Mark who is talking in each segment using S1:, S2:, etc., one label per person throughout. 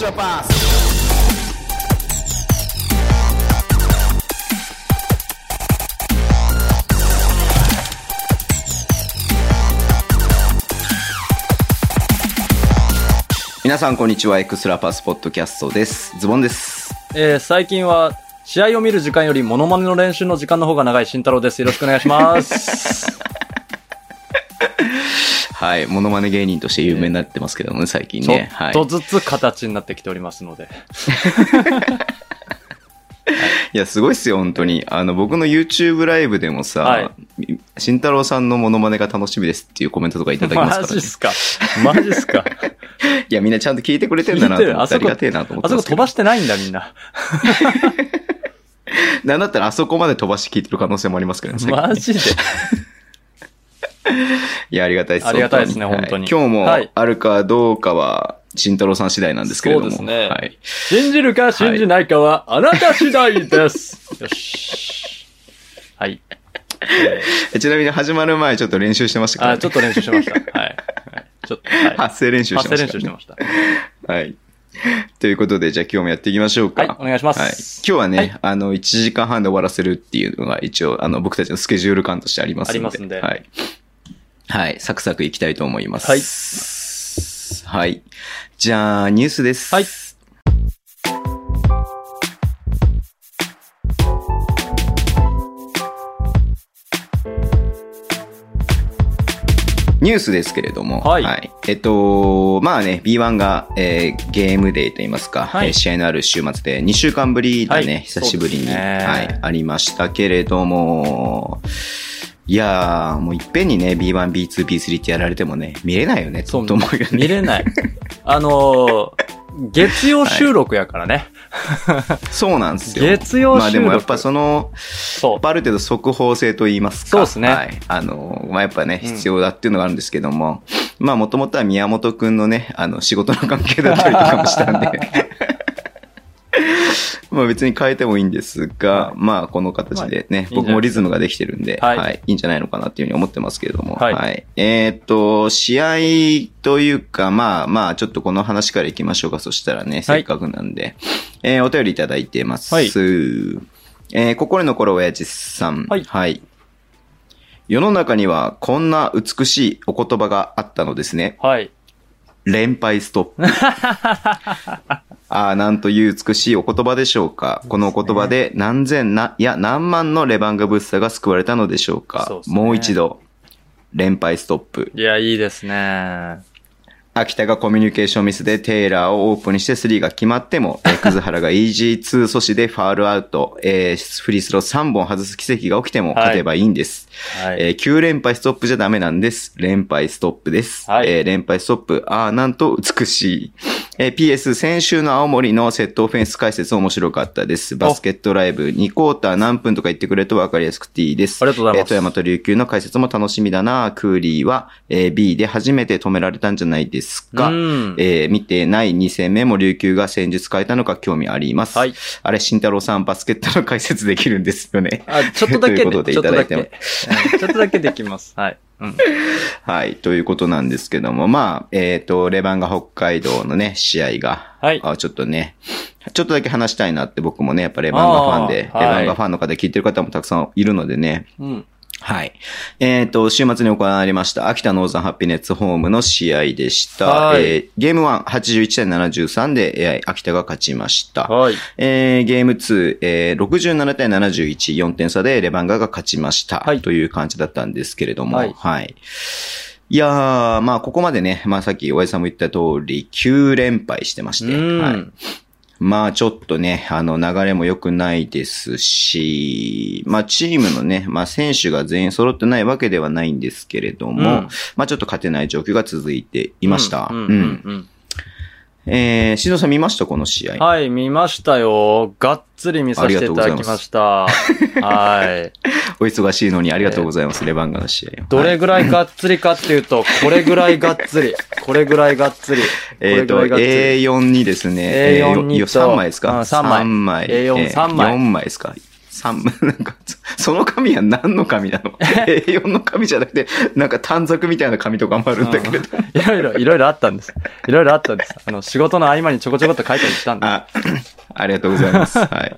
S1: your past.
S2: 「皆さんこんにちはエクストラパスポッドキャスト」ですズボンです
S3: えー最近は、試合を見る時間よりモノマネの練習の時間の方が長い慎太郎です。よろしくお願いします。
S2: はいモノマネ芸人として有名になってますけどね最近
S3: ちょ
S2: ねは
S3: っ
S2: い
S3: とずつ形になってきておりますので。
S2: いやすごいっすよ本当にあの僕の YouTube ライブでもさ
S3: は
S2: 慎太郎さんのモノマネが楽しみですっていうコメントとかいただきます
S3: マ
S2: か
S3: ジ
S2: らね
S3: っすかマジっすか
S2: いやみんなちゃんと聞いてくれてんだなと思
S3: あ
S2: ってあ
S3: そ
S2: り
S3: こ、
S2: がてえなと思って
S3: あそ
S2: ま
S3: こ
S2: すけど
S3: 飛ばしてないんだみ んな。
S2: なんだったらあそこまで飛ばし聞いてる可能性もありますけどね最近ね
S3: マジで。
S2: いや、ありがたいです。
S3: ありがたいですね
S2: はい
S3: 本当に
S2: 今日も、
S3: はい
S2: あるかどうかは、慎太郎さん次第なんですけれども。
S3: そうですね
S2: はい。
S3: 信じるか信じないかはあなた次第です。よし。はい。
S2: えちなみに始まる前、ちょっと練習してましたから、ね。
S3: あ、ちょっと練習しました。はい。はいちょっと、は
S2: 発声練
S3: い。
S2: 習して
S3: 発
S2: ま
S3: 声
S2: した、
S3: 練習してました。
S2: た。はい。ということで、じゃあ今日もやっていきましょうか。
S3: はい、お願いしま
S2: はい
S3: す。
S2: 今日はね、
S3: はい
S2: あの、1時間半で終わらせるっていうのが一応、あの、僕たちのスケジュール感としてありますので。
S3: ありますんで
S2: はい。はい、サクサクいきたいと思います。はい。はい。じゃあ、ニュースです。
S3: はい
S2: ニュースですけれども、
S3: はい
S2: えっと、まあね、B1 が、えーゲームデーといいますか、
S3: はい
S2: えー試合のある週末で2週間ぶりだね、
S3: はい
S2: 久しぶりに、
S3: そうですね
S2: はい、ありましたけれども、いやー、もういっぺんにね、B1、B2、B3 ってやられてもね、見れないよね、と
S3: そう
S2: 思うよね。
S3: 見れない。 あのー月曜収録やからね。
S2: そうなんですよ。
S3: 月曜
S2: ま
S3: 収録
S2: あでもやっぱその、
S3: そ
S2: ある程度速報性と言いますか。
S3: そうですね
S2: はい。あの、まあやっぱね、
S3: うん
S2: 必要だっていうのがあるんですけども、まあもともとは宮本くんのね、あの、仕事の関係だったりとかもしたん で。まあ別に変えてもいいんですが、
S3: はい
S2: まあこの形でね、
S3: まあいいんじゃないですか
S2: 僕もリズムができてるんで、は、
S3: はいい
S2: い、いんじゃないのかなっていうふうに思ってますけれども、は。
S3: はいい
S2: えーっと、試合というか、まあまあ、ちょっとこの話からいきましょうか。そしたらね、せっかくなんで、えーお便りいただいてます。
S3: はい
S2: えー心の頃親父さん。
S3: はい
S2: 世の中にはこんな美しいお言葉があったのですね。
S3: う。はい。
S2: 連敗スト ップ。ああ、なんという美しいお言葉でしょうか。このお言葉で何千な、いや何万のレバンガブッサが救われたのでしょうか。
S3: そうですね
S2: もう一度、連敗ストップ。
S3: いや、いいですね。
S2: 秋田がコミュニケーションミスでテイラーをオープンにして3が決まっても、え ー葛原が EG2 阻止でファールアウト、えーフリースロー3本外す奇跡が起きても勝てばいいんです。
S3: はい。
S2: えー9連敗ストップじゃダメなんです。連敗ストップです。
S3: はい
S2: えー連敗ストップ、ああ、なんと美しい。えー PS、先週の青森のセットオフェンス解説面白かったです。バスケットライブ2クォーター何分とか言ってくれると分かりやすくていいです。
S3: ありがとうございま
S2: え
S3: す
S2: ー富山と琉球の解説も楽しみだな。クーリーは、えー B で初めて止められたんじゃないですか。
S3: うん
S2: えー見てない2戦目も琉球が戦術変えたのか興味あります。
S3: はい
S2: あれ、慎太郎さん、バスケットの解説できるんですよね。
S3: あ、ちょっとだ
S2: と
S3: け
S2: いう
S3: ね、
S2: ことで
S3: ちょっとだけ。
S2: いた
S3: う
S2: だい
S3: んちょっとだけできます。はい。うん。
S2: はい、ということなんですけども、まあ、えっ、と、レバンガ北海道のね、試合が、
S3: はい
S2: あちょっとね、ちょっとだけ話したいなって僕もね、やっぱレバンガファンで、レ
S3: あーはい
S2: バンガファンの方聞いてる方もたくさんいるのでね、
S3: うん。
S2: はい。えっ、と、週末に行われました、秋田ノーザンハッピネッツホームの試合でした。
S3: はい
S2: えーゲーム1、81対73で、えー秋田が勝ちました。
S3: はい。
S2: えーゲーム2、えー67対71、4点差でレバンガが勝ちました。
S3: はい
S2: という感じだったんですけれども、は。
S3: はいい
S2: い、やー、まあ、ここまでね、まあ、さっき大江さんも言った通り、9連敗してまし
S3: う
S2: て、はい、
S3: ん。
S2: まあ、ちょっとね、あの、流れも良くないですし、まあ、チームのね、まあ、選手が全員揃ってないわけではないんですけれども、
S3: うん
S2: まあ、ちょっと勝てない状況が続いていました。う。
S3: うんんうん。
S2: えー、しのさん見ましたこの試合。
S3: うんはい、見ましたよ。がっつり見させていただきました。はい。
S2: お忙しいのにありがとうございます、レバンガの試合。
S3: ど
S2: は
S3: れ
S2: い
S3: ぐらいがっつりかっていうと、これぐらいがっつり。これぐらいがっつり。こ
S2: えっ、
S3: れぐ
S2: と、
S3: らいがっつり。
S2: A4 にですね、
S3: A4 にと
S2: 3枚ですか
S3: うん三枚
S2: ?3 枚。
S3: A4 三枚
S2: 4枚ですか三、 なんか、その紙は何の紙な の ?A4 の紙じゃなくて、なんか短冊みたいな紙とかもあるんだけれど。
S3: いろいろ、いろいろあったんです。いろいろあったんです。あの、仕事の合間にちょこちょこっと書いたりしたんで。
S2: あ、 ありがとうござい ます。はい。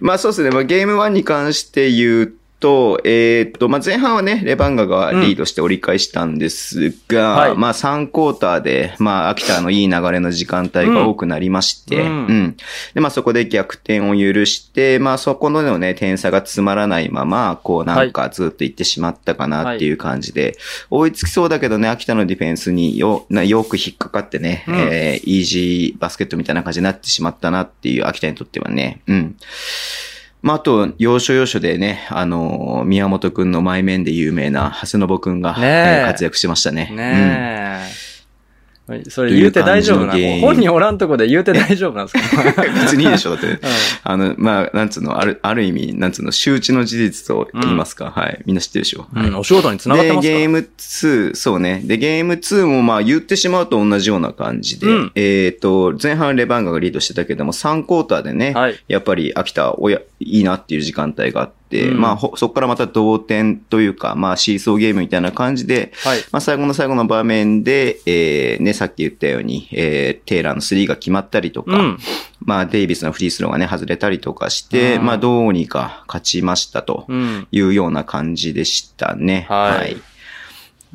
S2: まあそうですね、まあ、ゲーム1に関して言うと、えーっと、まあ前半はね、レバンガがリードして折り返したんですが、
S3: はい
S2: まあ3クォーターで、まあ秋田のいい流れの時間帯が多くなりまして、
S3: うん
S2: うんで、まあそこで逆転を許して、まあそこのでのね、点差がつまらないまま、こうなんかずっと行ってしまったかなっていう感じで、追いつきそうだけどね、秋田のディフェンスによなよく引っかかってね、
S3: うん
S2: えーイージーバスケットみたいな感じになってしまったなっていう秋田にとってはね、うん。まあ、あと、要所要所でね、あのー宮本くんの前面で有名な長谷信くんが、
S3: ねえ
S2: えー活躍しましたね。うん
S3: ねえ。それ言うて大丈夫な
S2: という感じの原因
S3: の本人おらんとこで言うて大丈夫なんです か
S2: 別にいいでしょ、だ って。あの、まあ、なんつうの、ある、ある意味、なんつうの、周知の事実と言いますか、はい。みんな知ってるでしょ。
S3: う
S2: はい
S3: ん、お仕事につながって
S2: で、
S3: ますか
S2: ゲー
S3: ら。
S2: ム2、そうね。で、ゲーム2もまあ言ってしまうと同じような感じで、
S3: うん
S2: えっ、と、前半レバンガがリードしてたけども、3クォーターでね、
S3: はい
S2: やっぱり秋田、おや、いいなっていう時間帯があって、
S3: うん
S2: まあほそこからまた同点というか、まあシーソーゲームみたいな感じで、
S3: はい。
S2: まあ最後の最後の場面で、えー、ね、さっき言ったように、えー、テイラーの3が決まったりとか、
S3: うん。
S2: まあデイビスのフリースローがね、外れたりとかして、
S3: うん
S2: まあどうにか勝ちましたと。
S3: うん。
S2: いうような感じでしたね。
S3: はい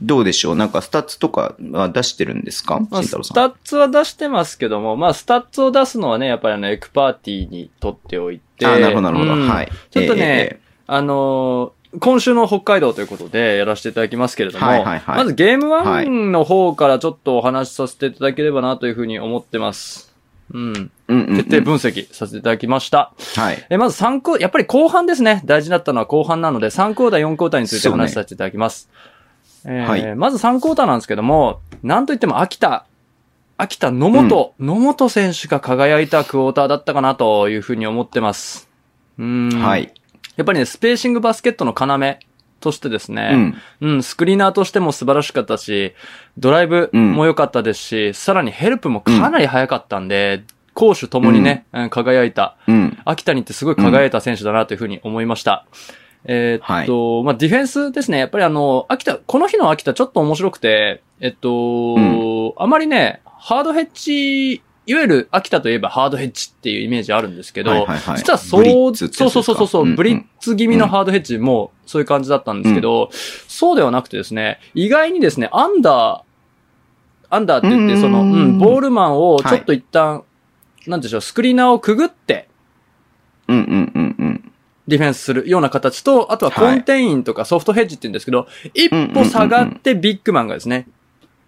S2: どうでしょうなんかスタッツとかは出してるんですか
S3: まあ、
S2: 慎
S3: ス
S2: 太
S3: タ
S2: 郎さん。
S3: ッツは出してますけども、まあ、スタッツを出すのはね、やっぱりあの、エクパーティーにとっておいて。
S2: あ、なるほど、なるほど。
S3: うん
S2: はい。
S3: ちょっとね
S2: えええ
S3: あのー今週の北海道ということでやらせていただきますけれども、
S2: はいはいはい
S3: まずゲーム1の方からちょっとお話しさせていただければなというふうに思ってます。うん。
S2: えうんうんうん
S3: 徹底分析させていただきました。
S2: はい。
S3: え、まず3クォーやっぱり後半ですね。大事だったのは後半なので、3クォーター、4クォーターについてお話しさせていただきます。えー
S2: はい
S3: まず3クォーターなんですけども、なんといっても秋田、秋田野本、野本選手が輝いたクォーターだったかなというふうに思ってます。うん。
S2: はい。
S3: やっぱりね、スペーシングバスケットの要としてです
S2: う
S3: ね、
S2: ん。
S3: うん、スクリーナーとしても素晴らしかったし、ドライブも良かったですし、さらにヘルプもかなり早かったんで、攻守ともにね、うん輝いた。
S2: うん。
S3: 秋田にってすごい輝いた選手だなというふうに思いました。えーっと、まあ、ディフェンスですね。やっぱりあの、秋田、この日の秋田ちょっと面白くて、えっと、
S2: うん
S3: あまりね、ハードヘッジ、いわゆる秋田といえばハードヘッジっていうイメージあるんですけど、
S2: はいはいはい
S3: 実はそう
S2: ブリッツって
S3: そ
S2: や
S3: う
S2: つで
S3: そう
S2: すか
S3: そうそう、
S2: うんうん
S3: ブリッツ気味のハードヘッジもそういう感じだったんですけど、そうではなくてですね、意外にですね、アンダー、アンダーって言っ
S2: う
S3: て、
S2: ん
S3: その、うん、ボールマンをちょっと一旦、なんでしょう、スクリーナーをくぐって、
S2: うんうんうんうん。
S3: ディフェンスするような形と、あとはコンテインとかソフトヘッジって言うんですけど、一歩下がってビッグマンがですね、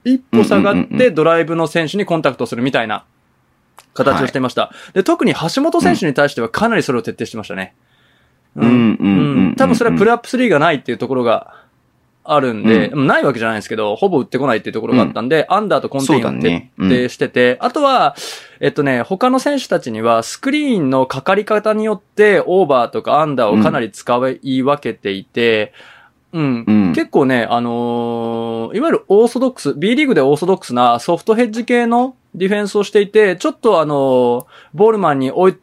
S3: 一歩下が
S2: うんう
S3: っ
S2: んうんう
S3: てドライブの選手にコンタクトするみたいな形をしていました。で、特に橋本選手に対してはかなりそれを徹底してましたね。
S2: うんうんうんうんうん。
S3: 多分それはプ
S2: ラ
S3: ルアップ3がないっていうところがあるんで、ないわけじゃないんですけど、ほぼ打ってこないっていうところがあったんで、アンダーとコンテインを徹底してて、あとは、えっとね、他の選手たちにはスクリーンのかかり方によってオーバーとかアンダーをかなり使い分けていて、うん。
S2: うん
S3: 結構ね、あのーいわゆるオーソドックス、B リーグでオーソドックスなソフトヘッジ系のディフェンスをしていて、ちょっとあのーボールマンに追い、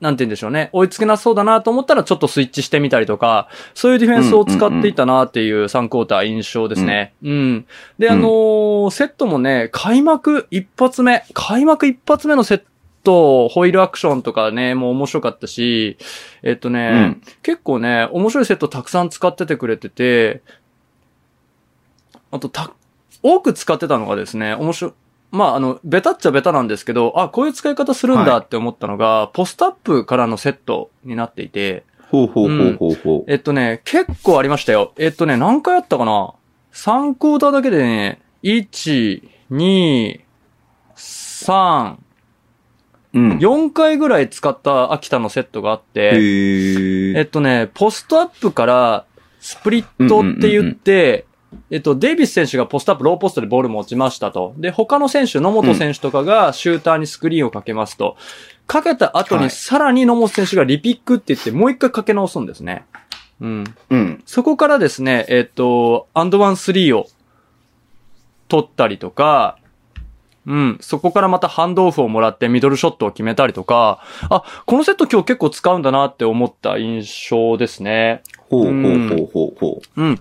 S3: なんて言うんでしょうね、追いつけなそうだなと思ったらちょっとスイッチしてみたりとか、そういうディフェンスを使っていたなっていう3クォーター印象ですね。うん。で、あのーセットもね、開幕一発目、開幕一発目のセット、ホイールアクションとかね、もう面白かったし、えっとね、
S2: うん
S3: 結構ね、面白いセットたくさん使っててくれてて、あとた、多く使ってたのがですね、面白い、まあ、あの、ベタっちゃベタなんですけど、あ、こういう使い方するんだって思ったのが、ポストアップからのセットになっていて、
S2: ほうほうほうほうほう。
S3: えっとね、結構ありましたよ。えっとね、何回あったかな ?3 クォーターだけでね、1、2、3、
S2: うん。
S3: 4回ぐらい使った秋田のセットがあって、
S2: へ
S3: えっ
S2: え。
S3: とね、ポストアップからスプリットって言って、えっと、デイビス選手がポストアップ、ローポストでボール持ちましたと。で、他の選手、野本選手とかがシューターにスクリーンをかけますと。かけた後
S2: は
S3: に
S2: い
S3: さらに野本選手がリピックって言って、もう一回かけ直すんですね。うん。
S2: うん。
S3: そこからですね、えっと、アンドワンスリーを取ったりとか、うん。そこからまたハンドオフをもらってミドルショットを決めたりとか、あ、このセット今日結構使うんだなって思った印象ですね。
S2: ほうほうほうほうほう。
S3: うん。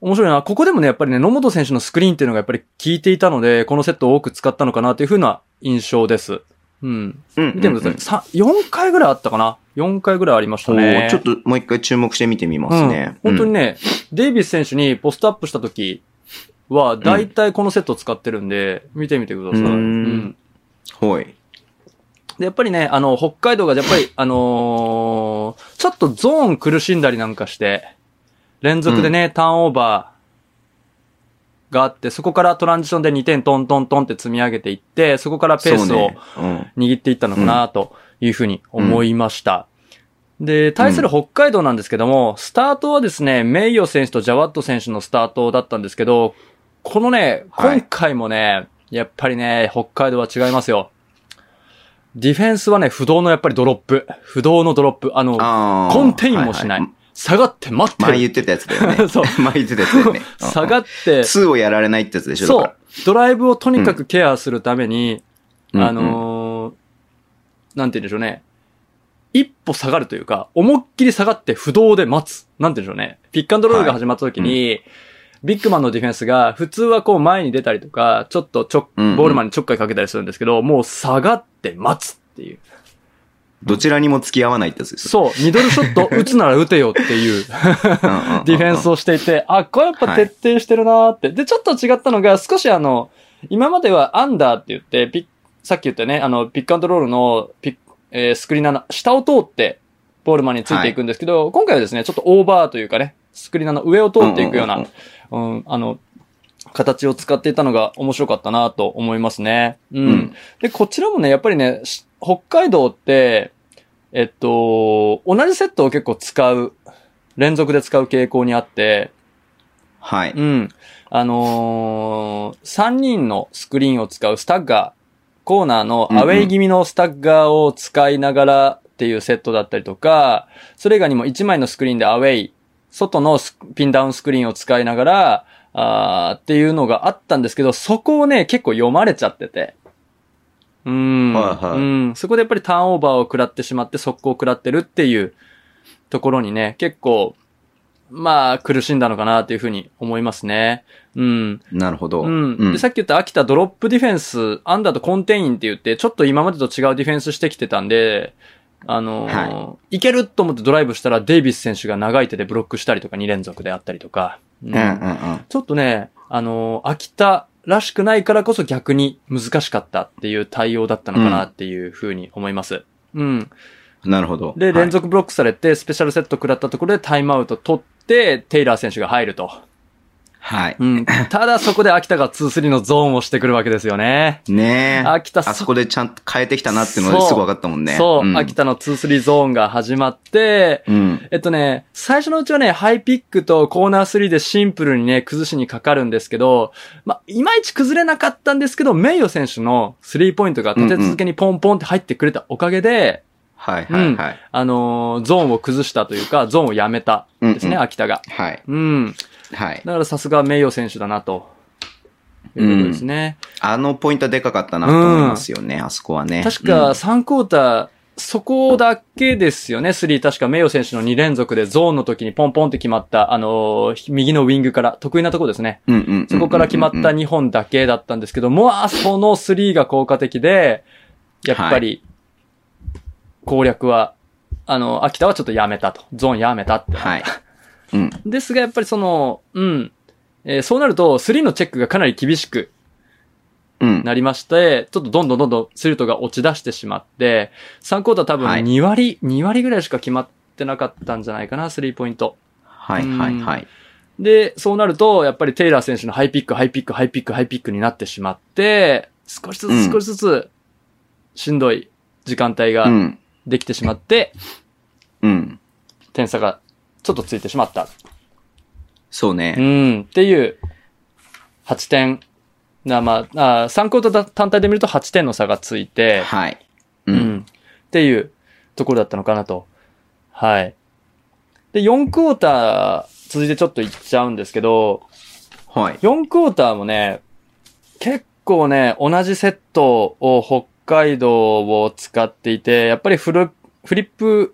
S3: 面白いな。ここでもね、やっぱりね、野本選手のスクリーンっていうのがやっぱり効いていたので、このセットを多く使ったのかなというふうな印象です。うん。
S2: うんうんうん
S3: 見てみてください。さ4回ぐらいあったかな ?4 回ぐらいありました
S2: お
S3: ね
S2: ー。ちょっともう一回注目して見てみますね。
S3: うん、本当に
S2: ね。
S3: ね、デイビス選手にポストアップした時は、だいたいこのセットを使ってるんで、見てみてください。
S2: うんはい。
S3: で、やっぱりね、あの、北海道がやっぱり、あのーちょっとゾーン苦しんだりなんかして、連続でね、ターンオーバーがあって、そこからトランジションで2点トントントンって積み上げていって、そこからペー
S2: そう
S3: スを
S2: ねうん
S3: 握っていったのかなというふうに思いました。で、対する北海道なんですけども、スタートはですね、名誉選手とジャワット選手のスタートだったんですけど、このね、
S2: はい
S3: 今回もね、やっぱりね、北海道は違いますよ。ディフェンスはね、不動のやっぱりドロップ。不動のドロップ。あの、
S2: あー
S3: コンテインもしない。
S2: はは
S3: 下がって待って
S2: 前言
S3: る。
S2: ってたやつだよね。
S3: そう。。
S2: 前言ってたやつだよね
S3: 下が
S2: っ
S3: って、
S2: 2をやられないってやつでしょ
S3: そ
S2: だ
S3: う。ドライブをとにかくケアするために、
S2: から
S3: あのーなんて言うんでしょうね。一歩下がるというか、思いっきり下がって不動で待つ。なんて言うんでしょうね。ピックアンドロールが始まった時に、ビッグマンのディフェンスが、普通はこう前に出たりとか、ちょっとちょ、ボ
S2: うんうん
S3: ールマンにちょっかいかけたりするんですけど、もう下がって待つっていう。
S2: どちらにも付き合わないってやつですよ。
S3: そう、ミドルショット打つなら打てよっていう。
S2: うんうんうんうん
S3: ディフェンスをしていて、あ、これやっぱ徹底してるなーって。で、ちょっと違ったのが、少しあの、今まではアンダーって言って、ピッさっき言ったね、あの、ピックアンドロールのピッ、えースクリーナーの下を通って、ボールマンについていくんですけど、今回はですね、ちょっとオーバーというかね、スクリーナーの上を通っていくよ
S2: うん
S3: う
S2: う、
S3: なんうん、あの、形を使っていたのが面白かったなと思いますね。う
S2: うんん。
S3: で、こちらもね、やっぱりね、し北海道って、えっと、同じセットを結構使う、連続で使う傾向にあって、。
S2: はいう
S3: ん。あのー、3人のスクリーンを使うスタッガー、コーナーのアウェイ気味のスタッガーを使いながらっていうセットだったりとか、それ以外にも1枚のスクリーンでアウェイ、外のスピンダウンスクリーンを使いながら、あーっていうのがあったんですけど、そこをね、結構読まれちゃってて。うん。
S2: はいはい
S3: うん。そこでやっぱりターンオーバーを食らってしまって、速攻を食らってるっていうところにね、結構、まあ、苦しんだのかなというふうに思いますね。うん。
S2: なるほど。
S3: うん。で、さっき言った秋田ドロップディフェンス、アンダーとコンテインって言って、ちょっと今までと違うディフェンスしてきてたんで、あのー、
S2: はい
S3: けると思ってドライブしたらデイビス選手が長い手でブロックしたりとか2連続であったりとか。う
S2: うんうんうん。
S3: ちょっとね、あのー秋田らしくないからこそ逆に難しかったっていう対応だったのかなっていうふうに思います。うん。
S2: なるほど。
S3: で、
S2: はい
S3: 連続ブロックされて、スペシャルセット食らったところでタイムアウト取って、テイラー選手が入ると。
S2: はい。
S3: うん。ただそこで秋田が2-3のゾーンをしてくるわけですよね。
S2: ねえ。
S3: 秋田そ
S2: あそこでちゃんと変えてきたなっていうの
S3: そう
S2: がすぐ分かったもんね。
S3: そう、
S2: ん
S3: 秋。田の2-3ゾーンが始まって、
S2: うん。
S3: えっとね、最初のうちはね、ハイピックとコーナー3でシンプルにね、崩しにかかるんですけど、まあ、いまいち崩れなかったんですけど、名誉選手のスリーポイントが立て続けにポンポンって入ってくれたおかげで、
S2: はいはいはい。
S3: あのーゾーンを崩したというか、ゾーンをやめたんですね、
S2: うんうん
S3: 秋田が。
S2: はい。
S3: うん。
S2: はい。
S3: だからさすが名誉選手だな、ということですね。
S2: あのポイントはでかかったなと思いますよね、あそこはね。
S3: 確か
S2: うん
S3: 3クォーター、そこだけですよね、3。確か名誉選手の2連続でゾーンの時にポンポンって決まった、あのー右のウィングから、得意なとこですね。
S2: うんうんうんうんうん
S3: そこから決まった2本だけだったんですけども、あその3が効果的で、やっぱり、攻略は、あの、秋田はちょっとやめたと。ゾーンやめたって。
S2: はい。うん。
S3: ですが、やっぱりその、うん。えーそうなると、3のチェックがかなり厳しく
S2: うん。
S3: なりまして、ちょっとどんどんどんどんスリートが落ち出してしまって、3クォーター多分
S2: はい
S3: 2割、2割ぐらいしか決まってなかったんじゃないかな、スリーポイント。
S2: はいはいはい。
S3: で、そうなると、やっぱりテイラー選手のハイピック、ハイピック、ハイピック、ハイピックになってしまって、少しず
S2: う
S3: つ
S2: ん
S3: 少しずつ、しんどい時間帯
S2: う
S3: が
S2: ん。
S3: できてしまって、
S2: うん。
S3: 点差がちょっとついてしまった。
S2: そう
S3: う
S2: ね。
S3: ん、っていう、8点。な、まあ、あ3クォーターだ単体で見ると8点の差がついて、
S2: はい。う。
S3: うんん。っていうところだったのかなと。はい。で、4クォーター続いてちょっといっちゃうんですけど、
S2: はい。
S3: 4クォーターもね、結構ね、同じセットを北海道を使っていて、やっぱりフル、フリップ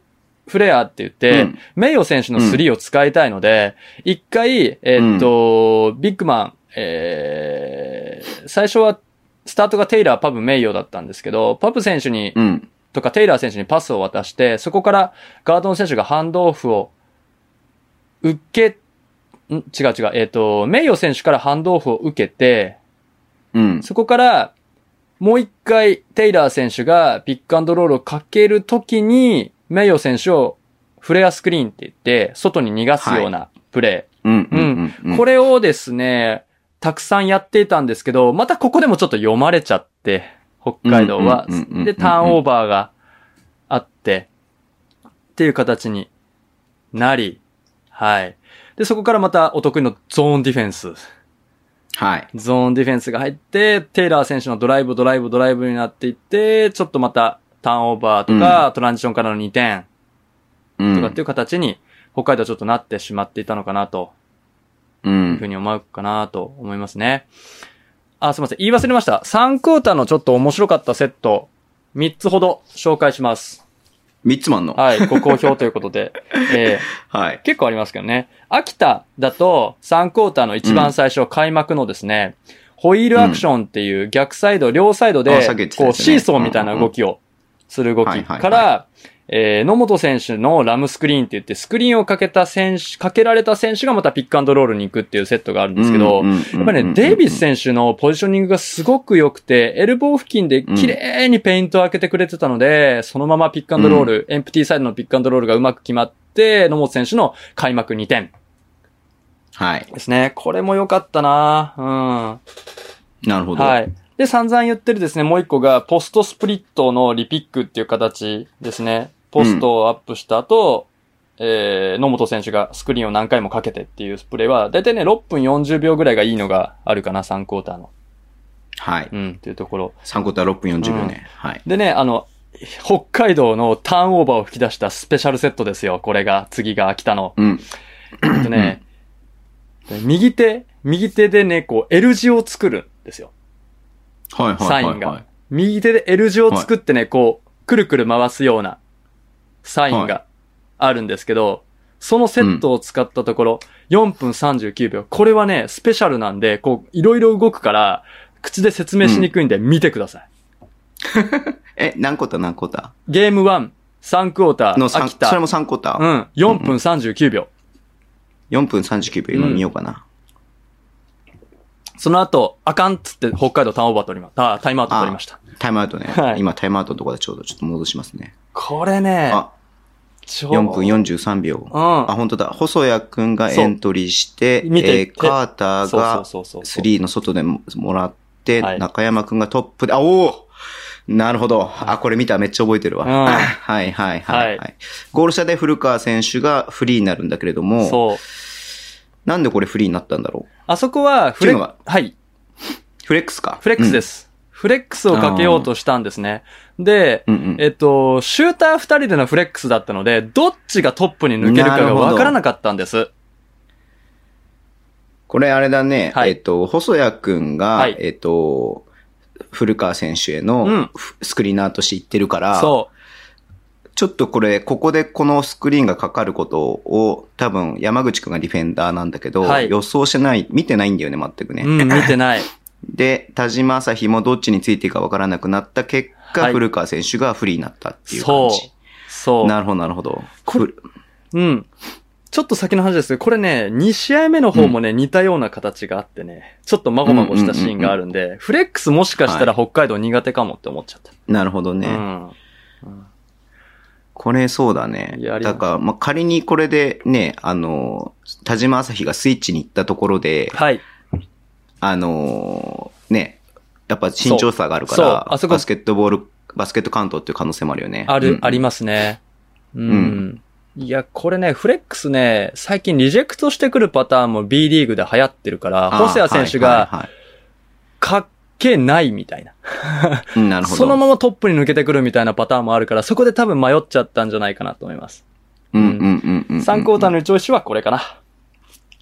S3: フレアって言って、
S2: うん
S3: 名誉選手の3を使いたいので、一、回、えっと、ビッグマン、えー、最初は、スタートがテイラー、パブ、名誉だったんですけど、パブ選手に、
S2: うん。
S3: とかテイラー選手にパスを渡して、そこからガードン選手がハンドオフを受け、ん違う違う、えっ、と、名誉選手からハンドオフを受けて、
S2: うん。
S3: そこから、もう一回、テイラー選手がピックアンドロールをかけるときに、名誉選手をフレアスクリーンって言って、外に逃がすようなプレ
S2: うん。
S3: う
S2: うんん。う
S3: ー。
S2: ん。
S3: これをですね、たくさんやっていたんですけど、またここでもちょっと読まれちゃって、北海道は
S2: うんうんうんうんうんう。ん
S3: で、ターンオーバーがあって、っていう形になり、はい。で、そこからまたお得意のゾーンディフェンス。
S2: はい。
S3: ゾーンディフェンスが入って、テイラー選手のドライブ、ドライブ、ドライブになっていって、ちょっとまたターンオーバーとか、トランジションからの2点
S2: うん。
S3: とかっていう形に、北海道はちょっとなってしまっていたのかなと
S2: う。
S3: いうふうんに思うかなと思いますね。あ、すいません。言い忘れました。3クォーターのちょっと面白かったセット、3つほど紹介します。
S2: ミッツマンの。は
S3: はい。ご好評ということで。 えー
S2: い。
S3: 結構ありますけどね。秋田だと3クォーターの一番最初、開幕のですね、ホイールアクションっていう逆サイド、両サイドで、
S2: あさっき言ってた
S3: こ
S2: や
S3: う
S2: つね
S3: シーソーみたいな動きをする動
S2: はい
S3: き
S2: はいはい
S3: から、えー野本選手のラムスクリーンって言って、スクリーンをかけた選手、かけられた選手がまたピックアンドロールに行くっていうセットがあるんですけど、
S2: うん、
S3: やっぱりね、デイビス選手のポジショニングがすごく良くて、エルボー付近で綺麗にペイントを開けてくれてたので、そのままピックアンドロール、エンプティサイドのピックアンドロールがうまく決まって、野本選手の開幕2点
S2: 手。はい。
S3: ですね。これも良かったな
S2: なるほ
S3: うん。
S2: ど。
S3: はい。で、散々言ってるですね、もう一個が、ポストスプリットのリピックっていう形ですね。ポストをアップした後、えー、野本選手がスクリーンを何回もかけてっていうプレーは、だいたいね、6分40秒ぐらいがいいのがあるかな、3クォーターの。
S2: はい。
S3: うん、っていうところ。
S2: 3クォーター6分40秒ね。はい。
S3: でね、あの、北海道のターンオーバーを吹き出したスペシャルセットですよ。これが、次が秋田の。
S2: うん。
S3: えっとね、右手、右手でね、こう、L 字を作るんですよ。
S2: はいはいはい。
S3: サイン
S2: は
S3: が
S2: い。。
S3: 右手で L 字を作ってね、こう、くるくる回すようなサインがあるんですけど、そのセットを使ったところ、4分39秒。これはね、スペシャルなんで、こう、いろいろ動くから、口で説明しにくいんで見てください。
S2: え、何クォーター何クォータ
S3: ゲーム1、3クォータ
S2: ーの
S3: ー、
S2: 三
S3: 秋田。
S2: それも3クォータ
S3: う
S2: ー。
S3: ん、4分39秒。
S2: 4分39秒今見ようかな。
S3: その後、あかんっつって北海道ターンオーバー取りました。あタイムアウト取りました。
S2: タイムアウトね
S3: は。い
S2: 今タイムアウトのところでちょうどちょっと戻しますね。
S3: これね、
S2: あ、
S3: 超
S2: 4分43秒。
S3: う
S2: あ、
S3: ん。
S2: 本当だ。細谷くんがエントリーして、え
S3: そう見て
S2: ーカーターが
S3: そうそうそうそう
S2: 3の外でももらって、
S3: はい
S2: 中山くんがトップで、あ、おおなるほど。あ、これ見た。めっちゃ覚えてるわ。
S3: うん
S2: はいはいはい、はい、
S3: は
S2: ゴール下で古川選手がフリーになるんだけれども、
S3: そう。
S2: なんでこれフリーになったんだろう
S3: あそこは、フ
S2: っ
S3: レ
S2: ていうのは
S3: はい、
S2: フレックスか。。
S3: フレックスですす。フレックスをかけようとしたんですね。で、
S2: うんうん。
S3: えっと、シューター2人でのフレックスだったので、どっちがトップに抜けるか
S2: な
S3: が
S2: るほど
S3: わからなかったんです。
S2: これあれだね。
S3: はい
S2: えっと、細谷くんが、
S3: はい
S2: えっと、古川選手への、
S3: うん
S2: ふスクリーナーとして言ってるから、
S3: そ
S2: ちょっとこれ、ここでこのスクリーンがかかることを、多分山口くんがディフェンダーなんだけど、
S3: はい
S2: 予想してない、見てないんだよね、全くね。
S3: う。うん、見てない。
S2: で、田島朝日もどっちについていいかわからなくなった結果、
S3: はい
S2: 古川選手が不利になったっていう
S3: そ
S2: 感
S3: う
S2: じ。。
S3: そう。
S2: なるほど、なるほど。
S3: こ
S2: ふる
S3: うん。ちょっと先の話ですけど、これね、2試合目の方もね、似たような形があってね、ちょっとまごまごしたシーンがあるんで、フレックスもしかしたら北海道苦手かもって思っちゃった。
S2: なるほどね。
S3: うん。
S2: これそうだね
S3: いやあ。りが
S2: だ
S3: とう
S2: から、まあ、仮にこれでね、あの、田島朝日がスイッチに行ったところで、
S3: はい。
S2: あのーね、やっぱ身長差があるから、
S3: そうそうあそこ
S2: バスケットボール、バスケット関東っていう可能性もあるよね。
S3: ある、あり
S2: ま
S3: ますね。うん。いや、これね、フレックスね、最近リジェクトしてくるパターンも B リーグで流行ってるから、細谷選手が、かけないみたいな。
S2: うんなるほど。
S3: そのままトップに抜けてくるみたいなパターンもあるから、そこで多分迷っちゃったんじゃないかなと思います。
S2: うんうんうんうんうん。
S3: 3クォーターの一押しはこれかな、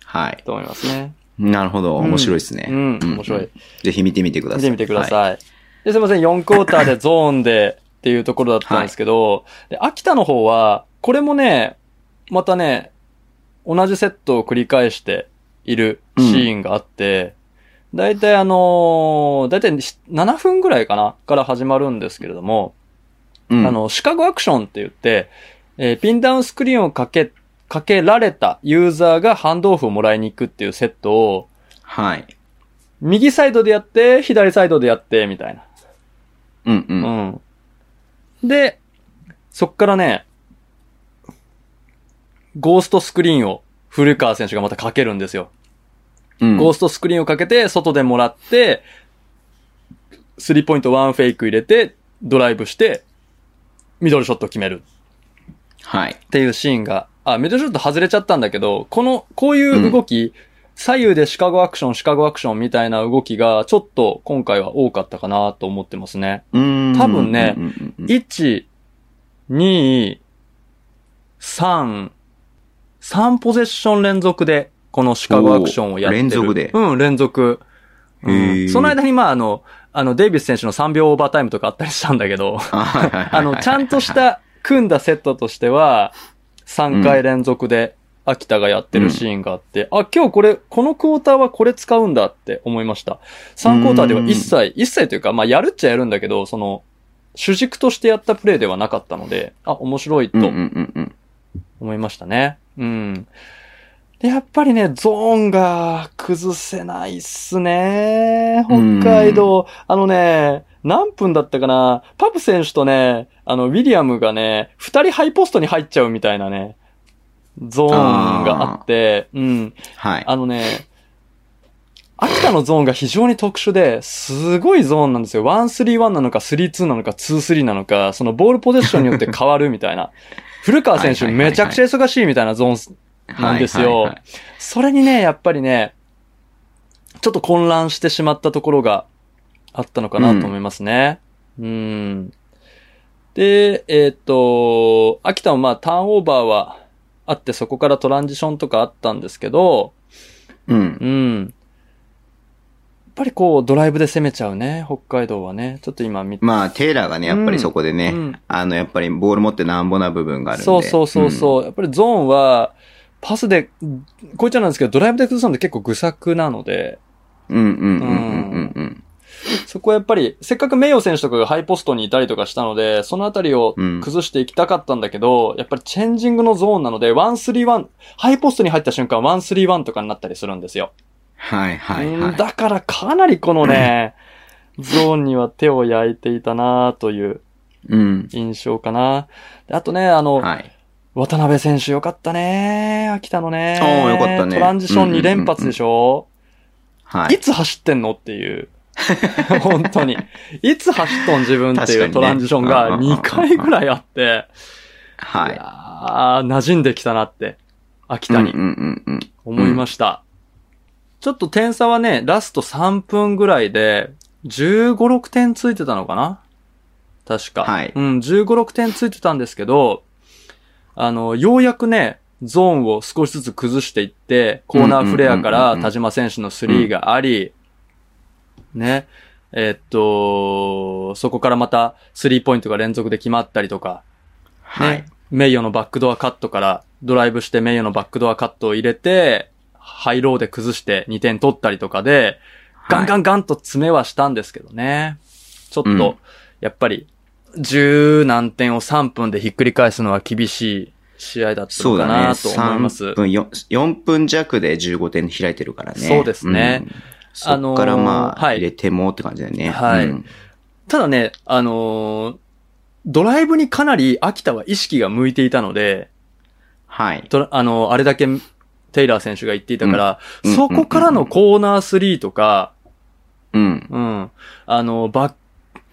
S2: はい。
S3: と思いますね。
S2: なるほど。
S3: うん
S2: 面白いですね。
S3: うん面白い。
S2: ぜひ見てみてください。
S3: 見てみてくだ
S2: は
S3: さい。で、すいません、4クォーターでゾーンでっていうところだったんですけど、で秋田の方は、これもね、またね、同じセットを繰り返しているシーンがあって、だいたいあのー、だいたい7分ぐらいかなから始まるんですけれども、
S2: い。うん
S3: あ、の、シカゴアクションって言って、えーピンダウンスクリーンをかけ、かけられたユーザーがハンドオフをもらいに行くっていうセットを、
S2: はい。
S3: 右サイドでやって、左サイドでやって、みたいな。
S2: うんうん。
S3: うん。で、そっからね、ゴーストスクリーンを古川選手がまたかけるんですよ。
S2: うん
S3: ゴーストスクリーンをかけて、外でもらって、スリーポイントワンフェイク入れて、ドライブして、ミドルショットを決める
S2: はい。
S3: っていうシーンが、あ、ミドルショット外れちゃったんだけど、この、こういう動き、左右でシカゴアクション、シカゴアクションみたいな動きが、ちょっと今回は多かったかなと思ってますね。
S2: うん。
S3: 多分ね
S2: うんうんうんうん
S3: 1、2、3、3ポゼッション連続で、このシカゴアクションをやってる。
S2: おー連続で
S3: うん、連続。うん
S2: へー
S3: その間に、まあ、あの、あの、デイビス選手の3秒オーバータイムとかあったりしたんだけど、
S2: あはいはいはい
S3: あの、ちゃんとし。た組んだセットとしては、3回連続で秋田がやってるシーンがあって、あ、今日これ、このクォーターはこれ使うんだって思いました。3クォーターでは一切、一切というか、まあ、やるっちゃやるんだけど、その、主軸としてやったプレーではなかったので、あ、面白い
S2: うんうん
S3: と
S2: うんうん。
S3: 思いましたね。うん。で、やっぱりね、ゾーンが崩せないっすね。北海道。あのね、何分だったかな。パプ選手とね、あの、ウィリアムがね、二人ハイポストに入っちゃうみたいなね、ゾーンがあって、うん。
S2: はい。
S3: あのね、秋田のゾーンが非常に特殊で、すごいゾーンなんですよ。1-3-1なのか、3-2なのか、2-3なのか、そのボールポゼッションによって変わるみたいな。古川選手
S2: はいはいはいはい
S3: めちゃくちゃ忙しいみたいなゾーン。なんですよ
S2: はいはいはい
S3: それにね、やっぱりね、ちょっと混乱してしまったところがあったのかなと思いますね。うん。で、えーっ、と、秋田もまあターンオーバーはあって、そこからトランジションとかあったんですけど、
S2: うん。
S3: うん。やっぱりこう、ドライブで攻めちゃうね、北海道はね。ちょっと今見て。
S2: まあ、テイラーがね、やっぱりそこでね、
S3: うん
S2: あの、やっぱりボール持ってなんぼな部分があるんで。
S3: そうそうそう
S2: うん。
S3: そう。やっぱりゾーンは、パスで、うんこいつらなんですけど、ドライブで崩すのって結構愚策なので、
S2: うんうんうんうんうん
S3: そこはやっぱり、せっかく名誉選手とかがハイポストにいたりとかしたので、そのあたりを
S2: うん
S3: 崩していきたかったんだけど、やっぱりチェンジングのゾーンなので、1-3-1、ハイポストに入った瞬間、1-3-1とかになったりするんですよ。
S2: はいはい
S3: うん
S2: は
S3: だからかなりこ のね、ゾーンには手を焼いていたなという
S2: い。うん。
S3: 印象かな。であとね、あの、
S2: はい。
S3: 渡辺選手よかったね。秋田のね。
S2: おーよかったね
S3: トランジション2連発でしょ、
S2: はい
S3: い。つ走ってんのっていう。 本当に。いつ走っとん自分って
S2: 確か
S3: い
S2: に
S3: う
S2: ね
S3: トランジションが2回ぐらいあって、
S2: はい
S3: や
S2: い。
S3: ー馴染んできたなって、秋田に
S2: うんうんうんうん。
S3: 思いました。ちょっと点差はね、ラスト3分ぐらいで、15、6点ついてたのかな確か。
S2: はい
S3: うん、15、6点ついてたんですけど、あの、ようやくね、ゾーンを少しずつ崩していって、コーナーフレアか
S2: うんうんうんう
S3: ら
S2: んうん
S3: 田島選手のスリーがあり、ね、えっと、そこからまたスリーポイントが連続で決まったりとか、
S2: はい
S3: ね。、名誉のバックドアカットから、ドライブして名誉のバックドアカットを入れて、ハイローで崩して2点取ったりとかで、ガンガ
S2: ン。
S3: ンガンと詰めはしたんですけどね。ちょっ
S2: うん
S3: と、やっぱり、十何点を3分でひっくり返すのは厳しい試合だった
S2: そ
S3: の
S2: う
S3: か
S2: だね。
S3: なと思います。
S2: 3分、よ4分弱で15点開いてるからね。
S3: そうですね
S2: うん。
S3: あ
S2: そ
S3: のー
S2: っからまあ、
S3: はい
S2: 入れてもって感じだよね。
S3: はい
S2: うん
S3: ただね、あのードライブにかなり秋田は意識が向いていたので、
S2: はい。
S3: とあの、あれだけテイラー選手が言っていたから、
S2: うん
S3: そこからのコーナー3とか、
S2: うん。
S3: うん、あの、バッ、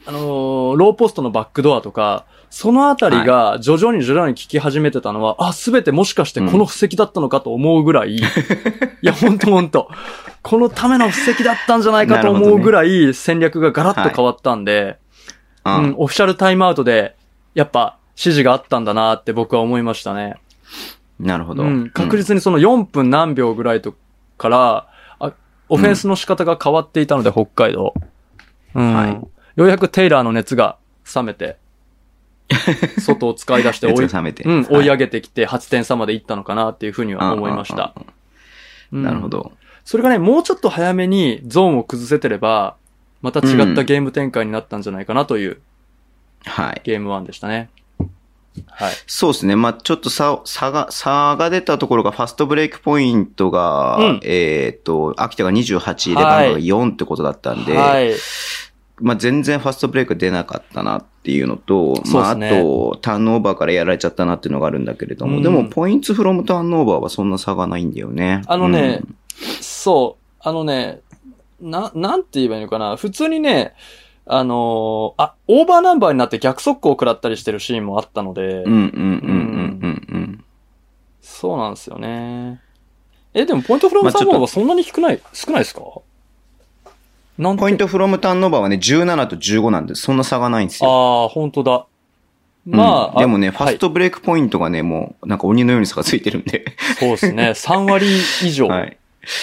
S3: あのーローポストのバックドアとか、そのあたりが徐々に徐々に聞き始めてたのは、あ、すべてもしかしてこの布石だったのかと思うぐらい、いや、ほんとほんと、このための布石だったんじゃないかと思うぐらい戦略がガラッと変わったんで、
S2: あ
S3: うん、オフィシャルタイムアウトで、やっぱ指示があったんだなって僕は思いましたね。
S2: なるほど。
S3: うん、確
S2: 率
S3: 実にその4分何秒ぐらいとから、あオフェンスの仕方が変わっていたので、北海道。うん、
S2: はい
S3: ようやくテイラーの熱が冷 めて、外を使い出して追い
S2: 熱が冷めて。
S3: うん、
S2: はい
S3: 追い上げてきて8点差まで行ったのかなっていうふうには思いました。。
S2: うんうんうん
S3: うん
S2: なるほ。ど。
S3: それがね、もうちょっと早めにゾーンを崩せてれば、また違ったゲーム展開になったんじゃないかなという
S2: はい。
S3: ゲーム1でしたね。はい。
S2: そうですね。まあ、ちょっと差、差が、差が出たところが、ファストブレイクポイントが、
S3: うん
S2: えっ、と、秋田が28で、
S3: はい
S2: バンカーが4ってことだったんで、
S3: はい。
S2: まあ、全然ファストブレイク出なかったなっていうのと、まあ、
S3: そう
S2: あ
S3: ですね
S2: と、ターンオーバーからやられちゃったなっていうのがあるんだけれども、
S3: うん
S2: でも、ポイントフロムターンオーバーはそんな差がないんだよね。
S3: あのね
S2: うん
S3: そう。あのね、な、なんて言えばいいのかな。普通にね、あのーあ、オーバーナンバーになって逆速攻を食らったりしてるシーンもあったので、
S2: うんうんうんうんうんうん。
S3: そうなんですよね。え、でもポイントフロム
S2: まあ
S3: 3
S2: ちょっと
S3: 本はそんなに低くない、少ないですかなんて
S2: ポイントフロムターンオーバーはね、17と15なんで、そんな差がないんですよ。
S3: ああ、本当だ。
S2: うん
S3: まあ、
S2: でもね、
S3: あ
S2: ファストブレイクポイントがね、もう、なんか鬼のように差がついてるん で。
S3: はいそうです ね。3割以上、
S2: はい。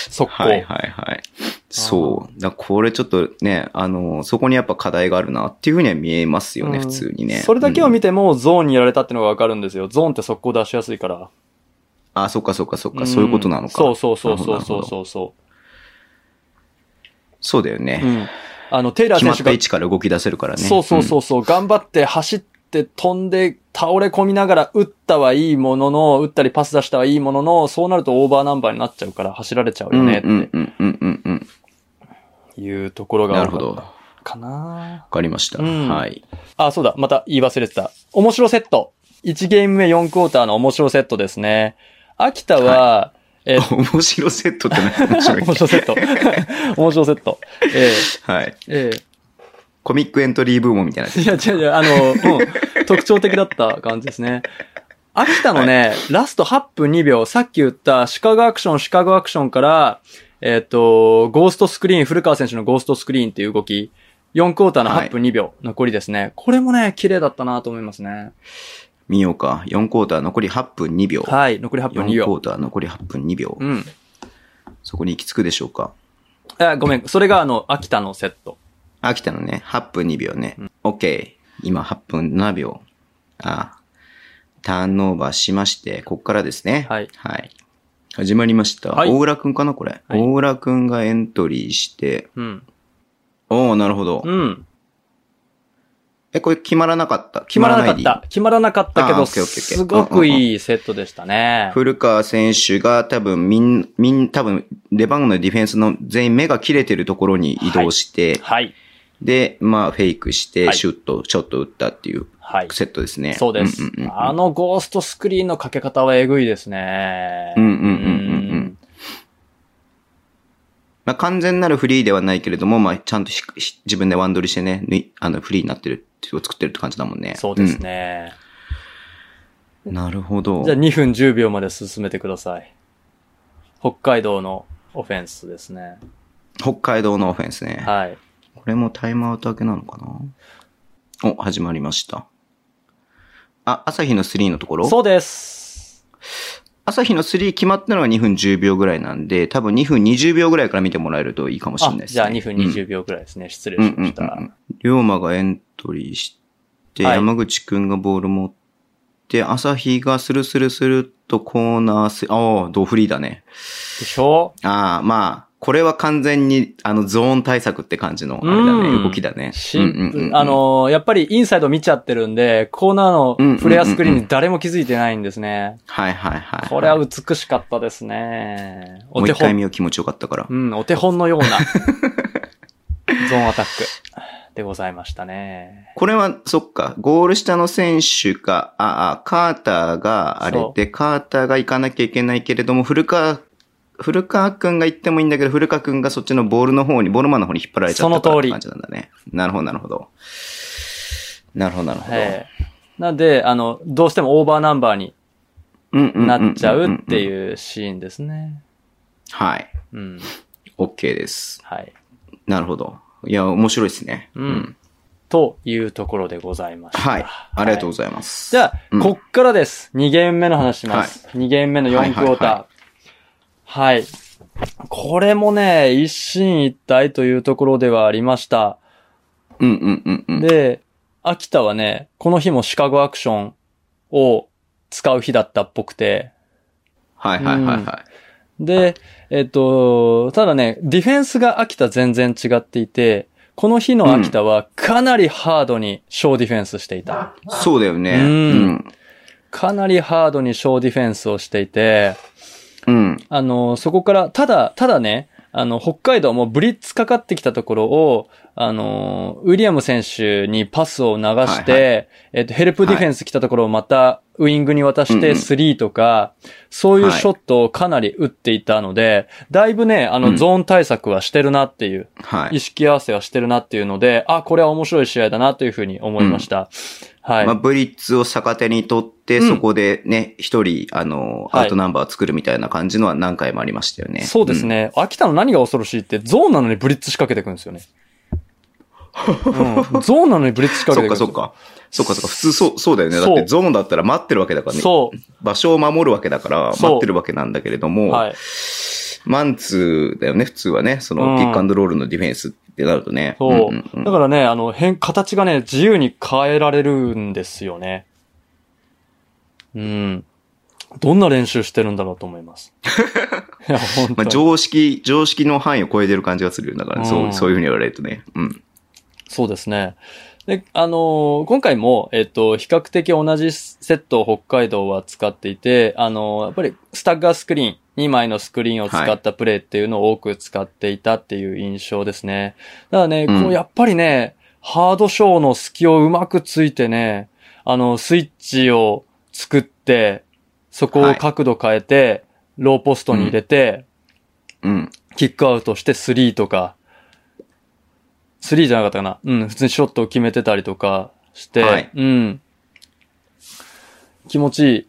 S3: 速攻。
S2: はいはいはい。そう。だからこれちょっとね、あの、そこにやっぱ課題があるなっていうふうには見えますよね、
S3: うん
S2: 普通にね。
S3: それだけを
S2: うん
S3: 見ても、ゾーンにやられたってのがわかるんですよ。ゾーンって速攻出しやすいから。
S2: あ、そっかそっかそっか、そういうことなのか。
S3: そうそうそうそうそうそうそ
S2: そうだよ
S3: う。う
S2: ね。
S3: ん。あの、テイラー
S2: 決ま
S3: 選
S2: った
S3: 手が
S2: 位、置から動き出せるからね。
S3: そうそうそううそう、頑張って走って飛んで倒れ込みながら打ったはいいものの、打ったりパス出したはいいものの、そうなるとオーバーナンバーになっちゃうから走られちゃうよ
S2: ん。
S3: ね
S2: うんうん
S3: っ
S2: うんうんうんうん。
S3: ていうところが
S2: な
S3: あ
S2: る
S3: る
S2: ほど。わ
S3: かな
S2: かりました。
S3: うん
S2: はい。
S3: あ、そうだ。また言い忘れてた。面白セット。1ゲーム目4クォーターの面白セットですね。秋田は、えー
S2: 面白セットって何面白いっけ
S3: 面白セッ ト。面白セット。え
S2: はい。
S3: ーえ
S2: コミックエントリーブームみたいなや
S3: ーいや、違う違う、あの、うん、特徴的だった感じですね。秋田のね、ラスト8分2秒、さっき言ったシカゴアクション、シカゴアクションから、えっ、と、ゴーストスクリーン、古川選手のゴーストスクリーンっていう動き、4クォーターの8分2秒、残りですね。これもね、綺麗だったなと思いますね。
S2: つ。見ようか。4クォーター残り8分2秒。
S3: はい、残り8
S2: 4ク
S3: 分2
S2: ォ
S3: 秒
S2: ー。ター残り8分2秒
S3: う。ん。
S2: そこに行き着くでしょうか。
S3: あ、ごめん。それがあの、秋田のセット。
S2: 秋田のね、8分2秒ね。OK。今8分7秒。あターンオーバーしまして、こっからですね。
S3: はい
S2: 始まりました。
S3: はい
S2: 大浦くんかなこれ。
S3: はい
S2: 大浦くんがエントリーして。
S3: うん。
S2: おー、なるほど。
S3: うん。
S2: え、これ決まらなかった。
S3: 決まらなかっ
S2: 決まらない
S3: た。決まらなかったけ
S2: あー
S3: ど、
S2: オッケーオッケーオッケー
S3: すごくいいセットでしたね
S2: で。古川選手が多分みん、みん、多分レバンガのディフェンスの全員目が切れてるところに移動して、
S3: はい。
S2: で、まあフェイクして、
S3: はい
S2: シュッと、ちょっと打ったっていう
S3: はい。
S2: セットですね。
S3: そうです
S2: んんんう。ん
S3: あのゴーストスクリーンのかけ方はえぐいですね。
S2: うんうんうんうんうんまあ、完全なるフリーではないけれども、まあ、ちゃんとひひ自分でワンドリしてね、ぬいあの、フリーになってるって、を作ってるって感じだもんね。
S3: そうですね。
S2: うん。なるほど。
S3: じゃあ2分10秒まで進めてください。北海道のオフェンスですね。
S2: 北海道のオフェンスね。
S3: はい。
S2: これもタイムアウト明けなのかなお、始まりました。あ、朝日の3のところ
S3: そうです。
S2: 朝日の3決まったのが2分10秒ぐらいなんで、多分2分20秒ぐらいから見てもらえるといいかもしれ
S3: あ
S2: ない、です、
S3: じ
S2: ね。
S3: ゃあ2分20秒くらいですね。失礼しました。
S2: うんうんうんうん龍馬がエントリーして、
S3: はい
S2: 山口くんがボール持って、朝日がスルスルスルっとコーナース、ああ、ドフリーだね。
S3: でしょ
S2: ああ、まあ、これは完全に、あの、ゾーン対策って感じの、あれだ
S3: う
S2: ね、
S3: ん
S2: 動きだね。
S3: し、
S2: うんうんうんうん
S3: あ、のーやっぱりインサイド見ちゃってるんで、コーナーのフレアスクリーンに誰も気づいてないんですね。
S2: はいはいはい。
S3: これは美しかったですね。
S2: も
S3: お
S2: う
S3: 手
S2: 一回見
S3: 本。
S2: よう気持ちよかったから
S3: う。ん、お手本のようなゾーンアタックでございましたね。
S2: これは、そっか、ゴール下の選手が、ああ、カーターがあれで、カーターが行かなきゃいけないけれども、古川、古川くんが行ってもいいんだけど、古川くんがそっちのボールの方に、ボールマンの方に引っ張られちゃったから
S3: そ
S2: っ
S3: の通
S2: て
S3: り
S2: 感じなんだね。なるほど、なるほど。なるほど、なるほど。
S3: ええなんで、あの、どうしてもオーバーナンバーに
S2: うんうん
S3: なっちゃうって
S2: う。
S3: いうシーンですね。
S2: はい。
S3: うん。
S2: OK です。
S3: はい。
S2: なるほど。いや、面白いですね。
S3: うん。というところでございました。
S2: はい。ありがとう
S3: は
S2: ございます。
S3: じゃあ、
S2: うん
S3: こっからです。2ゲーム目の話します。2ゲーム目の4クォーター。はいこれもね、一進一退というところではありました。
S2: うんうんうんうん。
S3: で、秋田はね、この日もシカゴアクションを使う日だったっぽくて、
S2: はいはいはいは
S3: で、えっと、ただね、ディフェンスが秋田全然違っていて、この日の秋田はかなりハードに小ディフェンスしていた。
S2: い。そうだよね。
S3: う
S2: うんん。
S3: かなりハードに小ディフェンスをしていて、
S2: うん。
S3: あの、そこから、ただ、ただね、あの、北海道もブリッツかかってきたところを、あの、ウィリアム選手にパスを流して、
S2: はい
S3: えっと、ヘルプディフェンス来たところをまたウィングに渡し
S2: うんう
S3: て
S2: ん
S3: スリーとか、そういう
S2: はい
S3: ショットをかなり打っていたので、だいぶね、あ
S2: う
S3: の、
S2: ん
S3: ゾーン対策はしてるなっていう、
S2: はい
S3: 意。識合わせはしてるなっていうので、あ、これは面白い試合だなというふうに思いました。はい。
S2: まあ、ブリッツを逆手に取って、
S3: うん
S2: そこでね、一、人、あの、
S3: はい
S2: アウトナンバーを作るみたいな感じのは何回もありましたよね。
S3: そうですね。秋田の何が恐ろしいって、ゾーンなのにブリッツ仕掛けてくるんですよね。 うん、ゾーンなのにブリッツ仕
S2: うん。そ
S3: 掛け
S2: って
S3: くる
S2: か
S3: んです
S2: そ
S3: よ
S2: っ。か。そっかそっか。普通そう、そうだよね。だ
S3: そう
S2: ってゾーンだったら待ってるわけだからね。
S3: そう。
S2: 場所を守るわけだから、
S3: そう
S2: 待ってるわけなんだけれども、
S3: はい。
S2: マンツーだよね、普通はね。そ
S3: うん
S2: の、ピックアンドロールのディフェンスってなるとね。
S3: そう。
S2: んんん
S3: だからね、あの、変、形がね、自由に変えられるんですよね。うん。どんな練習してるんだろうと思い ます。いや、本
S2: まあ、
S3: 当に。
S2: 常識、常識の範囲を超えてる感じがするよ。だから、
S3: う
S2: そ
S3: ん
S2: う、そういうふうに言われるとね。うん。
S3: そうですね。で、あのー今回も、えっと、比較的同じセットを北海道は使っていて、あのーやっぱりスタッガースクリーン、2枚のスクリーンを使ったプレーっていうのを多く使っていたっていう印象ですね。ただね、
S2: うん
S3: こう、やっぱりね、ハードショーの隙をうまくついてね、あの、スイッチを作って、そこを角度変えて、ローポストに入れて、
S2: うん。
S3: キックアウトしてスリーとか、スリーじゃなかったかな。うん、普通にショットを決めてたりとかして、
S2: はい
S3: うん。気持ちいい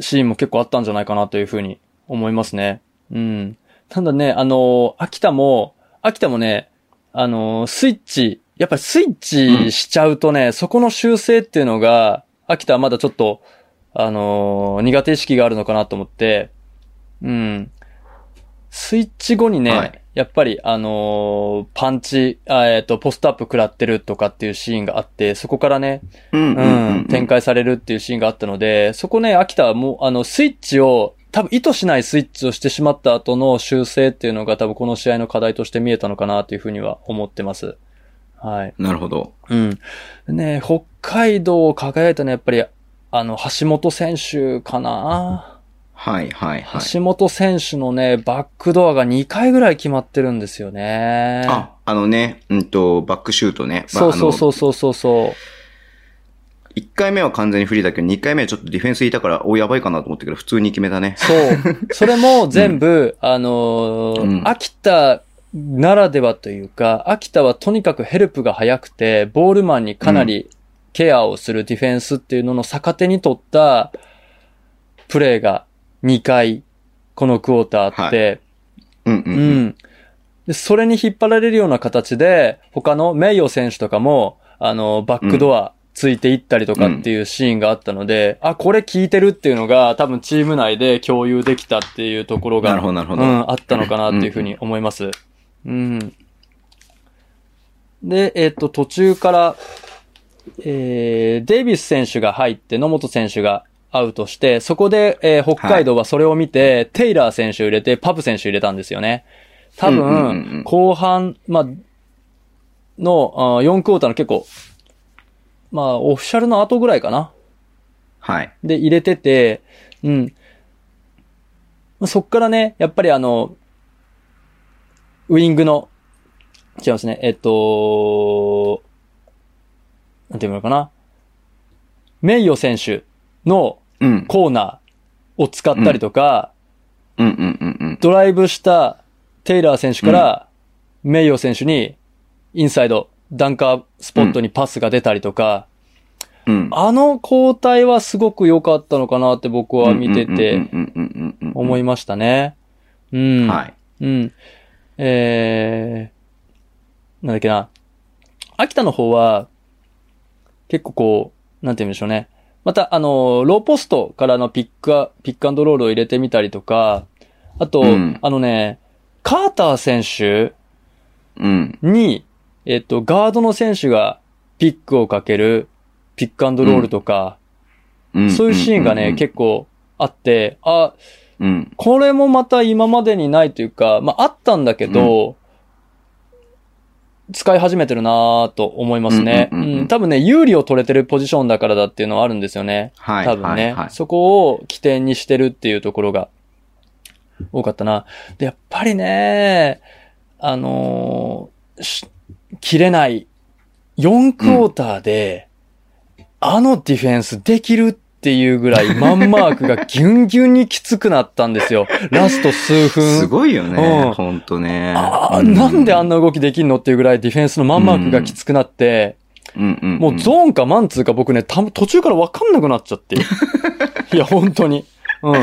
S3: シーンも結構あったんじゃないかなというふうに思いますね。うん。ただね、あのー秋田も、秋田もね、あのースイッチ、やっぱりスイッチしちゃうとね、そこの修正っていうのが、秋田はまだちょっと、あのー苦手意識があるのかなと思って、うん。スイッチ後にね、
S2: はい
S3: やっぱり、あのーパンチ、あえっ、と、ポストアップ食らってるとかっていうシーンがあって、そこからね、
S2: うん。
S3: うん、展。開されるっていうシーンがあったので、そこね、秋田はもう、あの、スイッチを、多分意図しないスイッチをしてしまった後の修正っていうのが多分この試合の課題として見えたのかなというふうには思ってます。はい。
S2: なるほど。
S3: うん。ね北海道を輝いたのはやっぱり、あの、橋本選手かな、
S2: はいはいはい。
S3: 橋本選手のね、バックドアが2回ぐらい決まってるんですよね。
S2: あ、あのね、うんと、バックシュートね。。
S3: そうそうそううそうそうそう。
S2: 1回目は完全にフリーだけど、2回目はちょっとディフェンスいたから、お、やばいかなと思ったけど、普通に決めたね。
S3: そう。 それも全部、あのー
S2: うん
S3: 秋田ならではというか、秋田はとにかくヘルプが早くて、ボールマンにかなりケアをするディフェンスっていうのの逆手に取ったプレーが2回、このクォーターあって、
S2: うんうん。
S3: う
S2: うん、
S3: ん。で、それに引っ張られるような形で、他の名誉選手とかも、あの、バックドアついていったりとかっていうシーンがあったので、あ、これ効いてるっていうのが多分チーム内で共有できたっていうところ
S2: なる
S3: が、
S2: ほどなるほ
S3: う
S2: ど。
S3: ん、あったのかなっていうふうに思います。うん。で、えっ、と、途中から、えー、デイビス選手が入って、野本選手がアウトして、そこで、えー北海道はそれを見て、テイラー選手を入れて、パブ選手を入れたんですよね。多分、
S2: うんうんうんうん
S3: 後半、まあ、の、あ4クォーターの結構、まあ、オフィシャルの後ぐらいかな。
S2: はい。
S3: で、入れてて、うん。まあそっからね、やっぱりあの、ウィングの、違いますね、えっと、なんていうのかな。名誉選手の
S2: うん。
S3: コーナーを使ったりとか、
S2: うんうんうんうん。
S3: ドライブしたテイラー選手から、名誉選手に、インサイド、ダンカースポットにパスが出たりとか、
S2: うん。
S3: あの交代はすごく良かったのかなって僕は見てて
S2: うんうんうんうんうんうんうん、
S3: 思いましたね。う。
S2: うんはい。
S3: うん。えー、なんだっけな。秋田の方は、結構こう、なんて言うんでしょうね。また、あの、ローポストからのピックア、ピックアンドロールを入れてみたりとか、あと、
S2: うん
S3: あのね、カーター選手
S2: うん。
S3: に、えっと、ガードの選手がピックをかける、ピックアンドロールとか、
S2: ん
S3: そういうシーンがね、
S2: うん
S3: 結構あって、あ、
S2: うん。
S3: これもまた今までにないというか、まあ、あったんだけど、使い始めてるなぁと思いますね。
S2: うんうんうんうん
S3: うん多分ね、有利を取れてるポジションだからだっていうのはあるんですよね。
S2: はい。
S3: 多分ね、
S2: はいはい
S3: そこを起点にしてるっていうところが多かったな。で、やっぱりね、あのーし切れない4クォーターで、あのディフェンスできるっていうぐらいマンマークがギュンギュンにきつくなったんですよ。ラスト数分。
S2: すごいよ
S3: うん
S2: ね。ほんとね。
S3: ああ、なんであん
S2: な、
S3: な動きできんのっていうぐらいディフェンスのマンマークがきつくなって、
S2: うんうんん
S3: もうゾーンかマンツーか僕ね、た途中からわかんなくなっちゃ って。いや、本当に。うん。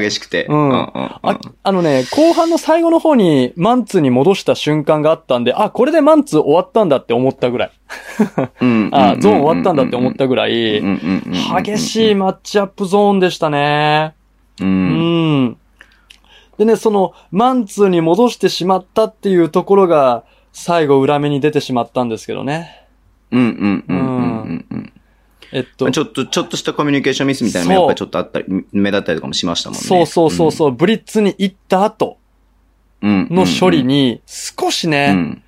S2: 激しくて。
S3: うんあ
S2: あ、
S3: あのね、後半の最後の方にマンツーに戻した瞬間があったんで、あ、これでマンツー終わったんだって思ったぐらい。あ、ゾーン終わったんだって思ったぐらい、激しい
S2: い。
S3: マッチアップゾーンでしたね。
S2: う。
S3: うんん。でね、その、マンツーに戻してしまったっていうところが、最後裏目に出てしまったんですけどね。
S2: うんうんうんうんうんうん。
S3: えっと
S2: まあ、ちょっと、ちょっとしたコミュニケーションミスみたいなのも
S3: そう
S2: やっぱりちょっとあったり、目立ったりとかもしましたもんね。
S3: そうそうそうそう、ブリッツに行った後、
S2: うん。うん
S3: の処理。に、少し
S2: う
S3: ね、
S2: ん。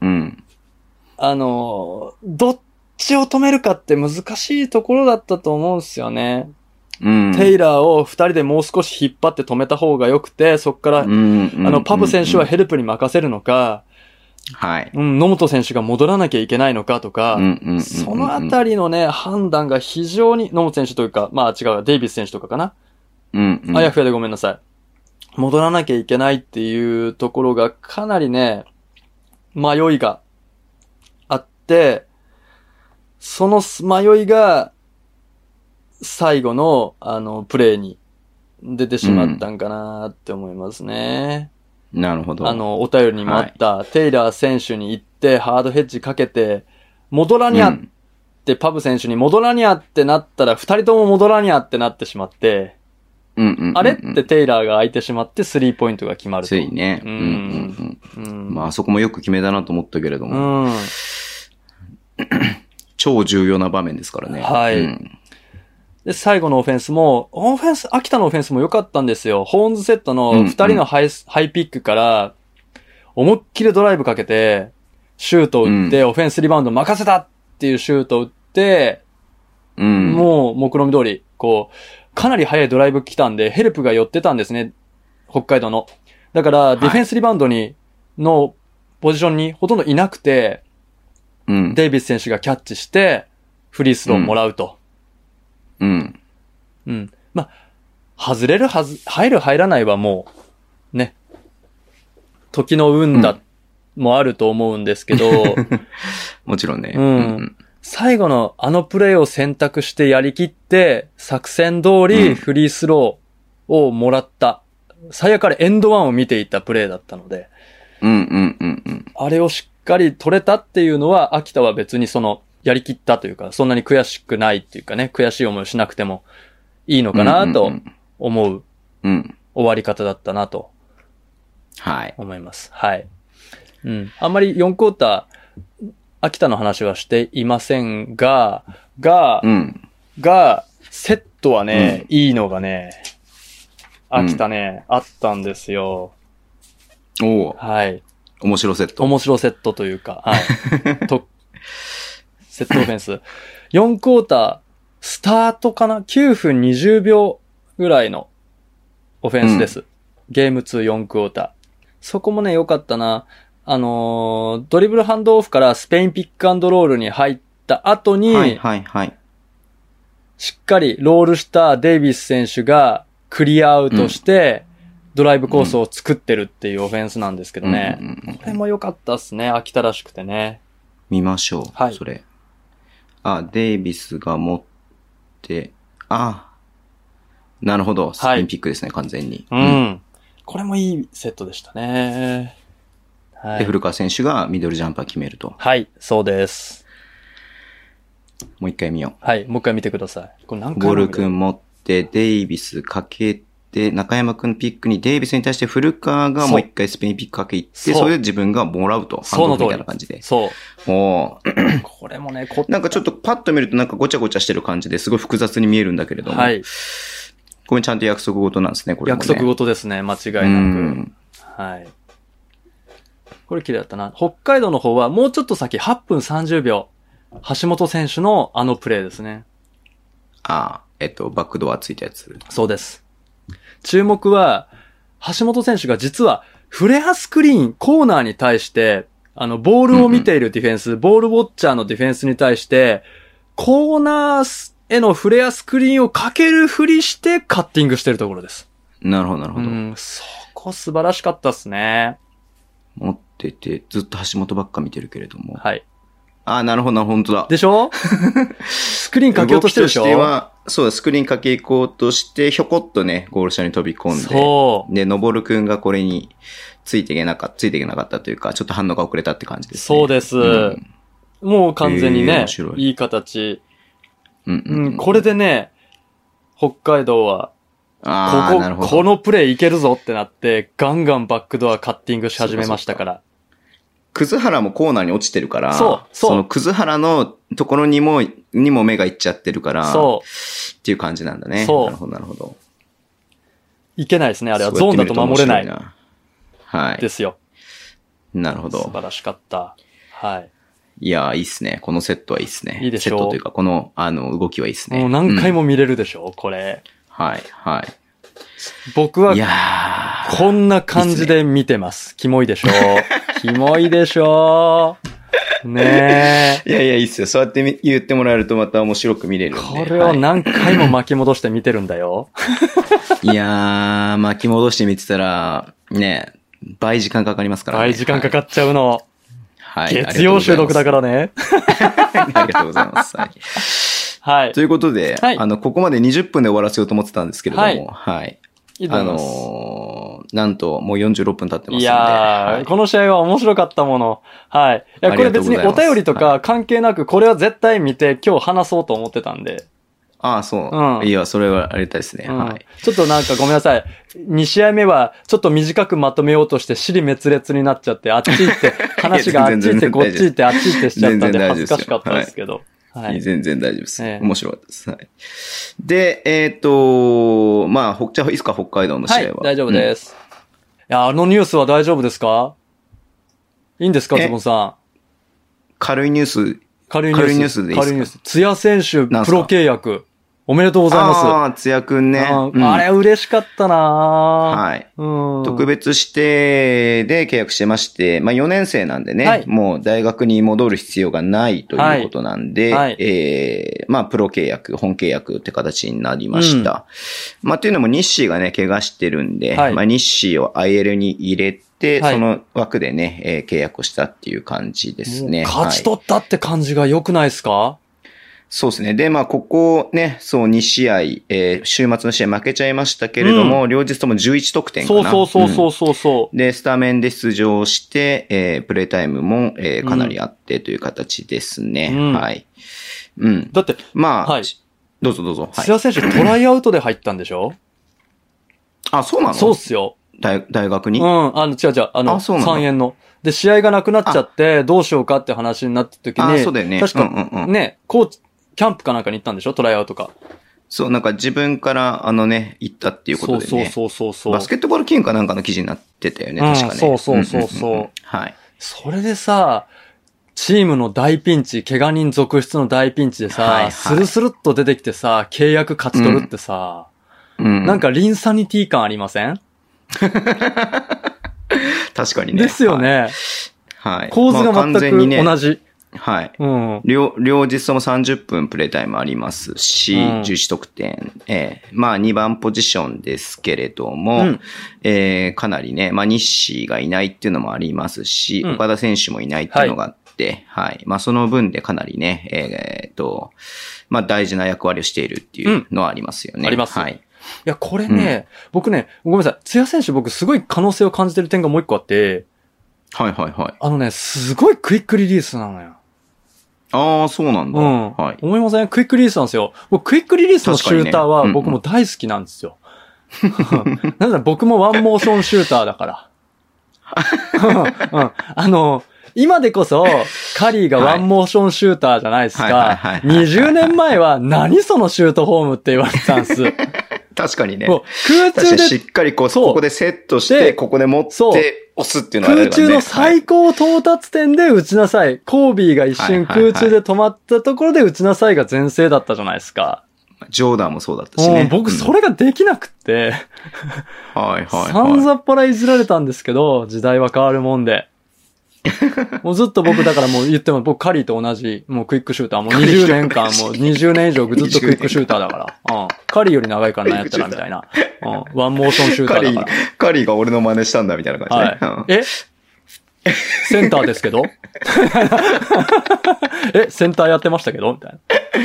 S2: うん。
S3: あのー、どっちを止めるかって難しいところだったと思うんですよね。
S2: うん。
S3: テイラーを二人でもう少し引っ張って止めた方が良くて、そっから、
S2: うんうん
S3: あの、パブ選手は
S2: うん
S3: ヘルプに任せるのか、
S2: はい。
S3: うん、野本選手が戻らなきゃいけないのかとか、そのあたりのね、判断が非常に、野本選手というか、まあ違う、デイビス選手とかかな。
S2: り、うんうん
S3: あやふやでごめんなさい。戻らなきゃいけないっていうところがかなりね、迷いがあって、その迷いが最後のあのプレーに出てしまったんかなって思いますね。
S2: なるほど。
S3: あの、お便りにもあった、テイラー選手に行ってハードヘッジかけて、戻ら
S2: うん、
S3: にゃって、パブ選手に戻らにゃってなったら、二人とも戻らにゃってなってしまって、
S2: うんうんうんうん
S3: あれって、テイラーが空いてしまって、スリーポイントが決まると。
S2: ついね。
S3: う
S2: うんんうん
S3: う。
S2: うんん。まあ、あそこもよく決めたなと思ったけれど
S3: う
S2: も、
S3: ん。
S2: 超重要な場面ですからね。
S3: はい
S2: うん
S3: で、最後のオフェンスも、オフェンス、秋田のオフェンスも良かったんですよ。ホーンズセット
S2: うんう
S3: の
S2: ん
S3: 二人のハイ,、ハイピックから、思いっきりドライブかけて、シュートを打って、オフェンスリバウンド任せたっていうシュートを打って、
S2: うん。
S3: もう、目論見通り、こう、かなり速いドライブ来たんで、ヘルプが寄ってたんですね。北海道の。だから、
S2: い
S3: ディフェンスリバウンドに、のポジションにほとんどいなくて、
S2: うん。
S3: デイビス選手がキャッチして、フリースローもらうと。
S2: うん。
S3: うん。まあ、外れるはず、入る入らないはもう、ね。時の運だ、もあると思うんですけど、
S2: もちろんね。
S3: うん 最後のあのプレーを選択してやりきって、作戦通
S2: う
S3: り
S2: ん
S3: フリースローをもらった。最悪あれエンドワンを見ていたプレーだったので、
S2: うんうんうんうん。
S3: あれをしっかり取れたっていうのは、秋田は別にその、やりきったというか、そんなに悔しくないっていうかね、悔しい思いをしなくてもいいのかな
S2: う
S3: と
S2: ん
S3: 思う
S2: うんうん。うん。
S3: 終わり方だったなと
S2: はい。
S3: 思います。はい。うん。あんまり4クォーター、秋田の話はしていませんが、が、
S2: うん。
S3: が、セットはね、いいのがね、
S2: うん
S3: 秋田ね、あったんですよ。
S2: おお
S3: はい。
S2: 面白セット。
S3: 面白セットという か、はい。と、セットオフェンス。4クォーター、スタートかな ?9 分20秒ぐらいのオフェンスです。ゲーム24クォーター。そこもね、良かったな。あのードリブルハンドオフからスペインピックアンドロールに入った後に、
S2: はいはいはい。
S3: しっかりロールしたデイビス選手がクリアアウトして、ドライブコースを作ってるっていうオフェンスなんですけどね。
S2: うんうんうん
S3: これも良かったっすね。秋田らしくてね。
S2: 見ましょう。
S3: はい
S2: それ。あ、デイビスが持って、あ、なるほど。ス
S3: はい
S2: ピンピックですね、完全に。
S3: う。ん。これもいいセットでしたね。は
S2: で、
S3: い。
S2: 古川選手がミドルジャンパー決めると。
S3: はい、そうです。
S2: もう一回見よ
S3: はい、もう一回見てください。これ何
S2: う。
S3: 回も
S2: ボ
S3: 見れ
S2: ル
S3: る
S2: 君持って、デイビスかけて、中山くんピックにデイビスに対して古川がもう一回スペインピックかけ行って、
S3: そう
S2: それで自分がもらうと。
S3: その通り
S2: みたいな感じで。
S3: そう。
S2: おー
S3: これもね、こ
S2: なんかちょっとパッと見るとなんかごちゃごちゃしてる感じですごい複雑に見えるんだけれども。
S3: はい。
S2: これちゃんと約束事なんですね、これもね、
S3: 約束事ですね、間違いな
S2: う
S3: く。
S2: ん。
S3: はい。これ綺麗だったな。北海道の方はもうちょっと先、8分30秒。橋本選手のあのプレーですね。
S2: ああ、えっと、バックドアついたやつ。
S3: そうです。注目は、橋本選手が実は、フレアスクリーン、コーナーに対して、あの、ボールを見ているディフェンス、ボールウォッチャーのディフェンスに対して、コーナーへのフレアスクリーンをかけるふりしてカッティングしてるところです。
S2: なるほど、なるほ
S3: う
S2: ど。
S3: ん、そこ素晴らしかったっすね。
S2: 持ってて、ずっと橋本ばっか見てるけれども。
S3: はい。
S2: ああ、なるほどな、本当だ。
S3: でし ょスクリーンかけようとしてるでしょ
S2: 動きとしては、そうだ、スクリーンかけ行こうとして、ひょこっとね、ゴール下に飛び込んで。
S3: そう。
S2: で、のぼるくんがこれについていけなかった、ついていけなかったというか、ちょっと反応が遅れたって感じです、ね。
S3: そうです
S2: うん
S3: もう完全に
S2: えー
S3: ね
S2: 面、白い
S3: いい形。
S2: うんう
S3: うん
S2: うん
S3: ん、これでね、北海道は
S2: ああ、なる
S3: こ
S2: ほ
S3: こ、
S2: ど。
S3: このプレイいけるぞってなって、ガンガンバックドアカッティングし始めましたから。
S2: 葛原もコーナーに落ちてるから、
S3: そうそう
S2: の葛原のところにも、にも目がいっちゃってるから、
S3: そ
S2: っていう感じなんだね。
S3: そう
S2: なるほど、なるほど。
S3: う。いけないですね。あれは
S2: そう
S3: ゾ
S2: や
S3: ー
S2: って
S3: ンだ
S2: みる
S3: と守れな
S2: 面
S3: い
S2: 白は
S3: で
S2: い。
S3: すよ。
S2: なるほ
S3: 素
S2: ど。
S3: 晴らしかった。はい。
S2: いやー、いいっすね。このセットはいいっすね。
S3: いいでしょう
S2: セットというか、この、あの、動きはいいっすね。
S3: もう何回
S2: も。
S3: も見れるでしょ、これ。
S2: はい、はい。、
S3: 僕はい
S2: やー
S3: こんな感じで見てます。キモいでしょ キモいでしょねえ。
S2: いやいや、いいっすよ。そうやってみ言ってもらえるとまた面白く見れるんで。
S3: これを何回も巻き戻して見てるんだよ。
S2: はいいやー、巻き戻して見てたら、ね、倍時間かかりますからね。
S3: 倍時間かかっちゃうの。
S2: はい。はい
S3: 月曜収録だからね。
S2: ら。ありがとうございます。はい
S3: はい
S2: と。いうことで、
S3: はい
S2: あの、ここまで20分で終わらせようと思ってたんですけれども、はい。
S3: いいと
S2: あ
S3: 思います
S2: のーなんと、もう46分経ってますので。
S3: いやー、
S2: はい
S3: この試合は面白かったもの。はい。い
S2: あ
S3: や、こ
S2: り
S3: れ
S2: がとうご
S3: 別
S2: ざ
S3: に
S2: います
S3: お便りと
S2: は
S3: か関係なく、これは絶対見て今日話そうと思ってたんで。
S2: ああ、そう。
S3: うん
S2: いや、それはありがたいですね。
S3: うん
S2: はい。
S3: ちょっとなんかごめんなさい。2試合目はちょっと短くまとめようとして、尻滅裂になっちゃって、あっち行って、話があっち行っ
S2: 全
S3: て、
S2: 然
S3: こっち行って、あっち行ってしちゃったん
S2: 全
S3: で、
S2: 然大
S3: 恥
S2: 丈夫で
S3: ず
S2: すよ
S3: かしかったですけど。はい。
S2: 全然大丈夫です。
S3: ええ
S2: 面白かったです。はい。で、えっ、と、まあ、北茶、いいですか、北海道の試合
S3: はい
S2: は。、。
S3: 大丈夫ですす。いや、あのニュースは大丈夫ですかいいんですか、
S2: え
S3: ズボンさん。
S2: 軽いニュース。
S3: 軽いニュース。
S2: 軽いニュースでいいですか
S3: 軽いニュース。津屋選手、プ
S2: なんすか
S3: ロ契約。おめでとうございます。
S2: ああ、つやくんね。
S3: あー
S2: うん
S3: あれ嬉しかったな
S2: はい。
S3: ぁうん。
S2: 特
S3: 別。
S2: 別指定で契約してまして、まあ4年生なんでね、
S3: はい
S2: もう大学に戻る必要がないということなんで、
S3: はいはい
S2: えーまあプロ契約、本契約って形になりました。まあというのも日誌がね、怪我してるんで、
S3: はい
S2: まあ日誌を IL に入れて、
S3: はい
S2: その枠でね、えー契約をしたっていう感じですね。
S3: 勝ち
S2: はい
S3: 取ったって感じが良くないですか、
S2: そうですね。で、まあ、ここね、そう、2試合、えー週末の試合負けちゃいましたけれども、両日とも11得点か
S3: そう
S2: な。
S3: そうそうそ
S2: ん
S3: うそうそう。
S2: で、スタメンで出場して、えープレイタイムも、えーかなりあってという形ですね。
S3: うん
S2: はい。うん。
S3: だって、
S2: まあ、
S3: はい
S2: どうぞどうぞ。は
S3: 津
S2: い、
S3: 屋選手トライアウトで入ったんでしょ
S2: あ、そうなの
S3: そうっすよ。
S2: 大大学に、
S3: うん。あの、違う違う。あの、
S2: あそうなんだ
S3: 3円の。で、試合がなくなっちゃって、どうしようかって話になった時
S2: あ
S3: に、
S2: そうだよね。
S3: 確
S2: うん
S3: か、
S2: うんうん。
S3: ね、コーチ、キャンプかなんかに行ったんでしょトライアウトか。
S2: そう、なんか自分から、あのね、行ったっていうこと
S3: そう
S2: でね。
S3: そうそうそうそう。
S2: バスケットボールキングかなんかの記事になってたよね、
S3: うん
S2: 確かね。
S3: そうそうそうそうん
S2: んんんはい。
S3: それでさ、チームの大ピンチ、怪我人続出の大ピンチでさ、
S2: はいはい
S3: スルスルっと出てきてさ、契約勝ち取るってさ、
S2: うん。
S3: なん、かリンサニティ感ありません、
S2: 確かにね。
S3: ですよね、
S2: はい。はい。
S3: 構図が
S2: まあ
S3: 全
S2: 完全に
S3: く
S2: ね
S3: 同じ。
S2: はい。
S3: うん。
S2: 両、両日とも30分プレイタイムありますし、
S3: うん
S2: 11得点。ええまあ2番ポジションですけれども、
S3: うん
S2: ええかなりね、まあ西がいないっていうのもありますし、
S3: うん
S2: 岡田選手もいないっていうのがあって、はい、まあその分でかなりね、ええと、まあ大事な役割をしているっていうのはありますよね。
S3: うんあります
S2: はい。
S3: いや、これね、僕ね、ごめんなさい。津屋選手僕すごい可能性を感じてる点がもう一個あって、
S2: はいはいはい。
S3: あのね、すごいクイックリリースなのよ。
S2: ああ、そうなんだ。
S3: うん。
S2: はい。
S3: 思いませんクイックリリースなんですよ。僕、クイックリリースのシュータ
S2: 確
S3: ー
S2: かに
S3: は
S2: ね
S3: 僕も大好きなんですよ。 なんだ、僕もワンモーションシューターだから。うん、あの、今でこそ、カリーがワンモーションシューターじゃないです
S2: はいはい
S3: か
S2: はいは。いはいはい
S3: 20年前は、何そのシュートフォームって言われてた んです。
S2: 確かにね。
S3: もう空
S2: 確か
S3: 中
S2: にしっ
S3: で、
S2: かりこう、
S3: そう
S2: ここでセットし
S3: で
S2: て、ここで持っ
S3: そう
S2: て押すっていうのはあ
S3: 空
S2: れだから
S3: 中
S2: ね
S3: の最高到達点で打ちなさい。コービーが一瞬
S2: はいはいはい
S3: 空中で止まったところで打ちなさいが全盛だったじゃないですか。
S2: はいジョーダンもそうだったし
S3: う
S2: ね
S3: ん。僕、
S2: れ、
S3: それができなくって。
S2: はいはい
S3: さん
S2: は
S3: ざっぱらいじられたんですけど、時代は変わるも んで。もうずっと僕、だからもう言っても、僕、カリーと同じ、もうクイックシューター、もう
S2: カリー
S3: 20
S2: と
S3: 年間、もう20年以上ずっとクイックシューターだから。うん。カリーより長いからなんやったら、みたいな。うん。ワンモーションシュ
S2: い。
S3: ータ
S2: カリ
S3: ーだ
S2: ー
S3: か、
S2: カリーが俺の真似したんだみたいな
S3: ら。
S2: 感じね。
S3: はい。えセンターですけど え、センターやってましたけどみたいな。
S2: うん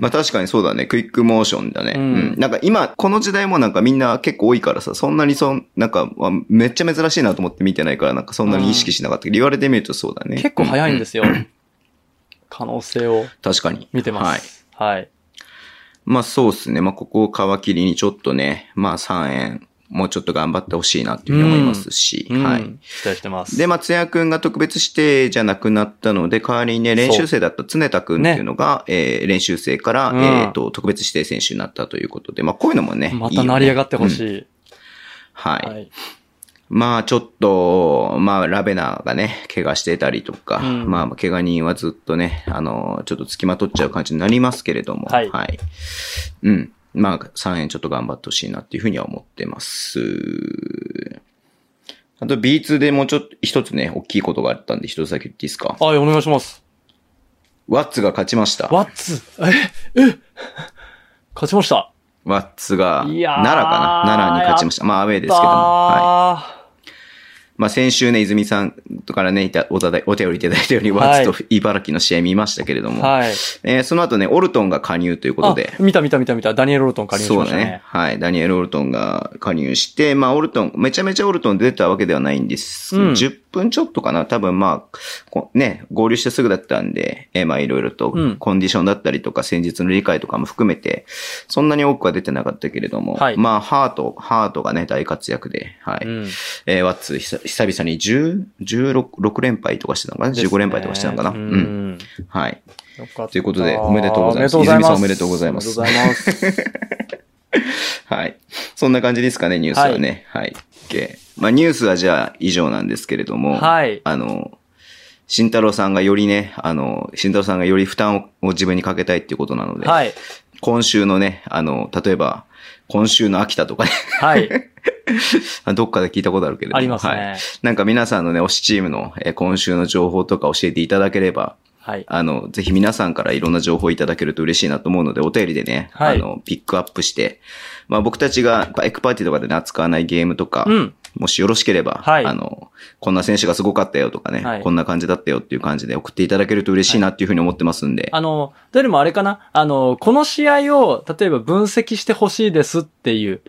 S2: まあ確かにそうだね。クイックモーションだね。
S3: う
S2: うんん。なんか今、この時代もなんかみんな結構多いからさ、そんなにそん、なんか、まあめっちゃ珍しいなと思って見てないから、なんかそんなに意識しなかったけど、言われてみるとそうだね。。
S3: 結構早いんですすよ。可能性を
S2: 確かに。
S3: 見て
S2: は
S3: ま
S2: い。
S3: す。はい。
S2: まあそうですね。まあここを皮切りにちょっとね、まあ3円、もうちょっと頑張ってほしいなっていうふうに思いますし、
S3: うん
S2: はい。
S3: 期待してます。
S2: で、松也くんが特別指定じゃなくなったので、代わりにね、練習生だった常田くんっていうのが、えー練習生から、
S3: うん
S2: えっ、と、特別指定選手になったということで、まあこういうのもね、
S3: また成り上がってほし
S2: いいよね。うん
S3: い。
S2: はい。
S3: はい。
S2: まあちょっと、まあラベナーがね、怪我してたりとか、
S3: うん
S2: まあ怪我人はずっとね、あの、ちょっと付きまとっちゃう感じになりますけれども、
S3: はい
S2: うん。まあ3円ちょっと頑張ってほしいなっていうふうには思ってます。あと B2 でもうちょっと一つね、大きいことがあったんで一つだけ言っていいですか。
S3: はい、お願いします。
S2: ワッツが勝ちました。
S3: ワッツえ、え勝ちました。
S2: ワッツが、
S3: い
S2: 奈良
S3: や
S2: か
S3: ー
S2: な奈良に勝ちました。まあアウェーですけども。はい
S3: は
S2: まあ、先週ね、泉さんからね、いたおただお手寄りいただいたように、ワッツと茨城の試合見ましたけれども、
S3: はい。
S2: えーその後ね、オルトンが加入ということで
S3: あ、見た見た見た見た。ダニエル・ロートン加入し
S2: そ
S3: ま
S2: う
S3: し
S2: だ
S3: た
S2: ね
S3: ね。。
S2: はい。ダニエル・オルトンが加入して、まあ、オルトン、めちゃめちゃオルトン出てたわけではないんです。
S3: うん
S2: 10分ちょっとかな。多分まあ、こね、合流してすぐだったんで、えーまあ、いろいろと
S3: うん、
S2: コンディションだったりとか、戦術の理解とかも含めて、そんなに多くは出てなかったけれども、
S3: はい
S2: まあ、ハート、ハートがね、大活躍で、はい。
S3: うん。
S2: えーワッツ、久久々に10、16 6連敗とかしてたのかな ?15 連敗とかしてたのかな、
S3: う
S2: うん
S3: ん。
S2: はい。
S3: よかった。
S2: ということでおめでとうございます
S3: おめでとうございます。
S2: 泉さんおめでとうございます
S3: おめでとうござい ます。
S2: はい。そんな感じですかね、ニュースはね。はい。OK まあ、ニュースはじゃあ以上なんですけれども、
S3: はい
S2: あの、慎太郎さんがよりね、あの、慎太郎さんがより負担をを自分にかけたいっていうことなので、
S3: はい。
S2: 今週のね、あの、例えば、今週の秋田とかね、
S3: はい。
S2: どっかで聞いたことあるけれども、
S3: あります
S2: はい。
S3: ね。
S2: なんか皆さんのね、推しチームの、えー今週の情報とか教えていただければ、
S3: はい。
S2: あの、ぜひ皆さんからいろんな情報をいただけると嬉しいなと思うので、お便りでね、
S3: はい
S2: あの、ピックアップして、まあ僕たちがバイクパーティーとかでね、扱わないゲームとか、
S3: うん。
S2: もしよろしければ、
S3: はい
S2: あの、こんな選手がすごかったよとかね、
S3: はい
S2: こんな感じだったよっていう感じで送っていただけると嬉しいなっていうふうに思ってますんで、
S3: あの、どれもあれかなあの、この試合を、例えば分析してほしいですっていう、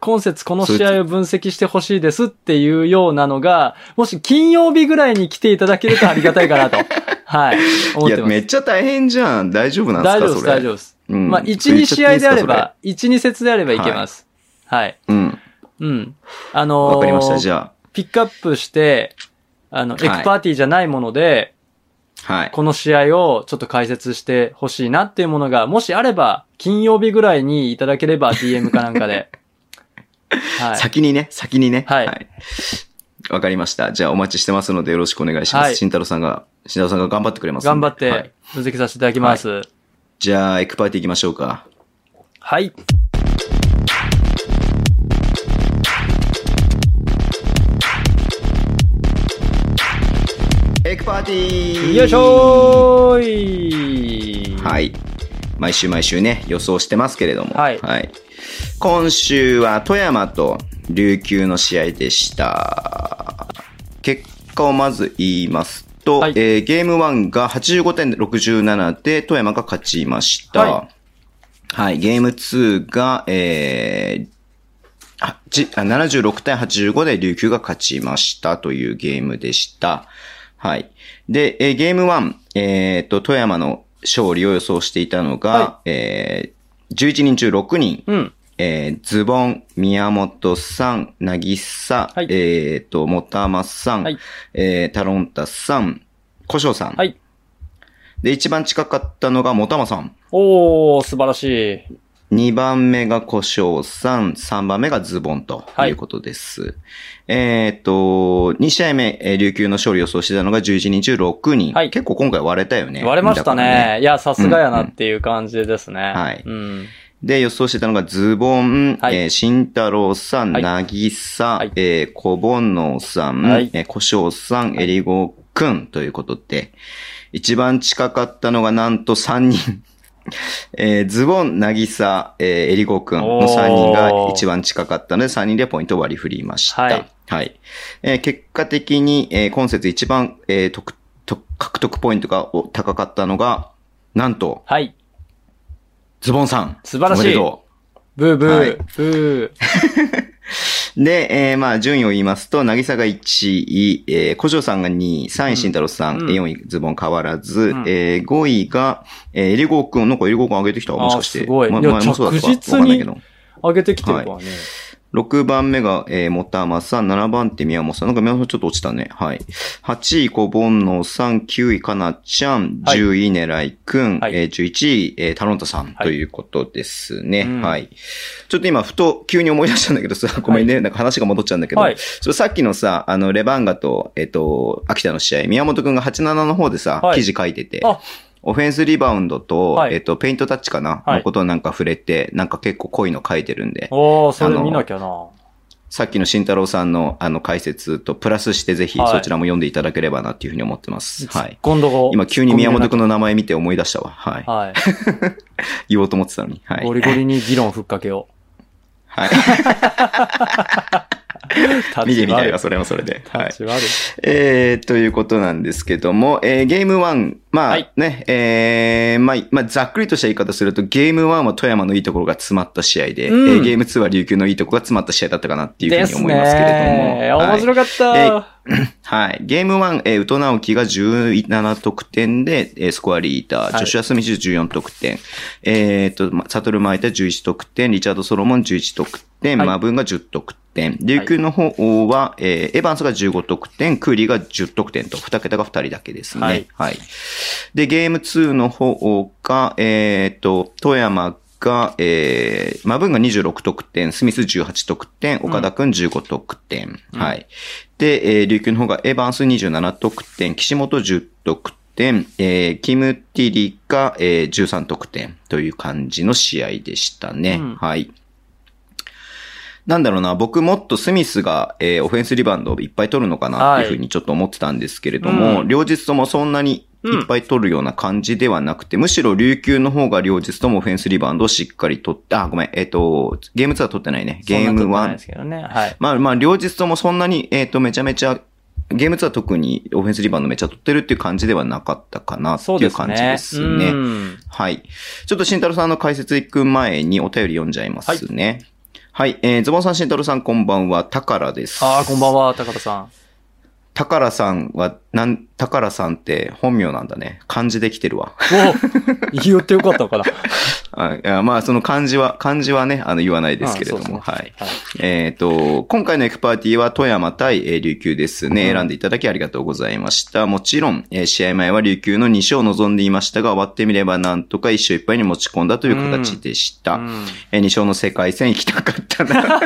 S3: 今節この試合を分析してほしいですっていうようなのが、もし金曜日ぐらいに来ていただけるとありがたいかな と、はい、思
S2: い
S3: って
S2: や、
S3: ま
S2: め
S3: す。
S2: っちゃ大変じゃん。大丈夫なんですか
S3: 大丈夫です、
S2: それ。
S3: 大丈夫です。
S2: うん
S3: まあ、1、2試合であれば、、1、2節であればいけます。はい。
S2: それうん。
S3: うん。あのー
S2: わかりました。じゃ
S3: ピックアップして、あの、エ
S2: は
S3: ク
S2: い
S3: パーティーじゃないもので、
S2: あ、はい。
S3: この試合をちょっと解説してほしいなっていうものが、もしあれば、金曜日ぐらいにいただければ DM かなんか で。はい。
S2: 先にね、先にね。
S3: はい
S2: わかりました。じゃあお待ちしてますのでよろしくお願いします。
S3: はい
S2: 慎太郎さんが、慎太郎さんが頑張ってくれますんで
S3: 頑張っ
S2: はい
S3: て分析させていただきます。はい。
S2: じゃあ、エクパーティー行きましょうか。エクパーティー
S3: よいしょーい
S2: はい。毎週毎週ね、予想してますけれども。
S3: はい
S2: 今週は富山と琉球の試合でした。結果をまず言いますと、
S3: はい
S2: えーゲーム1が85点67で富山が勝ちました。
S3: は
S2: はい、ゲーム2が、えーあじあ76対85で琉球が勝ちましたというゲームでした。はい。で、えーゲーム1、えっと、富山の勝利を予想していたのが、
S3: は
S2: えー11人中6人
S3: うん。
S2: えー、ズボン、宮本さん、なぎさ、
S3: はい
S2: えっ、と、もたまさん、
S3: はい
S2: えー、タロンタさん、こしょうさん。
S3: はい
S2: で、一番近かったのがもたまさん。
S3: おー、素晴らしい。
S2: 2番目が胡椒さん、3番目がズボンと
S3: はい
S2: いうことです。えーっと、2試合目、えー琉球の勝利を予想してたのが11人中6人。
S3: はい
S2: 結構今回割れたよね。
S3: 割れました
S2: だから
S3: ね。いや、さすがやなっていう感じですね。
S2: はい
S3: うん。
S2: で、予想してたのがズボン、
S3: はい
S2: えー慎太郎さん、
S3: はい
S2: なぎさ
S3: はい、
S2: えー小煩悩さん、
S3: はい
S2: えー小翔さん、えりごくんということで、一番近かったのがなんと3人。 えーズボン、なぎさ、えー、えりごくんの3人が一番近かったので、3人でポイントを割り振りました。
S3: は
S2: はいい。えー結果的に、えー今節一番、えー得得獲得ポイントがお高かったのが、なんと、
S3: はい。
S2: ズボンさん。
S3: 素晴らし
S2: お
S3: い
S2: めでとう
S3: ブーブー、
S2: はい
S3: ブー。
S2: で、えーまあ、順位を言いますと、なぎさが1位、えー、小城さんが2位、3位、慎太郎さん、
S3: うん
S2: 4位、ズボン変わらず、
S3: ん
S2: えー、5位が、えー、えりごうくん、なんかえりごうくん上げてきたもしかして。
S3: あーすごい
S2: ま、
S3: いや
S2: 前もそうだったか
S3: 着
S2: わ
S3: 実に
S2: かんないけど。
S3: 上げてきてるわね。
S2: 6番目が、えー、もたまさん、7番手宮本さん、なんか宮本さんちょっと落ちたね。はい。8位、小煩悩さん、9位、かなちゃん、
S3: はい
S2: 10位、ねらいくん、
S3: はい
S2: えー、11位、えー、タロンタさん、
S3: はい
S2: ということですね、
S3: うん
S2: はい。ちょっと今、ふと、急に思い出したんだけどさ、ごめんね、なんか話が戻っちゃうんだけど、
S3: はい
S2: そうさっきのさ、あの、レバンガと、えっ、と、秋田の試合、宮本くんが87の方でさ、
S3: はい
S2: 記事書いてて、
S3: あ
S2: オフェンスリバウンドと、
S3: はい
S2: えっ、と、ペイントタッチかな、
S3: はい
S2: のことをなんか触れて、なんか結構濃いの書いてるんで、
S3: おー、それ
S2: あの
S3: 見なきゃな。
S2: さっきの慎太郎さんのあの解説とプラスしてぜひ
S3: はい
S2: そちらも読んでいただければなっていうふうに思ってます。はい。
S3: 今度ご。
S2: 今急に宮本くんの名前見て思い出したわ。はい。
S3: はい。
S2: 言おうと思ってたのに。は
S3: ゴ
S2: い。
S3: リゴリに議論ふっかけを。
S2: はい。
S3: 立ち悪
S2: 見てみたいわ、それもそれで。はい
S3: 立。ち悪い。
S2: えー、ということなんですけども、えー、ゲーム1、ま
S3: は
S2: あ
S3: い
S2: ね、えーまあ、まあ、ざっくりとした言い方すると、ゲーム1は富山のいいところが詰まった試合で、
S3: うん
S2: えーゲーム2は琉球のいいところが詰まった試合だったかなっていう
S3: で
S2: ふうに
S3: す
S2: 思いますけれども。
S3: ね。
S2: はい
S3: 面白かった。
S2: えはい。ゲーム1、えー、宇都直樹が17得点で、えースコアリーダー、
S3: は
S2: ジ
S3: い
S2: ョシュア・スミス14得点、えーっと、まサトル・マイタ11得点、リチャード・ソロモン11得点、
S3: はい
S2: マブンが10得点、琉球の方は、えーエヴァンスが15得点、クーリーが10得点と、2桁が2人だけですね。
S3: は
S2: はいい。で、ゲーム2の方が、えーっと、富山が、えー、マブンが26得点、スミス18得点、岡田くん15得点。
S3: うん
S2: はい。で、えー琉球の方がエヴァンス27得点、岸本10得点、えーキムティリが、えー13得点という感じの試合でしたね。
S3: うん
S2: はい。なんだろうな、僕もっとスミスが、えーオフェンスリバウンドをいっぱい取るのかなっていうふうにちょっと思ってたんですけれども、
S3: う
S2: 両日ともそんなにいっぱい取るような感じではなくて、むしろ琉球の方が両日ともオフェンスリバウンドをしっかり取って、あ、ごめん、えっ、と、ゲーム2は取ってないね。ゲーム
S3: そんなことない
S2: 1
S3: で、すけどね。はい。
S2: まあまあ、両日ともそんなに、えっ、と、めちゃめちゃ、ゲームツアー特にオフェンスリバウンドめちゃ取ってるっていう感じではなかったかなって
S3: そう
S2: い
S3: で
S2: う
S3: すね。
S2: 感じですね。
S3: うん
S2: はい。ちょっと慎太郎さんの解説行く前にお便り読んじゃいますね。はい、えー、ズボンさん、慎太郎さん、こんばんは。タカラです。
S3: ああ、こんばん
S2: は。
S3: は、高田さん。
S2: タカラさんは、なん、タカラさんって本名なんだね。漢字できてるわ。
S3: お言ってよかったのかな。
S2: あいやまあ、その漢字は、漢字はね、あの、言わないですけれども。
S3: あそうです
S2: はい。
S3: はい
S2: えっ、と、今回のエクパーティーは富山対えー琉球ですね。選んでいただきありがとうございました。もちろん、えー試合前は琉球の2勝を望んでいましたが、終わってみればなんとか1勝1敗に持ち込んだという形でした。
S3: う
S2: えー2勝の世界戦行きたかった な。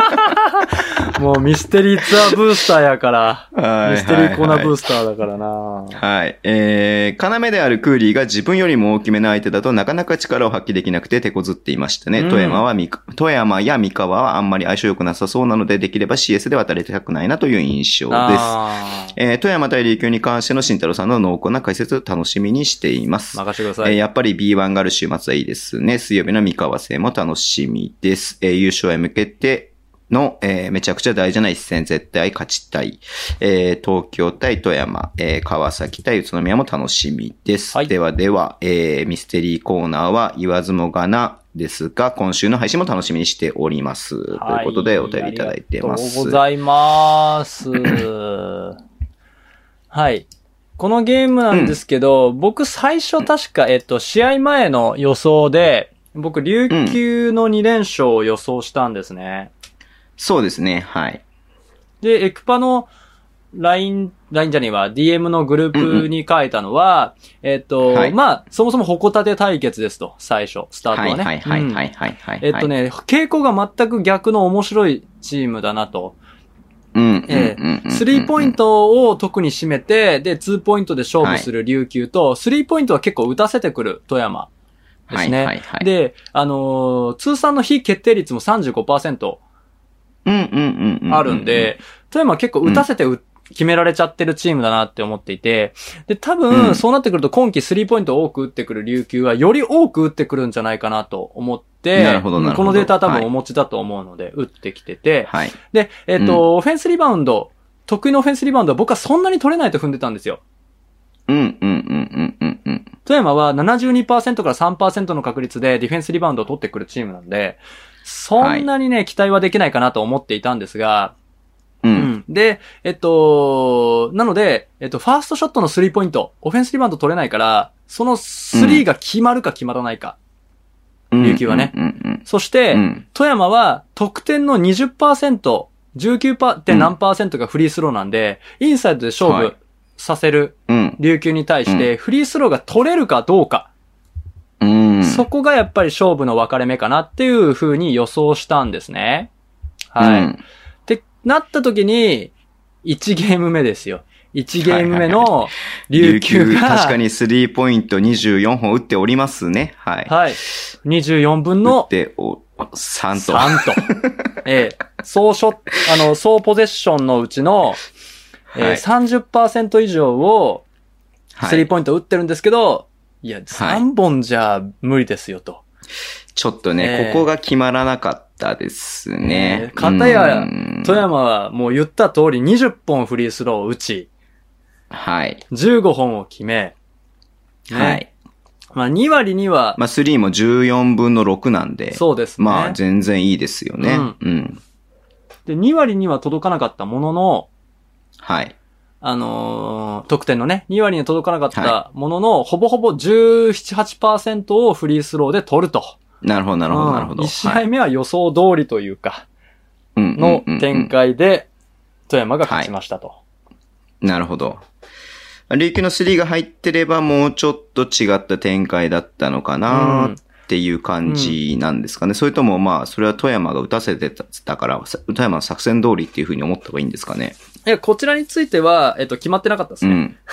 S3: んもうミステリーツアーブースターやから。
S2: はい
S3: ミステリーコーナーブー
S2: ス。
S3: スターだからな。
S2: はい。えー、要であるクーリーが自分よりも大きめの相手だとなかなか力を発揮できなくて手こずっていましたね。
S3: うん
S2: 富山はみか、富山や三河はあんまり相性良くなさそうなので、できれば CS で渡りたくないなという印象です。
S3: あー
S2: えー富山対琉球に関しての慎太郎さんの濃厚な解説を楽しみにしています。
S3: 任せてくだ
S2: え
S3: さ
S2: ー
S3: い。
S2: やっぱり B1 がある週末はいいですね。水曜日の三河戦も楽しみです。えー優勝へ向けての、えーめちゃくちゃ大事な一戦絶対勝ちたい。えー東京対富山、えー川崎対宇都宮も楽しみです。
S3: はい
S2: ではでは、えーミステリーコーナーは言わずもがなですが、今週の配信も楽しみにしております。ということでお便りいただいてま
S3: ありが
S2: す。
S3: とうございます。はい。このゲームなんですけど、僕最初確か、えっと、試合前の予想で、僕、琉球の2連勝を予想したんですね。
S2: そうですね、はい。
S3: で、エクパの LINE、LINE じゃねえわ、DM のグループに書いたのは、えっと、
S2: はい
S3: まあ、そもそもホコタテ対決ですと、最初、スタート
S2: は
S3: は
S2: い
S3: ね。
S2: はいはい
S3: うん
S2: はいはいはい。
S3: えっとね、傾向が全く逆の面白いチームだなと。
S2: うん、うん。
S3: え
S2: うんうんうん
S3: スリーポイン。トを特に占めて、で、ツーポイントで勝負する琉球と、スリーポイントは結構打たせてくる富山ですね。
S2: はいはいはい。、
S3: で、あのー通算の非決定率も35%
S2: うんうんうんうんうん。
S3: あるんで、、富山は結構打たせてう決められちゃってるチームだなって思っていて、で、多
S2: うん
S3: 分、そうなってくると今季スリーポイントを多く打ってくる琉球は、より多く打ってくるんじゃないかなと思って、
S2: なるほどなるほど
S3: このデータは多
S2: はい
S3: 分お持ちだと思うので、打ってきてて、
S2: はい。
S3: で、えっ、と、オフェンスリバウンド、得意のオフェンスリバウンドは僕はそんなに取れないと踏んでたんですよ。
S2: うんうんうんうんうんうん。
S3: 富山は72%から3%の確率でディフェンスリバウンドを取ってくるチームなんで、そんなにね、期待はできないかなと思っていたんですが、
S2: う。
S3: うんん。で、えっと、なので、えっと、ファーストショットのスリーポイント、オフェンスリバウンド取れないから、そのスリーが決まるか決まらないか。
S2: うん
S3: 琉球はね
S2: うんうん
S3: そして、
S2: うん。うん
S3: 富山は得点の20%、19%パーで何パーセントがフリースローなんで、インサイドで勝
S2: はい
S3: 負させる
S2: うん。
S3: 琉球に対して、フリースローが取れるかどうか、
S2: うん。
S3: そこがやっぱり勝負の分かれ目かなっていう風に予想したんですね。はい。
S2: う
S3: っ
S2: ん
S3: てなった時に、1ゲーム目ですよ。1ゲーム目の琉球が、
S2: 確かにスリーポイント24本打っておりますね。はい。
S3: はい。24分
S2: 打
S3: の
S2: ってお、3と。
S3: 3と。ええ。総ショット、あの、総ポゼッションのうちの、えー
S2: はい
S3: 30%以上を、
S2: はい
S3: スリーポイント打ってるんですけど、い、や、
S2: はい
S3: 3本じゃ無理ですよと。
S2: ちょっとね、
S3: ええ
S2: ここが決まらなかったです
S3: え
S2: ね
S3: え。片や
S2: うん
S3: 富。山はもう言った通り20本フリースローを打ち、
S2: はい。
S3: 15本を決め、ね
S2: はい。
S3: まあ2割には、
S2: まあ、スリーも14分の6なんで。
S3: そうですね。
S2: まあ、全然いいですよね。
S3: う
S2: うんん。
S3: で、2割には届かなかったものの、
S2: はい。
S3: あのー得点のね、2割には届かなかっ
S2: は
S3: たものの、ほぼほぼ17、8%をフリースローで取ると。
S2: なるほど、なるほ
S3: う
S2: ど、
S3: ん
S2: なるほど。
S3: 1試合目は予想通りというか、の
S2: の
S3: 展。開で、富山が勝ちましたと。
S2: なるほど。琉球のスリーが入ってれば、もうちょっと違った展開だったのか
S3: う
S2: なんっていう感じなんですかね。それとも、まあ、それは富山が打たせてただから、さ富山の作戦通りっていうふうに思った方がいいんですかね。
S3: いや、こちらについては、えっと、決まってなかったです
S2: う
S3: ね。
S2: ん。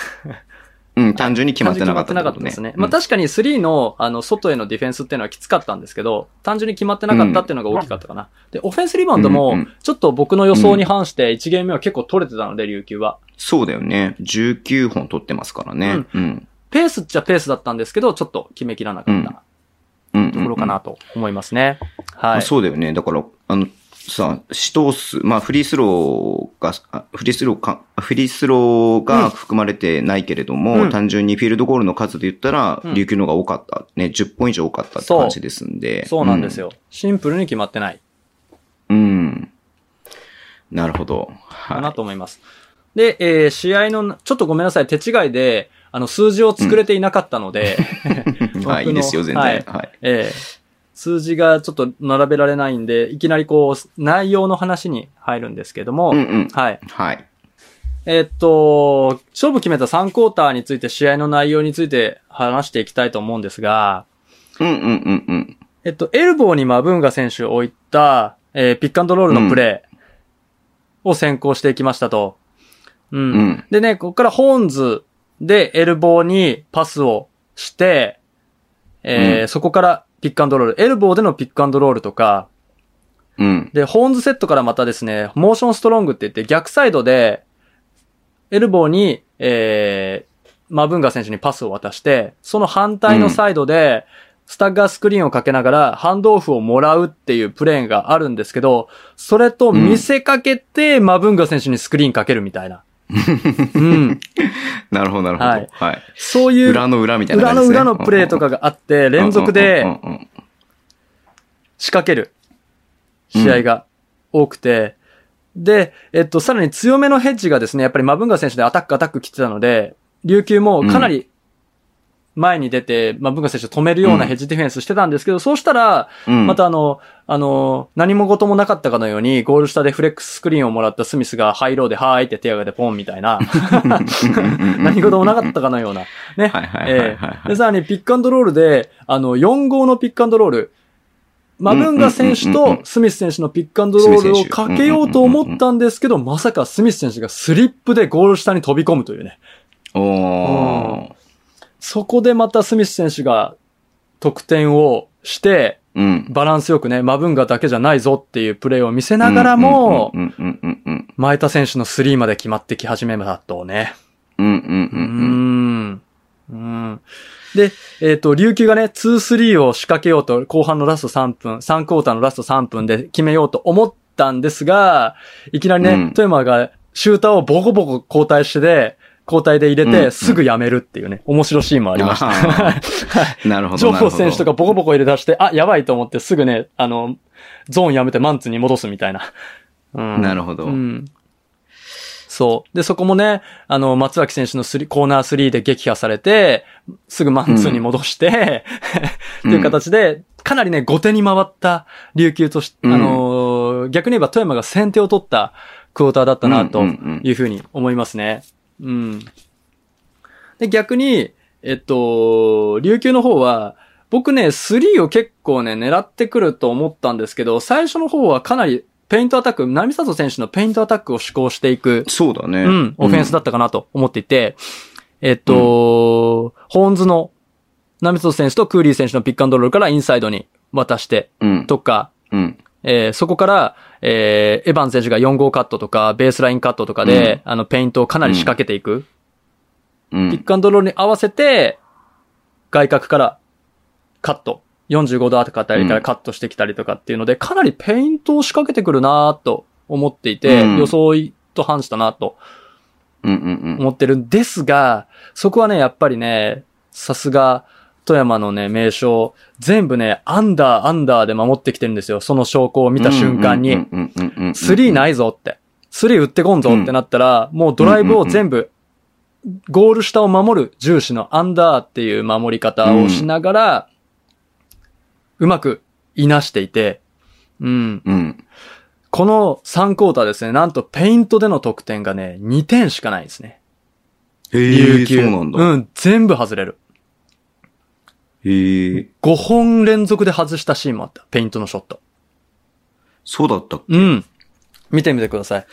S2: うん、単純に決まってなかったってこと
S3: 単純に決まってなかったですね。
S2: うん
S3: まあ確かに3の、あの、外へのディフェンスっていうのはきつかったんですけど、単純に決まってなかったっていうのが大きかったかな。で、オフェンスリバウンド
S2: う
S3: も
S2: んうん、
S3: ちょっと僕の予想に反して1ゲーム目は結構取れてたので、琉球は。
S2: そうだよね。19本取ってますからね。うん。
S3: ペースっちゃペースだったんですけど、ちょっと決めきらなか
S2: う
S3: った
S2: ん。うん
S3: ところかなと思いますね。はい。
S2: そうだよね。だから、あの、さ、死闘数、まあ、フリースローが、あフリースローか、フリースロー
S3: うん
S2: が含まれてないけれども、
S3: うん
S2: 単純にフィールドゴールの数で言ったら、
S3: うん
S2: 琉球の方が多かった。ね、10本以上多かったって
S3: そう
S2: 感じですんで。
S3: そうなんですよ。シンプルに決まってない。
S2: うん。うん。なるほど。
S3: かな
S2: は
S3: と思います。で、えー試合の、ちょっとごめんなさい、手違いで、あの、数字を作れていなかった ので、
S2: い。はい、いいですよ、全然。
S3: は
S2: はいい。
S3: えー数字がちょっと並べられないんで、いきなりこう、内容の話に入るんですけども、
S2: うんうん。
S3: はい。
S2: はい。
S3: えーっと、勝負決めた3クォーターについて、試合の内容について話していきたいと思うんですが、
S2: うんうんうんうん。
S3: えっと、エルボーにマブンガ選手を置いた、えーピックアンドロールのプレーを先行していきましたと。うん。
S2: うん
S3: でね、ここからホーンズでエルボーにパスをして、えー
S2: うん
S3: そこからピックアンドロール、エルボーでのピックアンドロールとか、
S2: うん。
S3: で、ホーンズセットからまたですね、モーションストロングって言って逆サイドで、エルボーに、えー、マブンガ選手にパスを渡して、その反対のサイドで、スタッガースクリーンをかけながら、ハンドオフをもらうっていうプレーンがあるんですけど、それと見せかけて、マブンガ選手にスクリーンかけるみ たいな。うん。
S2: なるほど、なるほど。
S3: は
S2: はいい。
S3: そういう、
S2: 裏の裏みたいな感
S3: 裏
S2: じ
S3: の
S2: です、ね。
S3: 裏のプレーとかがあって、
S2: うんうんうん
S3: 連続
S2: うん
S3: で
S2: うんうん
S3: 仕掛ける試合が多くて、で、えっと、さらに強めのヘッジがですね、やっぱりマブンガ選手でアタックアタック来てたので、琉球もかなり、前に出て、まあ、文化選手を止めるようなヘッジディフェンスしてたんですけど、そうしたら、
S2: うん。
S3: またあの、あの、何も事もなかったかのように、ゴール下でフレックススクリーンをもらったスミスがハイローで、はーいって手上げてポンみたいな、何事もなかったかのような、
S2: は
S3: ね。
S2: いはいはいはい
S3: え
S2: はい。
S3: えで、さらにピックアンドロールで、あの、4号のピックアンドロール、マブンガ選
S2: う
S3: 手
S2: んうんうんう
S3: と
S2: ん
S3: スミス選手のピックアンドロールをかけようと思ったんですけど、まさかスミス選手がスリップでゴール下に飛び込むというね。
S2: おー。
S3: そこでまたスミス選手が得点をして、
S2: うん。
S3: バランスよくね、マブンガだけじゃないぞっていうプレーを見せながらも、
S2: うんうんうんうん
S3: 前田選手のスリーまで決まってき始めたとね。
S2: うん。うんうんうんう
S3: うー
S2: ん。
S3: ん。うん。で、えっ、と、琉球がね、2-3を仕掛けようと、後半のラスト3分、3クォーターのラスト3分で決めようと思ったんですが、いきなりね、
S2: うん
S3: 富山がシューターをボコボコ交代してで、交代で入れ
S2: うんう
S3: て、
S2: ん
S3: すぐやめるっていうね、面白いシーンもありました。
S2: あーなるほど。
S3: 情
S2: なる
S3: 報
S2: ほど
S3: 選手とか。ボコボコ入れ出して、あ、やばいと思ってすぐね、あの、ゾーンやめてマンツーに戻すみたいな。うん。
S2: なるほど
S3: うん。そう。で、そこもね、あの、松脇選手のスリーコーナー3で撃破されて、すぐマンツーに戻して、
S2: うん
S3: っていう形で、かなりね、後手に回った琉球とし、
S2: うん
S3: あのー逆に言えば富山が先手を取ったクォーターだったな、と
S2: うんうんうん
S3: いうふうに思いますね。うん。で、逆に、えっと、琉球の方は、僕ね、3を結構ね、狙ってくると思ったんですけど、最初の方はかなり、ペイントアタック、波里選手のペイントアタックを試行していく、
S2: そうだね。
S3: うん、オフェンスだったかなと思っていて、えっと、ホーンズの、波里選手とクーリー選手のピックアンドロールからインサイドに渡して、
S2: うん。
S3: とか、
S2: うん。
S3: えーそこから、えーエヴァン選手が4号カットとか、ベースラインカットとかで、あの、ペイントをかなり仕掛けていく、
S2: う
S3: ピッ
S2: ん。
S3: クアンドロールに合わせて、外角からカット。45度あたりからカットしてきたりとかっていうので、かなりペイントを仕掛けてくるなぁと思っていて、
S2: うん
S3: 予想と反したなと
S2: うんうん
S3: 思ってるんですが、そこはね、やっぱりね、さすが、富山のね、名称、全部ね、アンダー、アンダーで守ってきてるんですよ。その証拠を
S2: 見
S3: 見た瞬間に。。スリー
S2: い。
S3: ないぞって。スリー打ってこんぞってなったら、もうドライブを全部、ゴール下を守る重視のアンダーっていう守り方をしながら、うまくいなしていて、うん。
S2: うん。
S3: この3クォーターですね、なんとペイントでの得点がね、2点しかないですね。
S2: へえ、そうなんだ。
S3: うん、全部外れる。
S2: へえ、
S3: 5本連続で外したシーンもあった。ペイントのショット。
S2: そうだった。
S3: うん。見てみてください。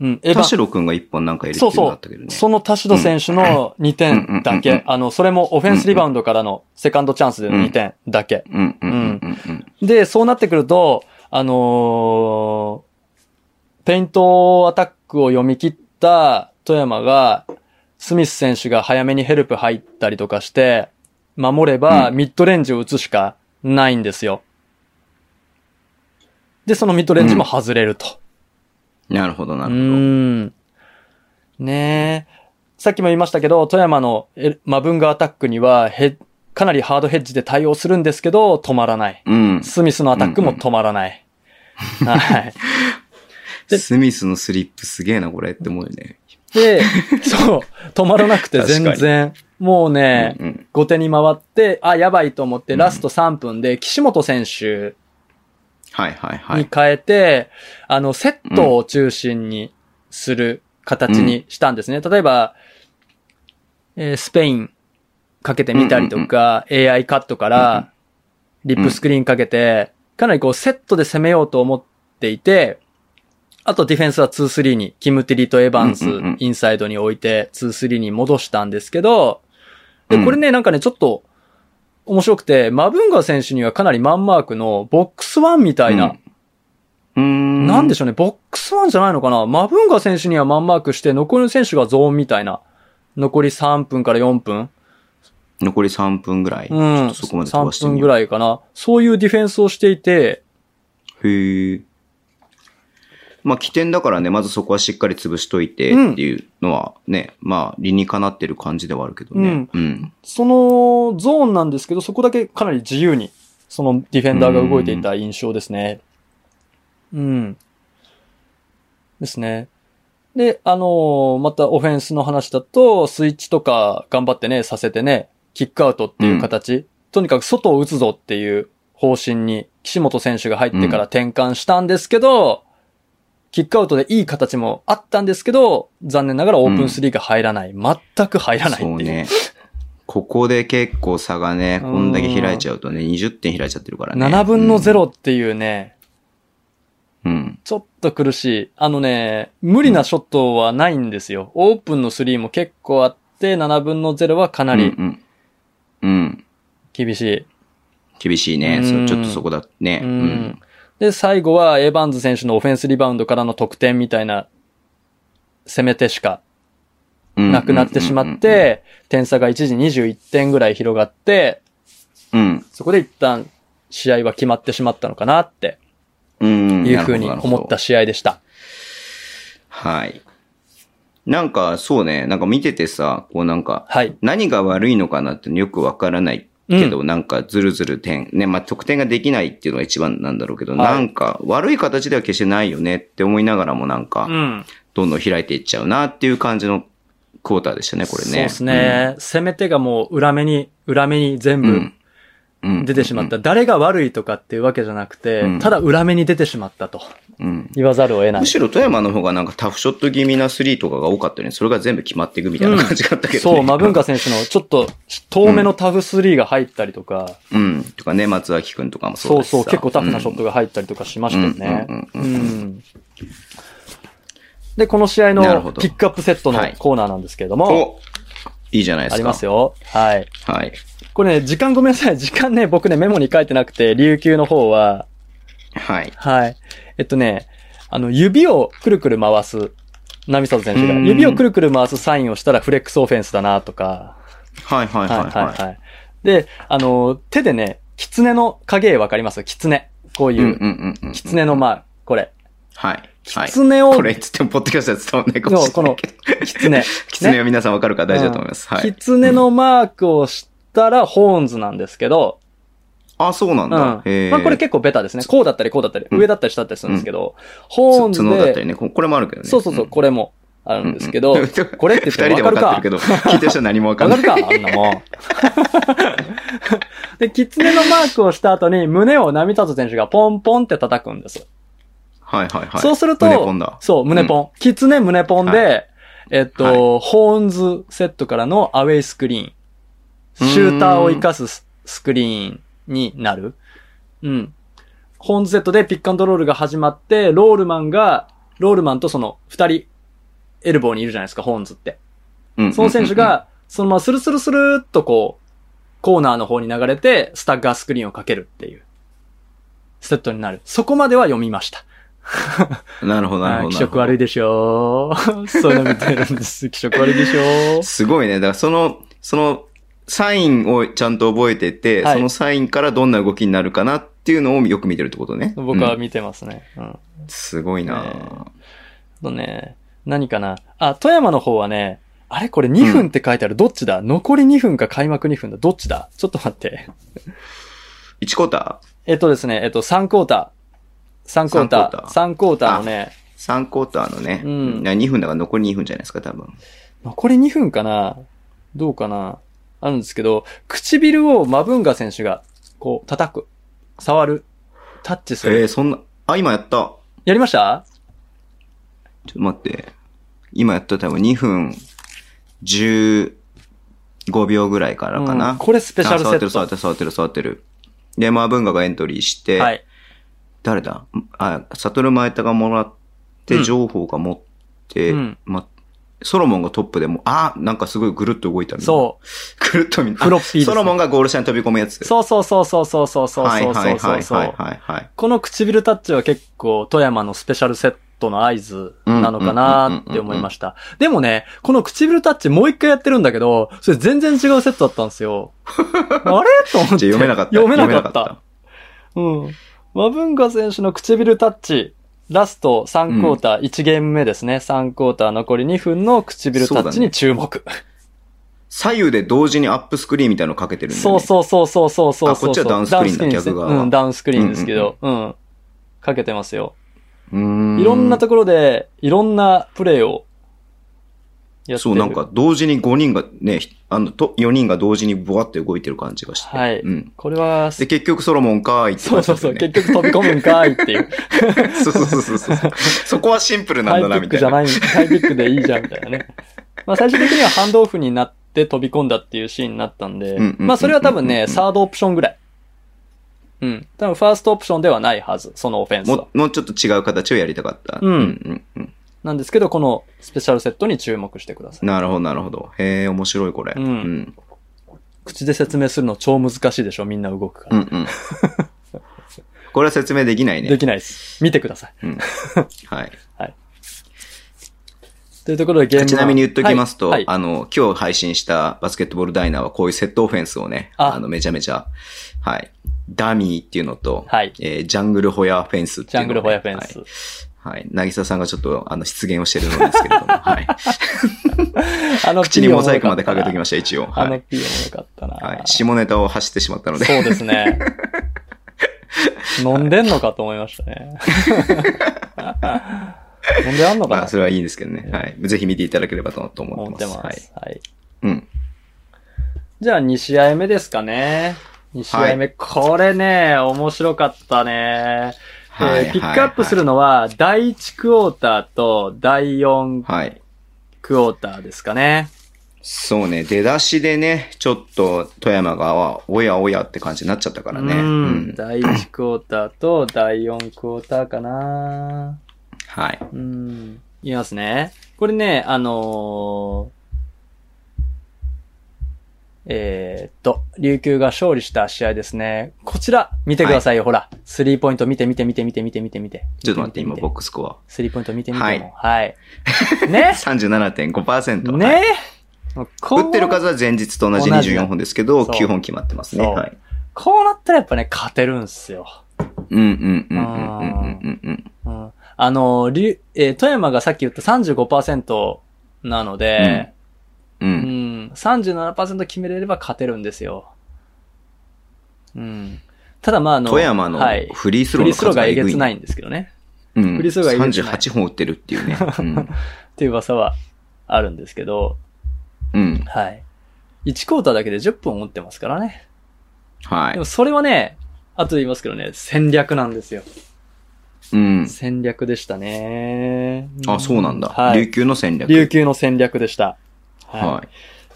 S3: うん。エヴァ
S2: 田代くんが一本なんか入れてるんだったけどね。
S3: その田代選手の2点だ
S2: うんうんうん
S3: け
S2: う。ん
S3: あの、それもオフェンスリバウンドからのセカンドチャンスでの2点だけ。
S2: うんうんうんうん
S3: で、そうなってくると、あのーペイントアタックを読み切った富山が、スミス選手が早めにヘルプ入ったりとかして、守れば
S2: う
S3: ミッドレンジを打つしかないんですよ。で、そのミッドレンジも外れると。
S2: うん。なるほど、な
S3: う
S2: る
S3: ん。ねえ。さっきも言いましたけど、富山のエルマブンガアタックにはヘッ、かなりハードヘッジで対応するんですけど、止まらない。
S2: ほど。うん。
S3: スミスのアタックも止まらない。はい。で
S2: スミスのスリップすげえな、これって思うよね。
S3: で、そう、止まらなくて全
S2: 確
S3: 然。もうね、
S2: うんうん
S3: 後手に回って、あ、やばいと思って、
S2: うん
S3: ラスト3分で、岸本選手
S2: はいはいは
S3: に
S2: い。
S3: 変えて、あの、セットを中心にする形にしたんですね。例えば、えースペインかけてみたりとか、AI カットから、リップスクリーンかけて、かなりこう、セットで攻めようと思っていて、あとディフェンスは2-3に、キムティリとエヴァン
S2: う
S3: ス
S2: んうんうん、
S3: インサイドに置いて、2-3に戻したんですけど、で、これね、なんかね、ちょっと、面白くて、マブンガ選手にはかなりマンマークのボックスワンみたいな、
S2: うん。
S3: なんで
S2: し
S3: しょうね、ボックスワンじゃないのかなマブンガ選手にはマンマークして、残りの選手がゾーンみたいな。残り3分から4分。
S2: ょ残り3分ぐらい。
S3: う
S2: ちょっ
S3: ん。
S2: とそこまで飛ばして
S3: 3分
S2: み
S3: ぐ
S2: よう。
S3: らいかな。そういうディフェンスをしていて、
S2: へえ。まあ、起点だからね、まずそこはしっかり潰しといて
S3: うん
S2: っていうのはね、まあ、理にかなってる感じではあるけどね。うん。
S3: そのゾーンなんですけど、そこだけかなり自由に、そのディフェンダーが動いていた印象ですね。うん。ですね。で、あのーまたオフェンスの話だと、スイッチとか頑張ってね、させてね、キックアウトっていう形、とにかく外を打つぞっていう方針に岸本選手が入ってから転換したんですけど、キックアウトでいい形もあったんですけど、残念ながらオープン3が入らない。全く入らないって
S2: そ
S3: いうう。
S2: ね。ここで結構差がね、こんだけ開いちゃうとね、20点開いちゃってるからね。
S3: 7分の0っていうね、
S2: うん。
S3: ちょっと苦しい。あのね、無理なショットはないんですよ。オープンの3も結構あって、7分の0はか
S2: う。
S3: なんり
S2: うん。うん。
S3: 厳しい。
S2: 厳しいね。
S3: うん
S2: そうちょっとそこだね。
S3: う
S2: うんん。
S3: で、最後はエヴァンズ選手のオフェンスリバウンドからの得点みたいな、攻め手しか
S2: うん
S3: なくなってしまっ、て、点差が一時21点ぐらい広がって、
S2: うん。
S3: そこで一旦試合は決まってしまったのかなって
S2: うん。
S3: いうふうに思った
S2: し。
S3: 試合でした。
S2: はい。なんか、そうね。なんか見ててさ、こうなんか、
S3: はい。
S2: 何が悪いのかなってよくわからないけど、なんかずるずる点、ね、まあ、得点ができないっていうのが一番なんだろうけど、
S3: はい
S2: なんか悪い形では決してないよねって思いながらもなんか、
S3: うん。
S2: どんどん開いていっちゃうなっていう感じのクォーターでしたね、これね。
S3: そうですね。攻め手がもう裏目に、裏目に全
S2: うん。う
S3: 部
S2: ん。うん
S3: 出てしまった。。誰が悪いとかっていうわけじゃなくて、
S2: うん
S3: ただ裏目に出てしまったと
S2: うん。
S3: 言わざるを得ない
S2: む。しろ富山の方がなんかタフショット気味なスリーとかが多かったね。それが全部決まっていくみたいな感じだったけどね。
S3: そう、マブンカ選手のちょっと遠めのタフ3が入ったりとか、
S2: うん。とかね、松脇くんとかもそう
S3: そう
S2: だしさ
S3: そう、結構タフなショットが入ったりとかしましたよね。
S2: う
S3: うん
S2: うんうん
S3: んで、この試合の
S2: なるほど
S3: ピックアップセットの
S2: はい
S3: コーナーなんですけれど
S2: うん
S3: も、
S2: おいいじゃないですか。
S3: ありますよ。はい。
S2: はい。
S3: これね、時間ごめんなさい。時間ね、僕ね、メモに書いてなくて、琉球の方は、
S2: はい。
S3: はい。えっとね、あの、指をくるくる回す、ナミサト選手が、
S2: うん
S3: 指をくるくる回すサインをしたらフレックスオフェンスだな、とか、
S2: はいはいはいはい。
S3: い。で、あの、手でね、狐の影絵わかります狐。こう
S2: うんう
S3: い
S2: ん
S3: う、
S2: うんうん。
S3: 狐の、まあ、これ。
S2: はい。はい。
S3: 狐を、
S2: これっつってもポッドキャストで伝わんないかもしれないけど。
S3: 狐。
S2: 狐は皆さんわかるから大丈夫だと思います。はい。
S3: 狐のマークをしたらホーンズなんですけど、
S2: あ、そうな
S3: うんん。
S2: だ
S3: ま。
S2: へー
S3: あこれ結構ベタですね。こうだったりこうだったり、
S2: うん
S3: 上だったり下だったりするんですけど、ホーンズ
S2: 角だったり
S3: で、
S2: ね。ここれもあるけどね。
S3: そうそうそう、これもあ
S2: う
S3: るんですけど、
S2: うん
S3: これって
S2: 二人で
S3: 言って
S2: 分
S3: わ
S2: か
S3: か
S2: ってる
S3: る
S2: けど、聞いてる人は何も分か
S3: か
S2: ん
S3: わ
S2: な
S3: か
S2: い。
S3: るかあんなもん。で、狐のマークをした後に胸を波里選手がポンポンって叩くんです。
S2: はいはいはい。
S3: そうすると、
S2: 胸ポンだ
S3: そう、胸ポン。狐胸ポンで、
S2: は
S3: えっと、ホーンズセットからのアウェイスクリーン。シューターを生かすススクリーンになる。うん。ホーンズセットでピックアンドロールが始まって、ロールマンが、ロールマンとその二人、エルボーにいるじゃないですか、ホーンズって。
S2: うん
S3: その選手、が、そのままスルスルスルーっとこう、コーナーの方に流れて、スタッガースクリーンをかけるっていう、セットになる。そこまでは読みました。
S2: うんなるほどなる
S3: あ
S2: ほど。
S3: ー気色悪い
S2: い。
S3: でしょ そういうの見てるん です。気色悪いでしょ
S2: すごいね。だからその、その、サインをちゃんと覚えてて、
S3: はい
S2: そのサインからどんな動きになるかなっていうのをよく見てるってことね。
S3: 僕は
S2: うん
S3: 見てますね。うん。
S2: すごいな
S3: ねあとね、何かな。あ、富山の方はね、あれこれ2分って書いてある。どっちだ残り2分か開幕2分だ。どっちだちょっと待って。
S2: 1クォータ
S3: えっとですね、えっと3クォーター。3クォーター。3クォーターのね、
S2: ー ?3 クォーターのね。
S3: うん
S2: な2分だから残り2分じゃないですか、多分。
S3: 残り2分かなどうかなあるんですけど、唇をマブンガ選手が、こう、叩く。触る。タッチする。
S2: えー、そんな、あ、今やった。ちょ
S3: やりました
S2: っと待って。今やった多分2分15秒ぐらいからかな。
S3: うんこれスペシャルセット。
S2: あ触ってる触ってる触ってる触ってる。で、マーブンガがエントリーして、
S3: はい。
S2: 誰だあ、サトルマエタがもらって、
S3: うん
S2: 情報が持って、
S3: うん
S2: ま、ソロモンがトップでもう、あなんかすごいぐるっと動いたみたいな
S3: そう。
S2: ぐるっとみんな。
S3: フロッピーです
S2: ソロモンがゴール下に飛び込むやつ。
S3: そうそうそうそうそうそうそう
S2: はい
S3: そう
S2: は
S3: そ
S2: いう
S3: そ
S2: は
S3: う
S2: いはいはいはい。
S3: この唇タッチは結構富山のスペシャルセットの合図なのかなって思いました。でもね、この唇タッチもう一回やってるんだけど、それ全然違うセットだったんで すよ。あれと思って。
S2: じゃあ読めなかった。
S3: 読めなかった。。うん。マブンガ選手の唇タッチ、ラスト3クォーター、1ゲーム目ですね。3クォーター残り2分の唇タッチに注目。
S2: 左右で同時にアップスクリーンみたいなのかけてるんだよね。
S3: そうそうそうそうそうそうそう
S2: あこっちはダウンスクリーンだ
S3: ダウスクリーンですね
S2: 逆側は
S3: うん、ダウンスクリーンですけど、うんかけてますよ。
S2: うーん。
S3: いろんなところで、いろんなプレーをやってる
S2: そう、なんか同時に5人がね、あの、と、4人が同時にブワって動いてる感じがして。
S3: はい
S2: うん。
S3: これは、
S2: で、結局ソロモンかーいって
S3: そうそうそう、結局飛び込むんかいっていう。
S2: そう そうそうそうそう。そこはシンプルな
S3: ハ
S2: んだ
S3: イピ
S2: な、
S3: ッ
S2: み
S3: ク
S2: たい
S3: じゃ
S2: な。
S3: ない、ハイピックでいいじゃん、みたい なね。まあ最終的にはハンドオフになって飛び込んだっていうシーンになったんで
S2: んうんうん、うん
S3: まあそれは多分ね、サードオプションぐらい。うん。多分ファーストオプションではないはず、そのオフェンスは
S2: も。もうちょっと違う形をやりたかった。
S3: うん
S2: うんうん
S3: なんですけど、このスペシャルセットに注目してください。
S2: なるほど、なるほど。へえ、面白い、これ。
S3: うん口で説明するの超難しいでしょ、みんな動くか
S2: うん
S3: ら。
S2: うん。これは説明できないね。
S3: できないです。見てください。
S2: うん、はい。
S3: というとこ ろでゲームは
S2: ちなみに言っときますと、
S3: はいはい
S2: あの、今日配信したバスケットボールダイナーはこういうセットオフェンスをね、
S3: あ
S2: あの、めちゃめちゃ、はい。ダミーっていうのと、
S3: はい
S2: えージャングルホヤーフェンスって
S3: ジ
S2: い
S3: ャ
S2: うのをね、
S3: ングルホヤフェンス。
S2: はい。はい。なぎささんがちょっと、あの、出現をしてるのですけれども、 はい。
S3: あの
S2: 口にモザイクまでかけとき
S3: ま
S2: ました、一応。
S3: あ
S2: は
S3: の
S2: い。
S3: ピーもよかったな。
S2: はい。下ネタを走ってしまったので。
S3: そうで すね。飲んでんのかと思いまし たね。飲んであんのか
S2: ま
S3: な
S2: あ、それはいいんですけどね。はい。ぜひ見ていただければとと思
S3: 思
S2: っ
S3: ってて
S2: ます。
S3: ま
S2: はい。
S3: す。はい。
S2: うん。
S3: じゃあ2試合目ですかね。2試合目。これね、面白かったね。えーピックアップする
S2: の
S3: のは、第1クォーターと第4
S2: はい。
S3: クォーターですかね。
S2: そうね、出だしでね、ちょっと富山が、おやおやって感じになっちゃったからね。
S3: う
S2: うん
S3: ん。第1クォーターと第4クォーターかな。
S2: はい。
S3: うん。言いますね。これね、あのーえーっと、琉球が勝利した試合ですね。こちら、見てくださいよ、ほら。スリーポイント見て見て見て見て見て見て見て。
S2: ちょっと待って、今、ボッ
S3: 僕。
S2: クスコア。
S3: スリーポイント見て見
S2: は
S3: て
S2: い
S3: も。はい。 ね
S2: 37.5%。
S3: ね
S2: はい
S3: もうこ
S2: 打ってる
S3: う、
S2: 数は前日と同じ
S3: 同じ
S2: 24本ですけど、
S3: そう
S2: 9本決まってますね。
S3: そう
S2: はい。
S3: こうなったらやっぱね、勝てるんすよ。
S2: うんうんうんうんうんうんうん
S3: うん。あのー、りゅえー富山がさっき言った35%なので、
S2: う。
S3: うんん、37%決めれれば勝てるんですよ。うん。ただまあ、あの、
S2: 富山の
S3: はい、
S2: フリース
S3: フ
S2: ロー
S3: リー
S2: の
S3: スロー
S2: 数
S3: が
S2: が
S3: え
S2: え
S3: げ
S2: ぐい
S3: つない
S2: ね。
S3: んですけどね。
S2: うん。
S3: フリースローがえげつない
S2: 38本打ってるって いうね。うん
S3: っていう噂はあるんですけど、
S2: うん。
S3: はい。1クォーターだけで10分持ってますからね。
S2: は
S3: でもそれはね、後で言いますけどね、戦略なんですよ。
S2: い。うん。
S3: 戦略でしたね。
S2: あ、そうなんだ。
S3: は
S2: 琉
S3: い。
S2: 球の戦略。
S3: 琉球の戦略でした。
S2: はい。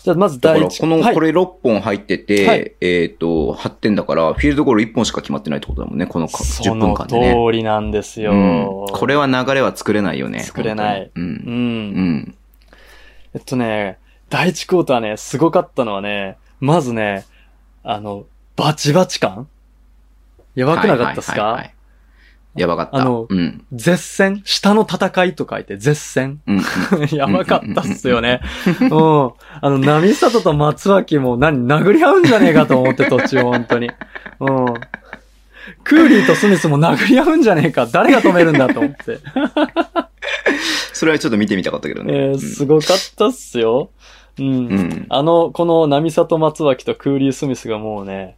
S3: じゃあまず
S2: だ
S3: 第
S2: から、
S3: 一
S2: この、
S3: はい
S2: これ6本入ってて、
S3: はい
S2: えっ、と、8点だから、フィールドゴール1本しか決まってないってことだもんね、このか10
S3: そ
S2: 分
S3: の
S2: 間
S3: 通
S2: でね。
S3: りなんですよ。
S2: うん、これは流れは作れないよね。
S3: 作れない
S2: 本当に。う
S3: う
S2: んん。う。ん。
S3: えっとね、第一クォーターね、すごかったのはね、まずね、あの、バチバチ感やばくなかったっす
S2: はいはいはい
S3: か
S2: はいやばかった。
S3: あの
S2: うん。うん
S3: 絶戦下の戦いと書いて、絶戦
S2: うん。
S3: やばかったっすよね。うん。あの、波里と松脇も何、殴り合うんじゃねえかと思って、途中、本当に。うん。クーリーとスミスも殴り合うんじゃねえか。誰が止めるんだと思って。
S2: それはちょっと見てみたかったけど
S3: え
S2: ね。
S3: ー、すごかったっすよ。うん。
S2: うんうん。
S3: あの、この、波里松脇とクーリー・スミスがもう ね、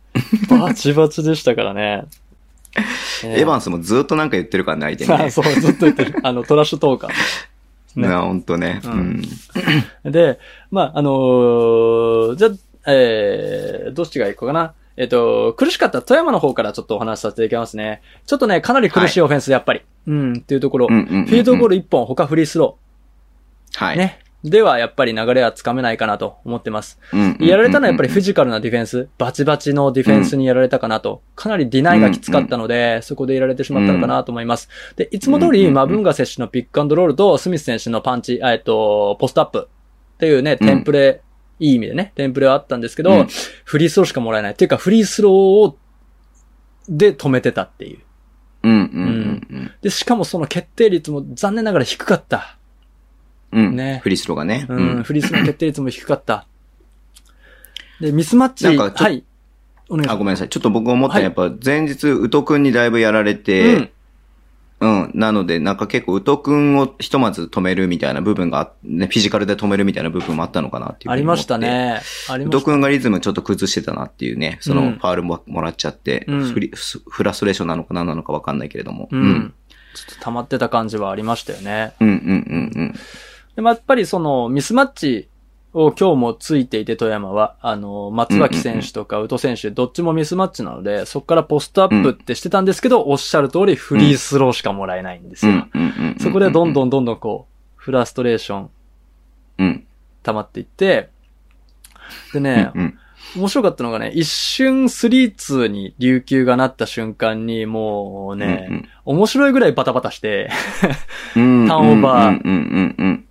S3: バチバチでしたからね。
S2: エヴァ
S3: ン
S2: ンスもずっとなんか言ってるからね、相手に
S3: あ
S2: ね。
S3: そう、ずっと 言ってる。あの、トラッシュトーカー。ね
S2: な、ほんとね。
S3: う
S2: うんん。
S3: で、まあ、あのーじゃ、えー、どっちがいこうかな。えっ、と、苦しかった富山の方からちょっとお話しさせていただきますね。ちょっとね、かなり苦しいオフェンス、やっぱり。うん、っていうところ。
S2: う
S3: フ
S2: んうんうんうん
S3: ィールドゴール1本、他フリースロ
S2: は
S3: ー。
S2: い。
S3: ね。では、やっぱり流れはつかめないかなと思ってます。
S2: うんうんうんうん。
S3: やられたのはやっぱりフィジカルなディフェンス、バチバチのディフェンスにやられたかなと。かなりディナイがきつかったので、そこでやられてしまったのかなと思います。で、いつも
S2: う
S3: 通
S2: んうん
S3: り、
S2: うん
S3: マブンガ選手のピックアンドロールと、スミス選手のパンチ、あえっと、ポストアップっていうね、テンプレ、いい意味でね、テンプレはあったんですけど、
S2: うん
S3: フリースローしかもらえない。っていうか、フリースローを、で止めてたっていう。
S2: うんうんうん
S3: で、しかもその決定率も残念ながら低かった。
S2: うん。うん。
S3: ね
S2: フリースローがね。
S3: うん、フリースの決定率も低かった。で、ミスマッチ、
S2: なんかちょ
S3: はい。お願いし
S2: あ、
S3: ま
S2: ごめんなさい。ちょっと僕思ったのはやっぱ前日、宇都くんにだいぶやられ
S3: す。
S2: て、うん。なので、なんか結構、宇都くんをひとまず止めるみたいな部分があ、ね、フィジカルで止めるみたいな部分もあったのかなっていうふうに思って。
S3: ありました。ね。あり
S2: 宇
S3: ま
S2: 都
S3: した。
S2: くんがリズムちょっと崩してたなっていうね、その
S3: うん
S2: ファールももらっちゃって、
S3: うん
S2: フリフフラストレーションなのか何なのかわかんないけれども。
S3: うん。ちょっと溜まってた感じはありましたよね。
S2: うんうんうんうん。
S3: でもやっぱりそのミスマッチを今日もついていて富山は、あの、松脇選手とか宇都選手、どっちもミスマッチなので、そこからポストアップってしてたんですけど、おっしゃる通りフリースローしかもらえないんですよ。そこでどんど
S2: ん、
S3: んどんどんこう、フラストレーション
S2: うん。
S3: 溜まっていって、で
S2: う
S3: ね
S2: ん、うん
S3: 面白かったのがね、一瞬3-2に琉球がなった瞬間に、もうね、
S2: うん
S3: 面白いぐらいバタバタして、
S2: うん
S3: ターンオー
S2: う
S3: バー
S2: んうんうん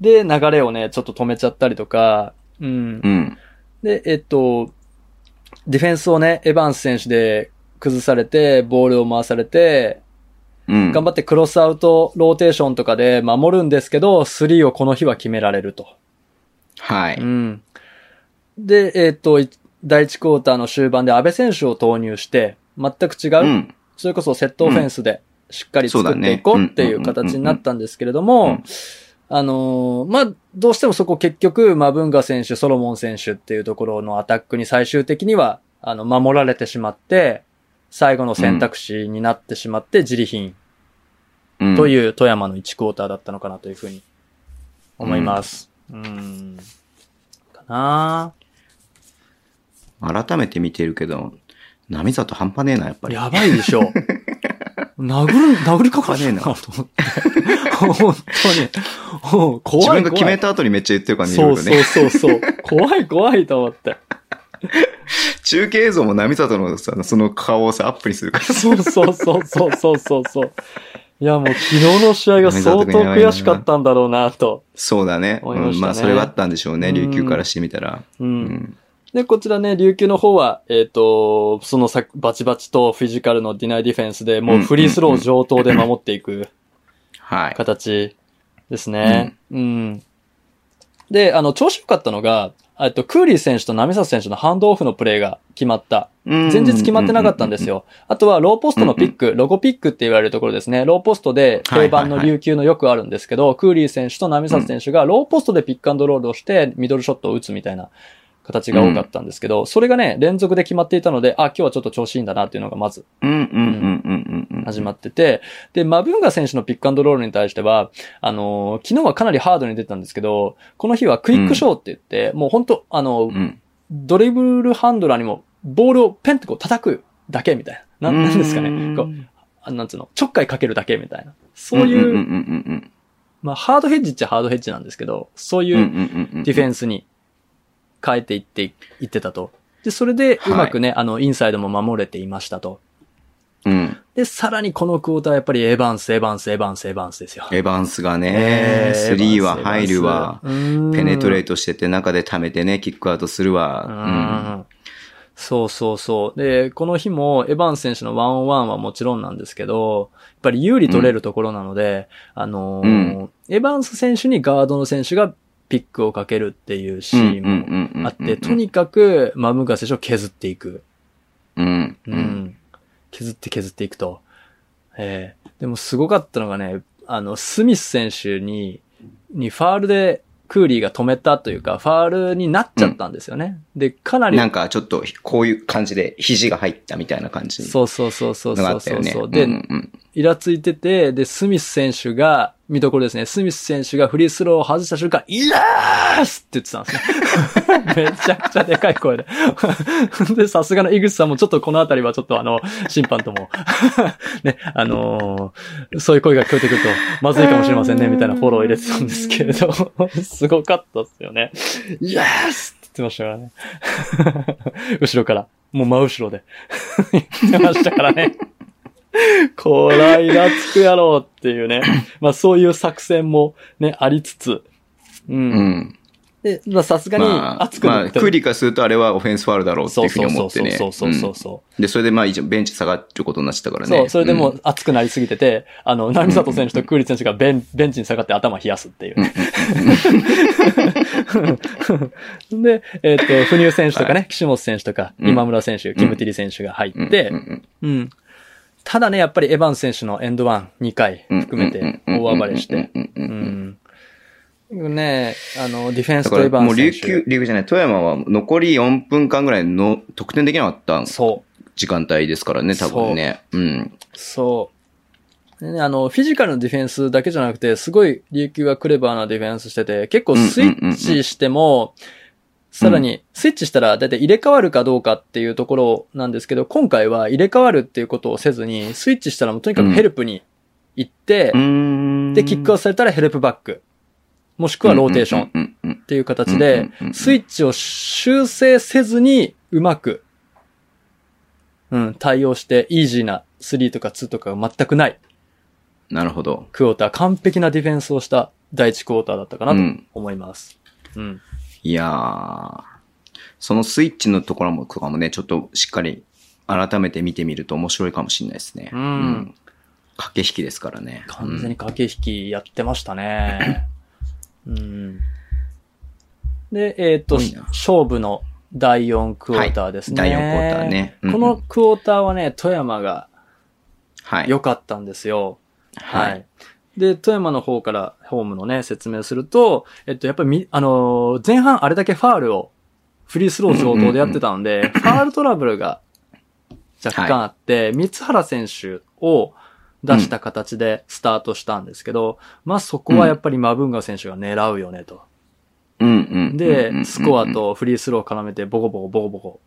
S3: で、流れをね、ちょっと止めちゃったりとか、うん
S2: う。ん。
S3: で、えっと、ディフェンスをね、エヴァンス選手で崩されて、ボールを回されて、
S2: うん。
S3: 頑張
S2: っ
S3: ってクロスアウトローテーションとかで守るんですけど、3をこの日は決められると。
S2: は
S3: う
S2: い。
S3: ん。で、えっと、い第1クォーターの終盤で安倍選手を投入して、全く違う、
S2: うん。
S3: それこそセットオフェンスでしっかり作っていこ
S2: そうだ
S3: う
S2: ね
S3: っていう形になったんですけれど
S2: うんうんう
S3: も
S2: ん、
S3: あのーまあ、どうしてもそこ結局、マブンガ選手、ソロモン選手っていうところのアタックに最終的には、あの、守られてしまって、最後の選択肢になってしまって、自利品
S2: うん
S3: という富山の1クォーターだったのかなというふうに思います。うん。かな
S2: 改めて見てるけど、波里半端ねえな、やっぱり。
S3: やばいでしょ。 殴る、殴りかかるなと思って。本当に。うん怖い
S2: 自
S3: 怖
S2: 分
S3: い。
S2: が決めた後にめっちゃ言ってるからね、い
S3: そ
S2: ろいうろ
S3: そう
S2: ね。
S3: そうそう。怖い怖いと思って。
S2: 中継映像も波里のさ、その顔をさ、アップにするからさ。
S3: そうそうそうそうそうそうそう。いやもう昨日の試合が相当悔しかったんだろうなと。
S2: そうだね。
S3: 思いましたね
S2: うん、まあ、それはあったんでしょう
S3: う
S2: ね、
S3: ん
S2: 琉球からしてみたら。
S3: う。
S2: うんん。
S3: で、こちらね、琉球の方は、えっ、と、そのさ、バチバチとフィジカルのディナイディフェンスで、もうフリースロー上等で守っていく。
S2: はい。
S3: 形ですね。うん。で、あの、調子良かったのが、えっと、クーリー選手とナミサ選手のハンドオフのプレーが決まった。前
S2: 前
S3: 日決まってなかったんです。よ。あとは、ローポストのピック、ロゴピックって言われるところですね。ローポストで定番
S2: はいは
S3: の
S2: いはい
S3: 琉球のよくあるんですけど、クーリー選手とナミサ選手がローポストでピックアンドロールをして、ミドルショットを打つみたいな形が多かったんですけど、それがね、連続で決まっていたので、あ、今日はちょっと調子いいんだなっていうのがまず
S2: うんうんうんうんうんうん。
S3: 始まってて、で、マブンガ選手のピックアンドロールに対しては、あのー昨日はかなりハードに出たんですけど、この日はクイックショーって言って、もう本当あの、
S2: うん。
S3: ドリブルハンドラーにも、ボールをペンってこう叩くだけみたいな。なんなんですかね。こう
S2: う
S3: あ、なんつうの、ちょっかいかけるだけみたいな。そ
S2: ん
S3: ういう、
S2: うんうんうん
S3: まあ、ハードヘッジっちゃハードヘッジなんですけど、そう
S2: うん。
S3: いうディフェ
S2: ン
S3: ンスに変えていって、いってたと。で、それでうまくね、あの、インサイドも守れていましたと。
S2: ス。うん。
S3: で、さらにこのクォーターやっぱりエヴァンス、エヴァンス、エヴァンス、エヴァンスですよ。
S2: エヴァンスがね、スリーは入るわ。ペネトレー
S3: ト。
S2: トしてて中で溜めてね、キックアウトする
S3: う
S2: わ。
S3: んそうそうそう。で、この日もエヴァンス選手のワンオンワンはもちろんなんですけど、やっぱり有利取れるところなので、あのー
S2: うん
S3: エヴァンス選手にガードの選手がピックをかけるっていうシ
S2: うん。
S3: ーンもあって、とにかくマムガ選手を削っていく。
S2: うん。う。
S3: うんん。削って削っていくと。ええでもすごかったのがね、あの、スミス選手に、にファールでクーリーが止めたというか、ファールになっちゃったんですよね。で、かなり
S2: なんかちょっとこういう感じで肘が入ったみたいな感じの
S3: そうそうそうそう
S2: があっ
S3: そう
S2: たよ
S3: そう
S2: ね。
S3: そう。
S2: うんう
S3: で、
S2: ん
S3: イラついてて、で、スミス選手が、見どころですね。スミス選手がフリースローを外した瞬間、イラースって言ってたんですね。め ちゃくちゃでかい声で。 で、さすがの井口さんもちょっとこのあたりはちょっとあの、審判とも、 ね、あのーそういう声が聞こえてくると、まずいかもしれませんね、みたいなフォローを入れてたんですけれど、 すごかったですよね。イエースって言ってましたからね。 後ろから。もう真後ろで。言ってましたからね。こらイラつくやろうっていうね。まあそういう作戦もね、ありつつ。う。
S2: うんん。
S3: で、まあさすがに
S2: まあ
S3: 熱、く
S2: ま
S3: な
S2: あ、
S3: って
S2: クーリーからするとあれはオフェンスファウルだろうって
S3: そ
S2: いう
S3: う
S2: ふうに
S3: そうそ
S2: 思
S3: う
S2: って
S3: そう
S2: ね。
S3: そうそうそううんそう。
S2: で、それでまあ一応ベンチ下がることになっちゃったからね。
S3: そう、それでも
S2: ん
S3: う熱くなりすぎてて、あの、波里選手とクーリー選手がベン ベンチに下がって頭冷やす っていうね。で、えっ、と、不入選手とかね、岸本選手とか、
S2: うん
S3: 今村選手、キムティリ選手が入
S2: うん
S3: って
S2: うん、うん
S3: うん。ただね、やっぱりエヴァンス選手のエンドワン2回
S2: うん
S3: 含めて大暴れして。。
S2: うんうんうんうんうんうん
S3: うんねあの、ディフェンス
S2: だか
S3: とエヴ
S2: ら
S3: ァン
S2: もう
S3: ス
S2: 琉
S3: 選手。
S2: 球、琉球じゃない、富山は残り4分間ぐらいの得点できなかった
S3: そ
S2: 時間帯ですからね、多分ね。うん。
S3: う、そねあの、フィジカルのディフェンスだけじゃなくて、すごい琉球はクレバーなディフェンスしてて、結構スイッチしても、さらに、スイッチしたら、だいたい入れ替わるかどうかっていうところなんですけど、今回は入れ替わるっていうことをせずに、スイッチしたらもうとにかくヘルプに行って、
S2: で
S3: で、キックアウトされたらヘルプバック、もしくはローテーション
S2: ン
S3: っていう形で、、スイ
S2: ッチ
S3: ッチを修正せずに、うまく、うん、対応して、イージーな3とか2とかが全くない
S2: なるほど。
S3: クォーター、完璧なディフェンスをした第1クォーターだったかな
S2: う
S3: と
S2: ん
S3: 思います。うん。
S2: いやー、そのスイッチのところもとかもね、ちょっとしっかり改めて見てみると面白いかもしれないですね。
S3: うん
S2: 駆け引きですからね。
S3: 完全
S2: う
S3: に
S2: ん
S3: 駆け引きやってまし たね。うん。で、えっ、と
S2: 多いな、
S3: 勝負の第4クォーターですね。
S2: はい第4クォーターねうんうん
S3: このクォーターはね、富山が
S2: はい。
S3: 良かったんですよ。
S2: はい。
S3: で、富山の方からホームのね、説明すると、えっと、やっぱりみ、あのー前半あれだけファールを、フリースロー上等でやってたので、 ファールトラブルが若干あって、三原選手を出した形でスタートしたんですけど、まあそこはやっぱりマブンガ選手が狙うよねと。
S2: うんうんうん。うんう
S3: で、
S2: ん
S3: スコア、とフリースローを絡めてボコボコボコボコ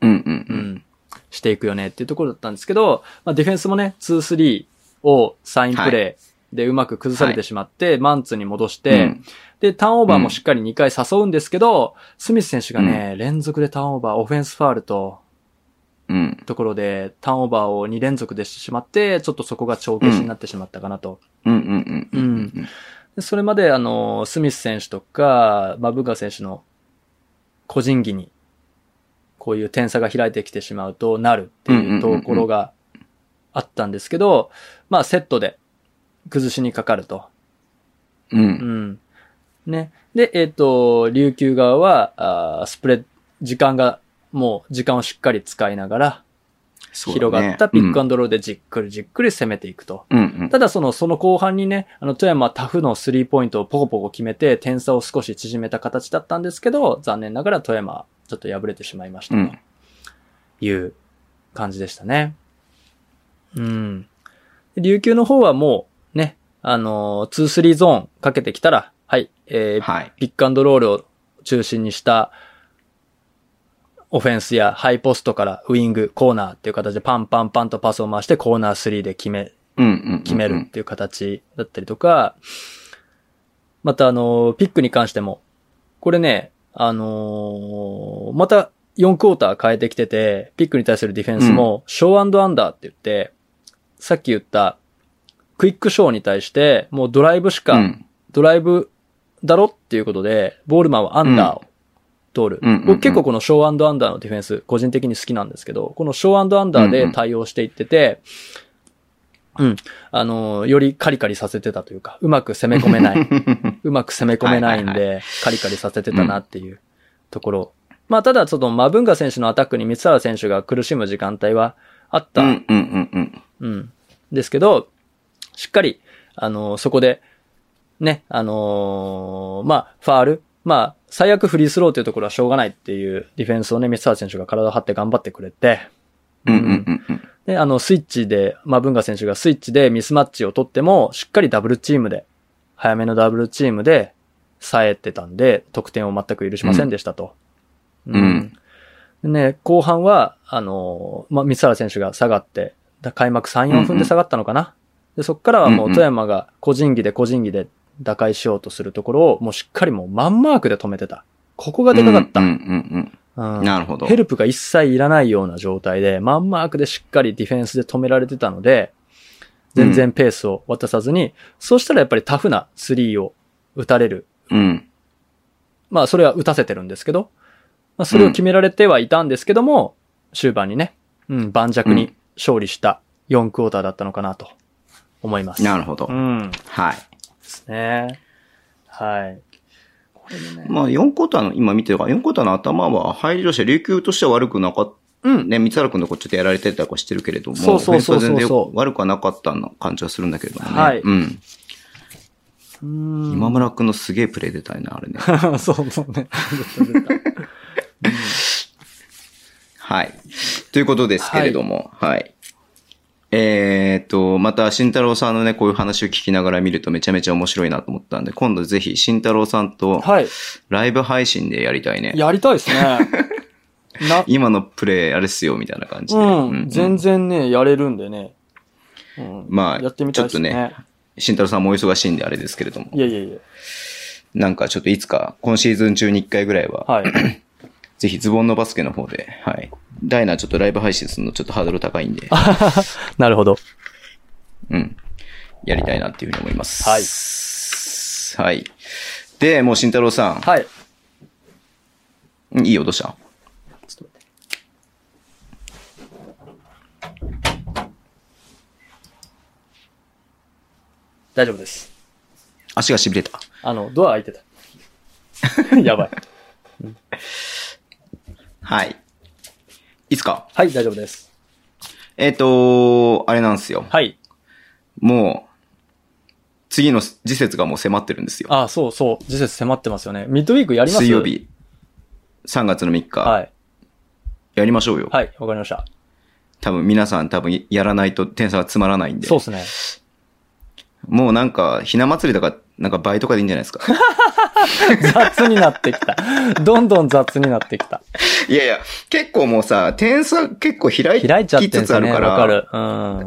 S2: うんうん
S3: う
S2: うん
S3: ん、していくよねっていうところだったんですけど、まあ、ディフェンスもね、2-3をサインプレーでうまく崩されてしまって、マンツーに戻して、
S2: うん
S3: で、ターンオーバーもしっかり2回誘うんですけど、スミス選手がね、連続でターンオーバー、オフェンスファールと、
S2: うん。
S3: ところで、ターンオーバーを2連続でしてしまって、ちょっとそこが帳消しになってしまったかなと。
S2: うんうんうん。うん
S3: でそれまで、あの、スミス選手とか、マブガ選手の個人技に、こういう点差が開いてきてしまうとなるっていうところがあったんですけど、まあ、セットで崩しにかかると。
S2: うん。う
S3: うんん。ね。で、えっ、と、琉球側は、あースプレッド、時間が、もう時間をしっかり使いながら、
S2: そうだね
S3: 広がったピックアンドロールでじっくりじっくり攻めていくと。
S2: うんうん。
S3: ただその、その後半にね、あの、富山タフのスリーポイントをポコポコ決めて、点差を少し縮めた形だったんですけど、残念ながら富山、ちょっと敗れてしまいました
S2: うん
S3: という感じでしたね。うん。で琉球の方はもう、ね、あのー、2-3ゾーンかけてきたら、はい、えー
S2: はい。
S3: ピックアンドロールを中心にした、オフェンスやハイポストからウイング、コーナーっていう形でパンパンパンとパスを回してコーナー3で決め
S2: うんうんうん。
S3: 決めるっていう形だったりとか、またあの、ピックに関しても、これね、あのーまた4クォーター変えてきてて、ピックに対するディフェンスも、ショーアンダーって言って、さっき言った、クイックショーに対して、もうドライブしか、
S2: うん。
S3: ドライブだろっていうことで、ボールマンはアンダーを通る。
S2: うんうんうん
S3: 僕結構このショーアンダーのディフェンス、個人的に好きなんですけど、このショーアンダーで対応していってて、うん。あのー、よりカリカリさせてたというか、うまく攻め込 めない。うまく攻め込めないん
S2: はいは
S3: で、カリカリさせてたなっていうところ。まあ、ただ、ちょっとマブンガ選手のアタックに三原選手が苦しむ時間帯はあった
S2: うんうんうんうん。
S3: うん。ですけど、しっかり、あのーそこで、ね、あのーまあ、ファール、まあ、最悪フリースローというところはしょうがないっていうディフェンスをね、三沢選手が体を張って頑張ってくれて、
S2: うんうんうんうん。
S3: で、あの、スイッチで、まあ、文化選手がスイッチでミスマッチを取っても、しっかりダブルチームで、早めのダブルチームで、冴えてたんで、得点を全く許しませんでしたと。
S2: ん
S3: うんね、後半は、あのーまあ、三原選手が下がって、だ開幕3、4分で下がったのかな。で、そっからはもう
S2: うんうん
S3: 富山が個人技で個人技で打開しようとするところを、もうしっかりもうマンマークで止めてた。ここがでかかった。
S2: うんうん
S3: う
S2: うんん。なるほど。
S3: ヘルプが一切いらないような状態で、まんまークでしっかりディフェンスで止められてたので、全然ペースを渡さずに、そうしたらやっぱりタフなスリーを打たれる。
S2: うん。
S3: まあそれは打たせてるんですけど、まあそれを決められてはいたんですけども、終盤にね、うん、盤石に勝利した4クォーターだったのかなと思います。
S2: なるほど
S3: う。ん。で
S2: はい。
S3: すね。はい。これでね。
S2: まあ、4クォーターの、今見てるから、4クォーターの頭は入りとして、琉球としては悪くなかっ
S3: うん。
S2: ね、三原君のこうちょっとやられてたりはしてるけれども、
S3: そうそうそ
S2: オフェン
S3: うそうそう
S2: スは全然よく悪くはなかったな感じはするんだけれどもね。
S3: はい
S2: うん。
S3: うん
S2: 今村君のすげえプレイ出たいな、あれ ね。
S3: そうそう ね。出た出た
S2: はい。ということですけれども、はい。えーっと、また、慎太郎さんのね、こういう話を聞きながら見るとめちゃめちゃ面白いなと思ったんで、今度ぜひ、慎太郎さんと、
S3: はい。
S2: ライブ配信でやりたいね。
S3: やりたいですね。 な、
S2: 今のプレイ、あれっすよ、みたいな感じで。
S3: うん、全然ね、やれるんでね。うん
S2: まあ
S3: やってみたいですね。
S2: ちょっ慎太郎さんもお忙しいんであれですけれども。
S3: いやいやいや。
S2: なんかちょっといつか、今シーズン中に1回ぐらいは、
S3: はい。
S2: ぜひズボンのバスケの方で、はい。ダイナちょっとライブ配信するのちょっとハードル高いんで、
S3: なるほど。
S2: うん。やりたいなっていうふうに思い
S3: はい
S2: ます。はい。はい。で、もう慎太郎さん、
S3: はい。
S2: うんいいよ、どうした
S3: 大丈夫です。
S2: 足が痺れた。
S3: あの、ドア開いてた。 やばい。
S2: はい。いつか。
S3: はい、大丈夫です。
S2: えっ、とあれなんですよ。
S3: はい。
S2: もう、次の時節がもう迫ってるんですよ。
S3: あ、そうそう。時節迫ってますよね。ミッドウィークやります
S2: 水曜。日、3月の3日、
S3: はい。
S2: やりましょうよ。
S3: はい、わかりました。
S2: 多分皆さん多分やらないと点差がつまらないんで。
S3: そうですね。
S2: もうなんか、ひな祭りとか、なんか倍とかでいいんじゃないです か。
S3: 雑になって きた。どんどん雑になってきた。
S2: いやいや、結構もうさ、点差結構開
S3: 開いちゃって
S2: きつ
S3: んす
S2: つあ
S3: よね。
S2: るか、
S3: わからる。う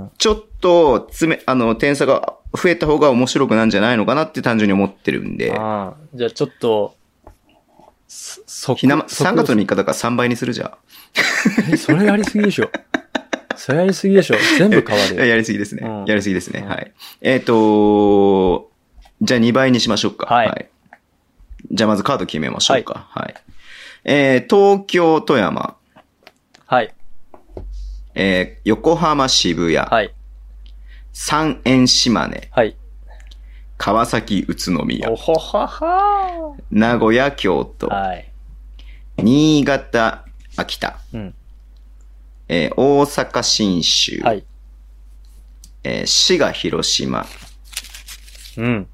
S3: ん。
S2: ちょっと、つめ、あの、点差が増えた方が面白くなんじゃないのかなって単純に思ってるんで、
S3: あーじゃあちょっと、そ、そ
S2: ひな、3月の3日だから3倍にするじゃ
S3: え それやりすぎでしょ。それやりすぎでしょ。全部変わ
S2: ん。
S3: るよ。
S2: やりすぎですね。
S3: うん
S2: やりすぎですね。
S3: うん
S2: はい。えっ、とじゃあ2倍にしましょうか。
S3: はい
S2: じゃあまずカード決めましょうか。はい。えー、東京、富山、
S3: はい。
S2: えー、横浜、渋谷、
S3: はい。
S2: 三円島根、
S3: はい。
S2: 川崎、宇都宮
S3: お、ほはは
S2: 名古屋、京都、
S3: はい。
S2: 新潟、秋田、
S3: うん。
S2: えー大阪、新州、
S3: はい。
S2: えー滋賀、広島、
S3: うん。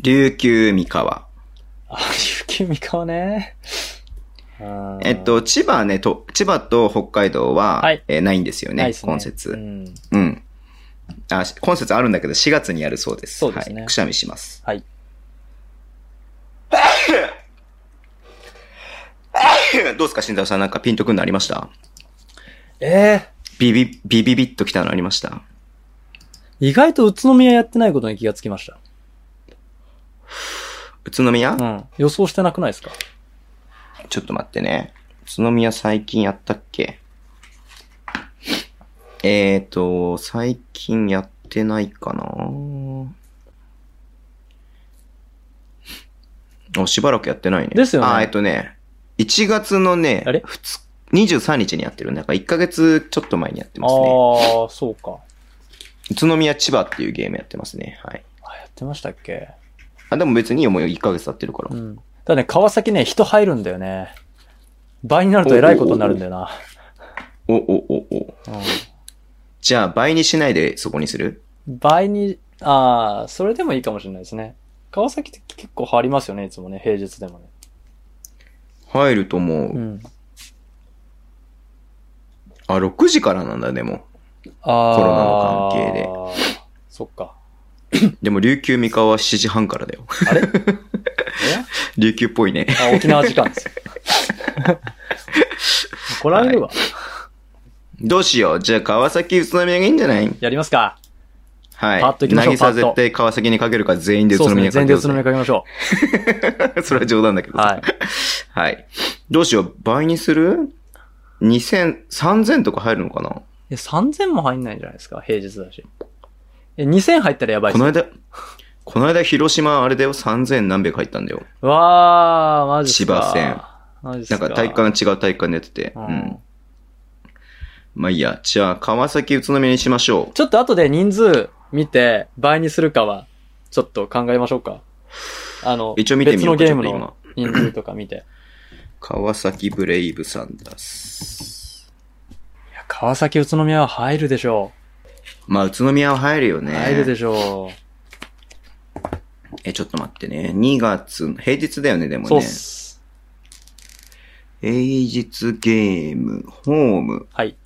S2: 琉球、三河、
S3: あ、雪見かね。あー
S2: えっ、と、千葉はね、と、千葉と北海道は、
S3: はい
S2: えーないんですよね、
S3: ないっすね
S2: 今節。う。
S3: うんん。
S2: あ、し今節あるんだけど、4月にやるそうです。
S3: そうですね
S2: はい。くしゃみします。
S3: はい。
S2: どうですか、慎太郎さん、なんかピンとくんのありました
S3: え
S2: ビビ、ビビビッときたのありました
S3: ー、意外と宇都宮やってないことに気がつきました。
S2: 宇都宮、
S3: うん。予想してなくないですか
S2: ちょっと待ってね。宇都宮最近やったっけえーと、最近やってないかなお、しばらくやってないね。
S3: ですよね
S2: あ、えっとね、1月のね、
S3: あれ
S2: 2 23日にやってるんだから1ヶ月ちょっと前にやって
S3: あ
S2: ますね。
S3: あー、そうか。
S2: 宇都宮千葉っていうゲームやってますね。はい。
S3: あ、やってましたっけ
S2: あ、でも別にいいよもう1ヶ月経ってるから。
S3: うん。ただね、川崎ね、人入るんだよね。倍になると偉いことになるんだよな。
S2: お、お、お、お。じゃあ倍にしないでそこにする
S3: うん。倍に、ああ、それでもいいかもしれないですね。川崎って結構入りますよね、いつもね、平日でもね。
S2: 入ると思う。
S3: ん。
S2: あ、6時からなんだ、でも。
S3: ああ。
S2: コロナの関係で。
S3: そっか。
S2: でも、琉球三河は7時半からだよ。
S3: あれ
S2: 琉球っぽいね。
S3: えあ、沖縄時間 ですよ。怒られるわ。
S2: どうしよう。じゃあ、川崎、宇都宮がいいんじゃない
S3: やりますか。
S2: はい。
S3: パッと行きましょう
S2: 渚
S3: パッと
S2: 絶対川崎にかけるから全員で宇
S3: そ
S2: 都
S3: うです
S2: 宮
S3: ね。
S2: にか
S3: 全
S2: け
S3: 然
S2: よう
S3: 宇都宮
S2: ぜ。
S3: かけまし ょ
S2: それは冗談だけ
S3: う。
S2: ど。
S3: はい。
S2: はい。どうしよう。倍にする ?2000、3000とか入るのかない
S3: や、3000も入んないんじゃないですか、平日だし。え、2000入ったらやばいっ
S2: こ
S3: す
S2: の
S3: ね。
S2: 間、この間、広島、あれだよ。3000何百入ったんだよ。
S3: わー、マジっすか。
S2: 千葉線
S3: マジっす
S2: なんか、体感、違う体感でやってて。う
S3: うん
S2: ん。まあいいや。じゃあ、川崎、宇都宮にしましょう。
S3: ちょっと後で人数見て倍にするかは、ちょっと考えましょうか。あの、
S2: 一応見てみようか
S3: 別のゲ
S2: ち
S3: ーム
S2: ょっ
S3: の人数とか見て。 い
S2: 川崎ブレイブサンダース。
S3: や、川崎、宇都宮は入るでしょ
S2: まあ、宇都宮は入るよ
S3: う。
S2: ね。
S3: 入るでしょ
S2: え、ちょっと待ってね。2月の、平日だよね、で
S3: う。
S2: も
S3: そうっ
S2: ね。
S3: す。
S2: 平日ゲーム、ホーム、
S3: はい。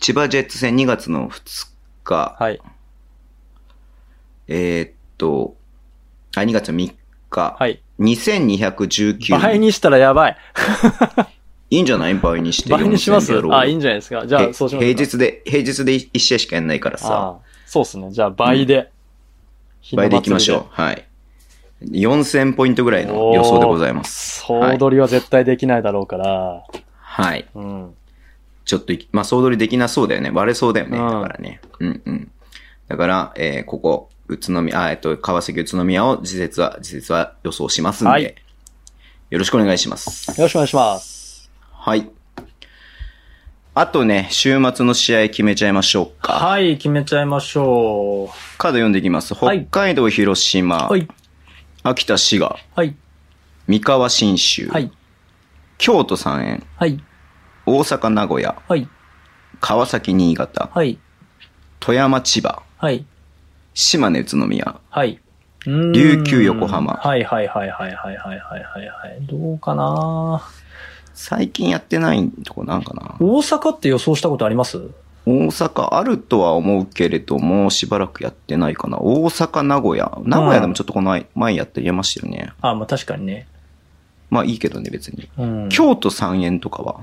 S2: 千葉ジェッツ戦2月の2日、
S3: はい。
S2: えーっと、あ、2月3日、
S3: はい。倍
S2: 2219
S3: にしたらやばい。
S2: いいんじゃない倍にして。
S3: 倍にします
S2: 4000でやろう
S3: あ、いいんじゃないですか。じゃあ、
S2: へ
S3: そうしますか
S2: 平日で、平日で1試合しかやんないからさ、
S3: ああそうですね。じゃあ、倍で。ひな
S2: 倍
S3: 祭
S2: で
S3: り
S2: いきましょう。はい。4000ポイントぐらいの予想でございます。
S3: す。総取りは絶対できないだろうから。
S2: はい。
S3: うん。
S2: ちょっといき、まあ、総取りできなそうだよね。割れそうだよね。
S3: うん
S2: だからね。うんうん。だから、えーここ、宇都宮、あ、えっと、川崎宇都宮を、時節は、時節は予想しますんで、
S3: はい
S2: よろしくお願いします。
S3: よろしくお願いします。
S2: はい。あとね、週末の試合決めちゃいましょうか。
S3: はい、決めちゃいましょ
S2: カード読んでいきます。
S3: はい
S2: 北海道、広
S3: う。
S2: 島、
S3: はい、
S2: 秋田、滋賀、
S3: はい、
S2: 三河、信州、
S3: はい、
S2: 京都、三円、
S3: はい、
S2: 大阪、名古屋、
S3: はい、
S2: 川崎、新潟、
S3: はい、
S2: 富山、千葉、
S3: はい、
S2: 島根、宇都宮、
S3: はい。うーん
S2: 琉球横浜
S3: はいはいはいはいはいはいはいはいはい。どうかな
S2: 最近やってないとこなんかな
S3: 大阪って予想したことあります
S2: 大阪あるとは思うけれども、しばらくやってないかな。大阪、名古屋。名古屋でもちょっとこの前前やってやりましたよね。
S3: あ、まあ確かにね。
S2: まあいいけどね、別に。
S3: うん。
S2: 京都三円とかは。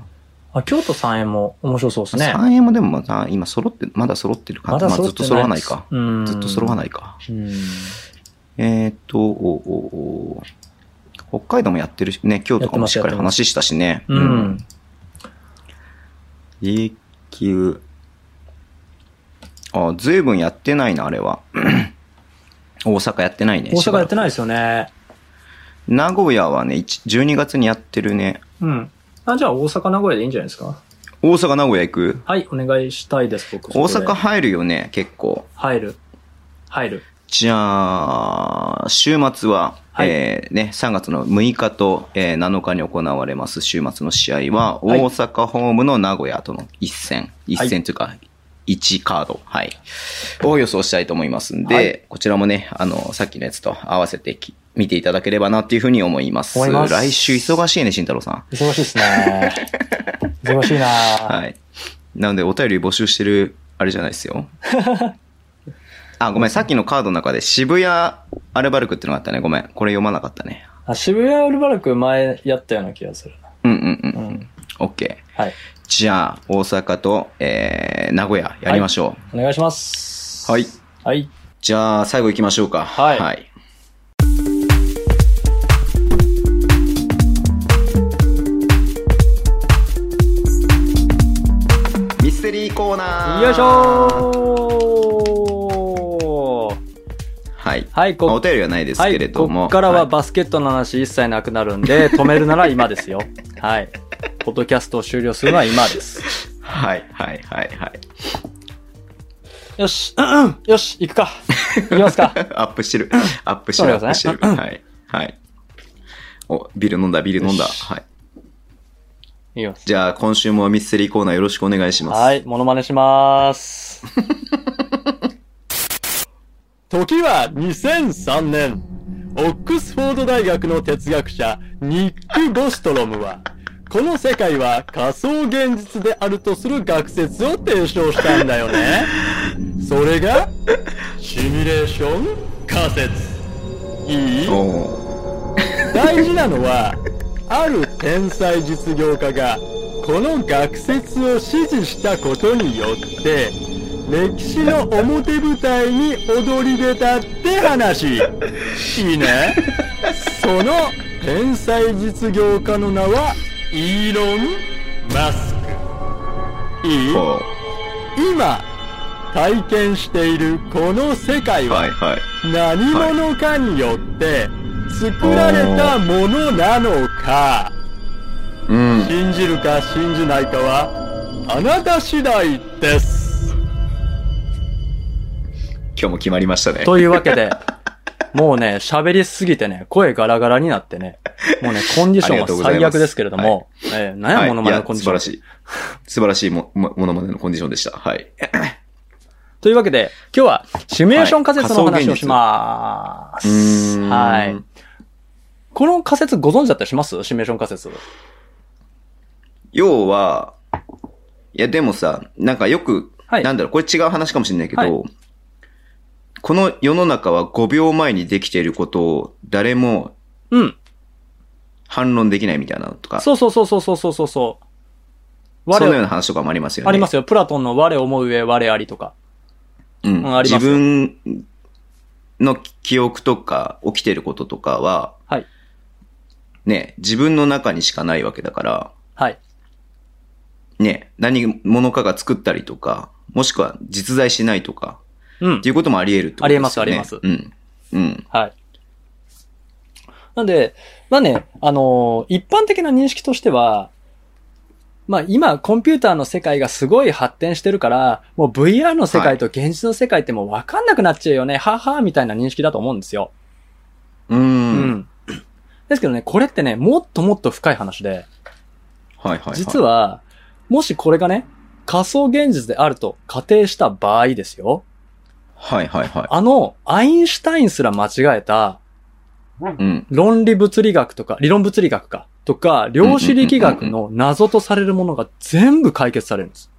S3: あ京都三円も面白そうですね。
S2: 三円もでもまだ今揃って、まだ揃ってるか。
S3: まだ
S2: まあ
S3: 揃
S2: ず
S3: っ
S2: ってと
S3: な
S2: 揃
S3: い
S2: わないか。
S3: うん。
S2: ずっと揃わ
S3: い。
S2: ないか。
S3: うん。
S2: えーっと、おおお北海道もやってるしね、京都とかもしっかり
S3: やってま
S2: 話したしね。
S3: うん。。
S2: 琉球。あ、ずいぶんやってないな、あれは。 大阪やってないね。
S3: 大阪やって
S2: い。
S3: ないですよね。
S2: 名古屋はね、一12月にやってるね。
S3: うん。あ、じゃあ大阪名古屋でいいんじゃないですか
S2: 大阪、名古屋行く
S3: はい、お願いしたいです、僕。
S2: 大
S3: そこ
S2: 阪
S3: で
S2: 入るよね、結構。
S3: 入る。入る。
S2: じゃあ、週末は、
S3: はい
S2: えーね、3月の6日と、えー7日に行われます週末の試合は、
S3: はい
S2: 大阪ホームの名古屋との一戦、一
S3: はい
S2: 戦というか、1カード、はい、を予想したいと思いますんで、
S3: はい
S2: こちらもね、あの、さっきのやつと合わせてき見ていただければなっていうふうに思います。
S3: 思います
S2: 来週忙しいね、慎太郎さん。
S3: 忙しいで すね。忙しいなは。
S2: はいい。なので、お便り募集してる、あれじゃないです よ。あ、ごめん、さっきのカードの中で渋谷アルバルクってのがあったね。ごめん、これ読まなかったね。
S3: あ、渋谷アルバルク前やったような気がするな。
S2: うんうんう。
S3: うんん。
S2: OK。
S3: はい。
S2: じゃあ、大阪と、えー、名古屋やりましょ
S3: お願いします。
S2: う。はい。
S3: はい。
S2: じゃあ、最後行きましょうか。
S3: はい
S2: はい。ミステリーコーナー
S3: よいしょー
S2: はい。
S3: はい、
S2: まあお
S3: こ、
S2: 便りはないです
S3: は
S2: け
S3: い、
S2: れど
S3: こ
S2: も。
S3: っから
S2: は
S3: はいバスケットの話一切なくなるん で、止めるなら今ですよ。はい。ポッドキャストを終了するのは今です。
S2: はい、はい、はい、はい。
S3: よし、うんうん、よし、行 くか。行きますか。
S2: アップしてる。アップしてる、ア
S3: そう
S2: ップ
S3: で
S2: し
S3: す
S2: て
S3: ね
S2: る。はい。はい。お、ビール飲んだ、ビール飲んだ。
S3: よし
S2: はい。
S3: 行きます。
S2: じゃあ、今週もミステリーコーナーよろしくお願いします。
S3: はい、モノマネします。 時は2003年、オックスフォード大学の哲学者、ニック・ゴストロムは、この世界は仮想現実であるとする学説を提唱したんだよね。それが、シミュレーション仮説。いい
S2: おー
S3: 大事なのはある天才実業家がこの学説を支持したことによって歴史の表舞台に躍り出たって話いいねその天才実業家の名はイーロン・マスクいい
S2: おー
S3: 今体験しているこの世界は
S2: はい、はい。
S3: 何者かによって作られたものなのか
S2: うん。
S3: 信じるか信じないかはあなた次第です
S2: 今日も決まりましたね。
S3: というわけでもうね喋りすぎてね声ガラガラになってねもうねコンディション
S2: ありがとうご
S3: は
S2: ざい
S3: 最
S2: ます
S3: 悪ですけれども、えー、何
S2: は
S3: や
S2: い
S3: ものまねの
S2: いや
S3: コンディション、
S2: 素晴らしい。素晴らしいも、もものまねのコンディションでした。はい。
S3: というわけで今日はシミュレーション仮説の
S2: はい
S3: 話をしま
S2: う
S3: す、
S2: ーん
S3: はい、この仮説ご存知だったりしますシミュレーション仮説
S2: 要は、いや、でもさ、なんかよく、
S3: はい
S2: なんだろう、これ違う話かもしれないけど、
S3: はい
S2: この世の中は5秒前にできていることを誰も
S3: うん。
S2: 反論できないみたいなのとか、そ
S3: そうそうそうそうそうそうそうそう。
S2: のよう
S3: 我を、
S2: な話とかもありますよね。
S3: ありますよ。プラトンの我思う上、我ありとか。
S2: うん
S3: うんあり
S2: 自
S3: ますよ
S2: 分の記憶とか起きてることとかは、
S3: はい
S2: ね、自分の中にしかないわけだから、
S3: はい。
S2: ね、何者かが作ったりとか、もしくは実在しないとか、
S3: うん
S2: って。いうこともあり得るってことですよね。
S3: ありますあ
S2: ります。うん。うん。
S3: はい。なんで、まあね、あのー一般的な認識としては、まあ今、コンピューターの世界がすごい発展してるから、もう VR の世界と現実の世界ってもう分かんなくなっちゃうよね、ははみたいな認識だと思うんですよ。
S2: うー。
S3: うんですけどね、これってね、もっともっと深い話で、
S2: はいはい、はい。
S3: 実は、もしこれがね、仮想現実であると仮定した場合ですよ。
S2: はいはいは
S3: あの、アインシュタインすら間違えた、
S2: い。うん。
S3: 論理物理学とか、理論物理学か、とか、量子力学の謎とされるものが全部解決されるんです。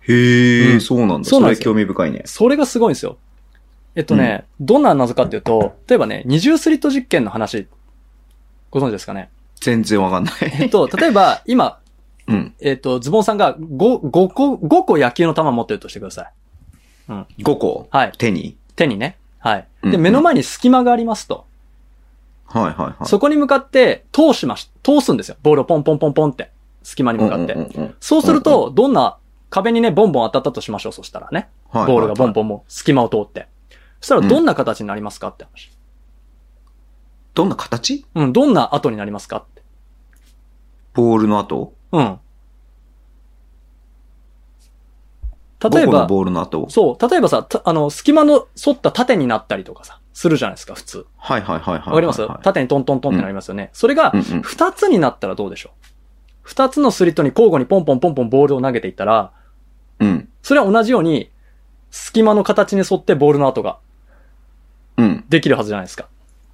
S2: へえ、
S3: うん
S2: そうなんだ。
S3: そ
S2: そ
S3: うなんで
S2: れ
S3: すよ
S2: 興味深いね。
S3: それがすごいんですよ。えっとね、どんな謎かっていうと、例えばね、二重スリット実験の話、ご存知ですかね。
S2: 全然わかんな
S3: えっ
S2: い。
S3: と、例えば、今、
S2: うん。
S3: えっと、ズボンさんが5、5個、5個野球の球持ってるとしてください。
S2: 5個。
S3: はい。
S2: 手に。
S3: 手にね。はい。
S2: うん
S3: で、
S2: うん
S3: 目の前に隙間がありますと。
S2: はいはいはい。
S3: そこに向かって通しまし、通すんですよ。ボールをポンポンポンポンって。隙間に向かって
S2: うん。うんうんうん
S3: そうすると、どんな壁にね、ボンボン当たったとしましょう。そしたらね。
S2: はいはいはい
S3: ボールがボンボンも隙間を通って。そしたらどんな形になりますかって話。
S2: どんな形
S3: うん、どんな跡になりますかって。
S2: ボールの後
S3: うん。例え
S2: 5個の
S3: ば、
S2: ボールの後
S3: そう、例えばさ、たあの、隙間の沿った縦になったりとかさ、するじゃないですか、普通。
S2: はいはいはいはいはい。
S3: わかります
S2: は
S3: 縦にトントントンってなりますよね。それが
S2: い、うんうん。
S3: 二つになったらどうでしょう二つのスリットに交互にポンポンポンポンボールを投げていったら、
S2: うん。
S3: それは同じように、隙間の形に沿ってボールの跡が
S2: うん。
S3: できるはずじゃないですか。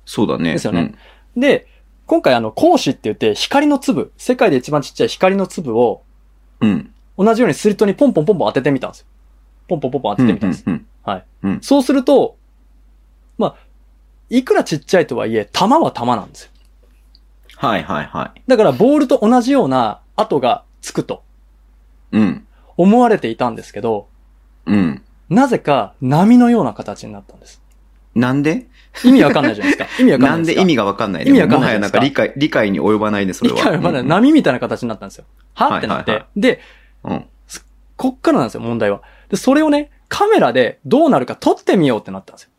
S2: そうだね。
S3: ですよねで、今回あの、光子って言って光の粒、世界で一番ちっちゃい光の粒を
S2: うん。うん。
S3: 同じようにスリットにポンポンポンポン当ててみたんですよ。ポンポンポンポン当ててみたんです。
S2: うんうんうん
S3: はい。
S2: うん。
S3: そうすると、まあ、いくらちっちゃいとはいえ、玉は玉なんですよ。
S2: はいはいはい。
S3: だからボールと同じような跡がつくと
S2: うん。
S3: 思われていたんですけど、
S2: うん。
S3: なぜか波のような形になったんです。
S2: なんで
S3: 意味わかんないじゃないですか。意味わ かん
S2: な
S3: ない
S2: ん
S3: です
S2: で
S3: か。
S2: 意味がわかんないね
S3: 意味わかんない
S2: もはやなんか理解、理解に及ばないね、それは。
S3: 意味わかんない。波みたいな形になったんですよ。はってなって。
S2: はいはいは
S3: で、
S2: うんうん。
S3: こっからなんですよ、問題は。で、それをね、カメラでどうなるか撮ってみようってなったんですよ。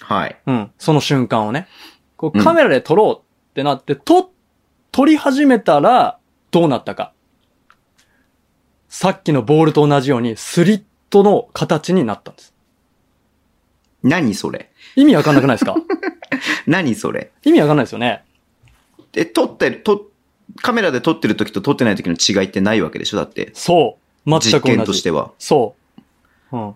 S2: はい。
S3: うん。その瞬間をね。こう、
S2: うん
S3: カメラで撮ろうってなって、撮、撮り始めたら、どうなったか。さっきのボールと同じように、スリットの形になったんです。
S2: 何それ
S3: 意味わかんなくないです か
S2: 何それ
S3: 意味わかんないですよね。
S2: え、撮ってる、撮、カメラで撮ってる時と撮ってない時の違いってないわけでしょだって。
S3: そう。全く同
S2: 実
S3: じ。
S2: 験としては。
S3: そう。うん。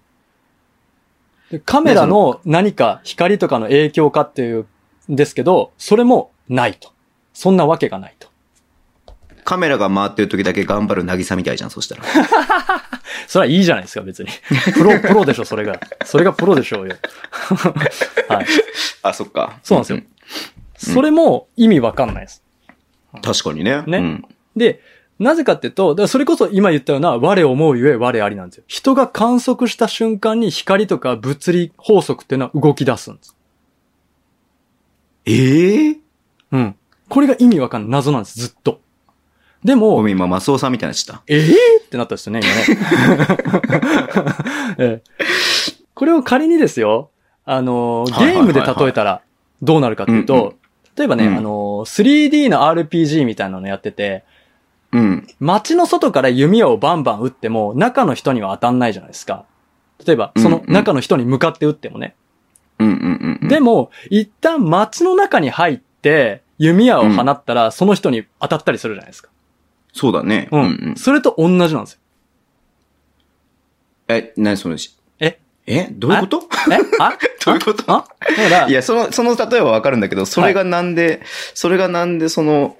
S3: でカメラの何か光とかの影響かっていうんですけど、それもないと。そんなわけがないと。
S2: カメラが回ってる時だけ頑張る渚みたいじゃん、そしたら。
S3: それはいいじゃないですか、別 に。プロ、プロでしょ、それが。それがプロでしょ うよ。はい。
S2: あ、そっか。
S3: そうなんですよそれも意味わかんないです。
S2: 確かにね。
S3: ね
S2: うん
S3: で、なぜかっていうと、だからそれこそ今言ったような、我思うゆえ我ありなんですよ。人が観測した瞬間に光とか物理法則っていうのは動き出すんです。
S2: ええ
S3: うん。これが意味わかんない。謎なんです、ずっと。でも、
S2: ごめん、今、マスオさんみたいなした。
S3: ええってなったんですよね、今 ね、ええこれを仮にですよ、あのー、
S2: はいはい
S3: ゲー
S2: はいは
S3: ム
S2: い
S3: で例えたらどうなるかっていうと、
S2: うんうん
S3: 例えばね、
S2: うん
S3: あのー、3D の RPG みたいなのやってて、
S2: うん。
S3: 街の外から弓矢をバンバン撃っても、中の人には当たんないじゃないですか。例えば、その
S2: うんうん
S3: 中の人に向かって撃ってもね。
S2: うんうんうん。
S3: で、も、一旦街の中に入って、弓矢を放ったら、その人に当たったりするじゃないですか。
S2: そうだね。
S3: うん。それと同じなんですよ。
S2: え、何そのし、
S3: え
S2: えどういうこと
S3: え あ
S2: どういうこと
S3: あだから
S2: い、や、その、その例えはわかるんだけど、それがなんで、それがなんでその、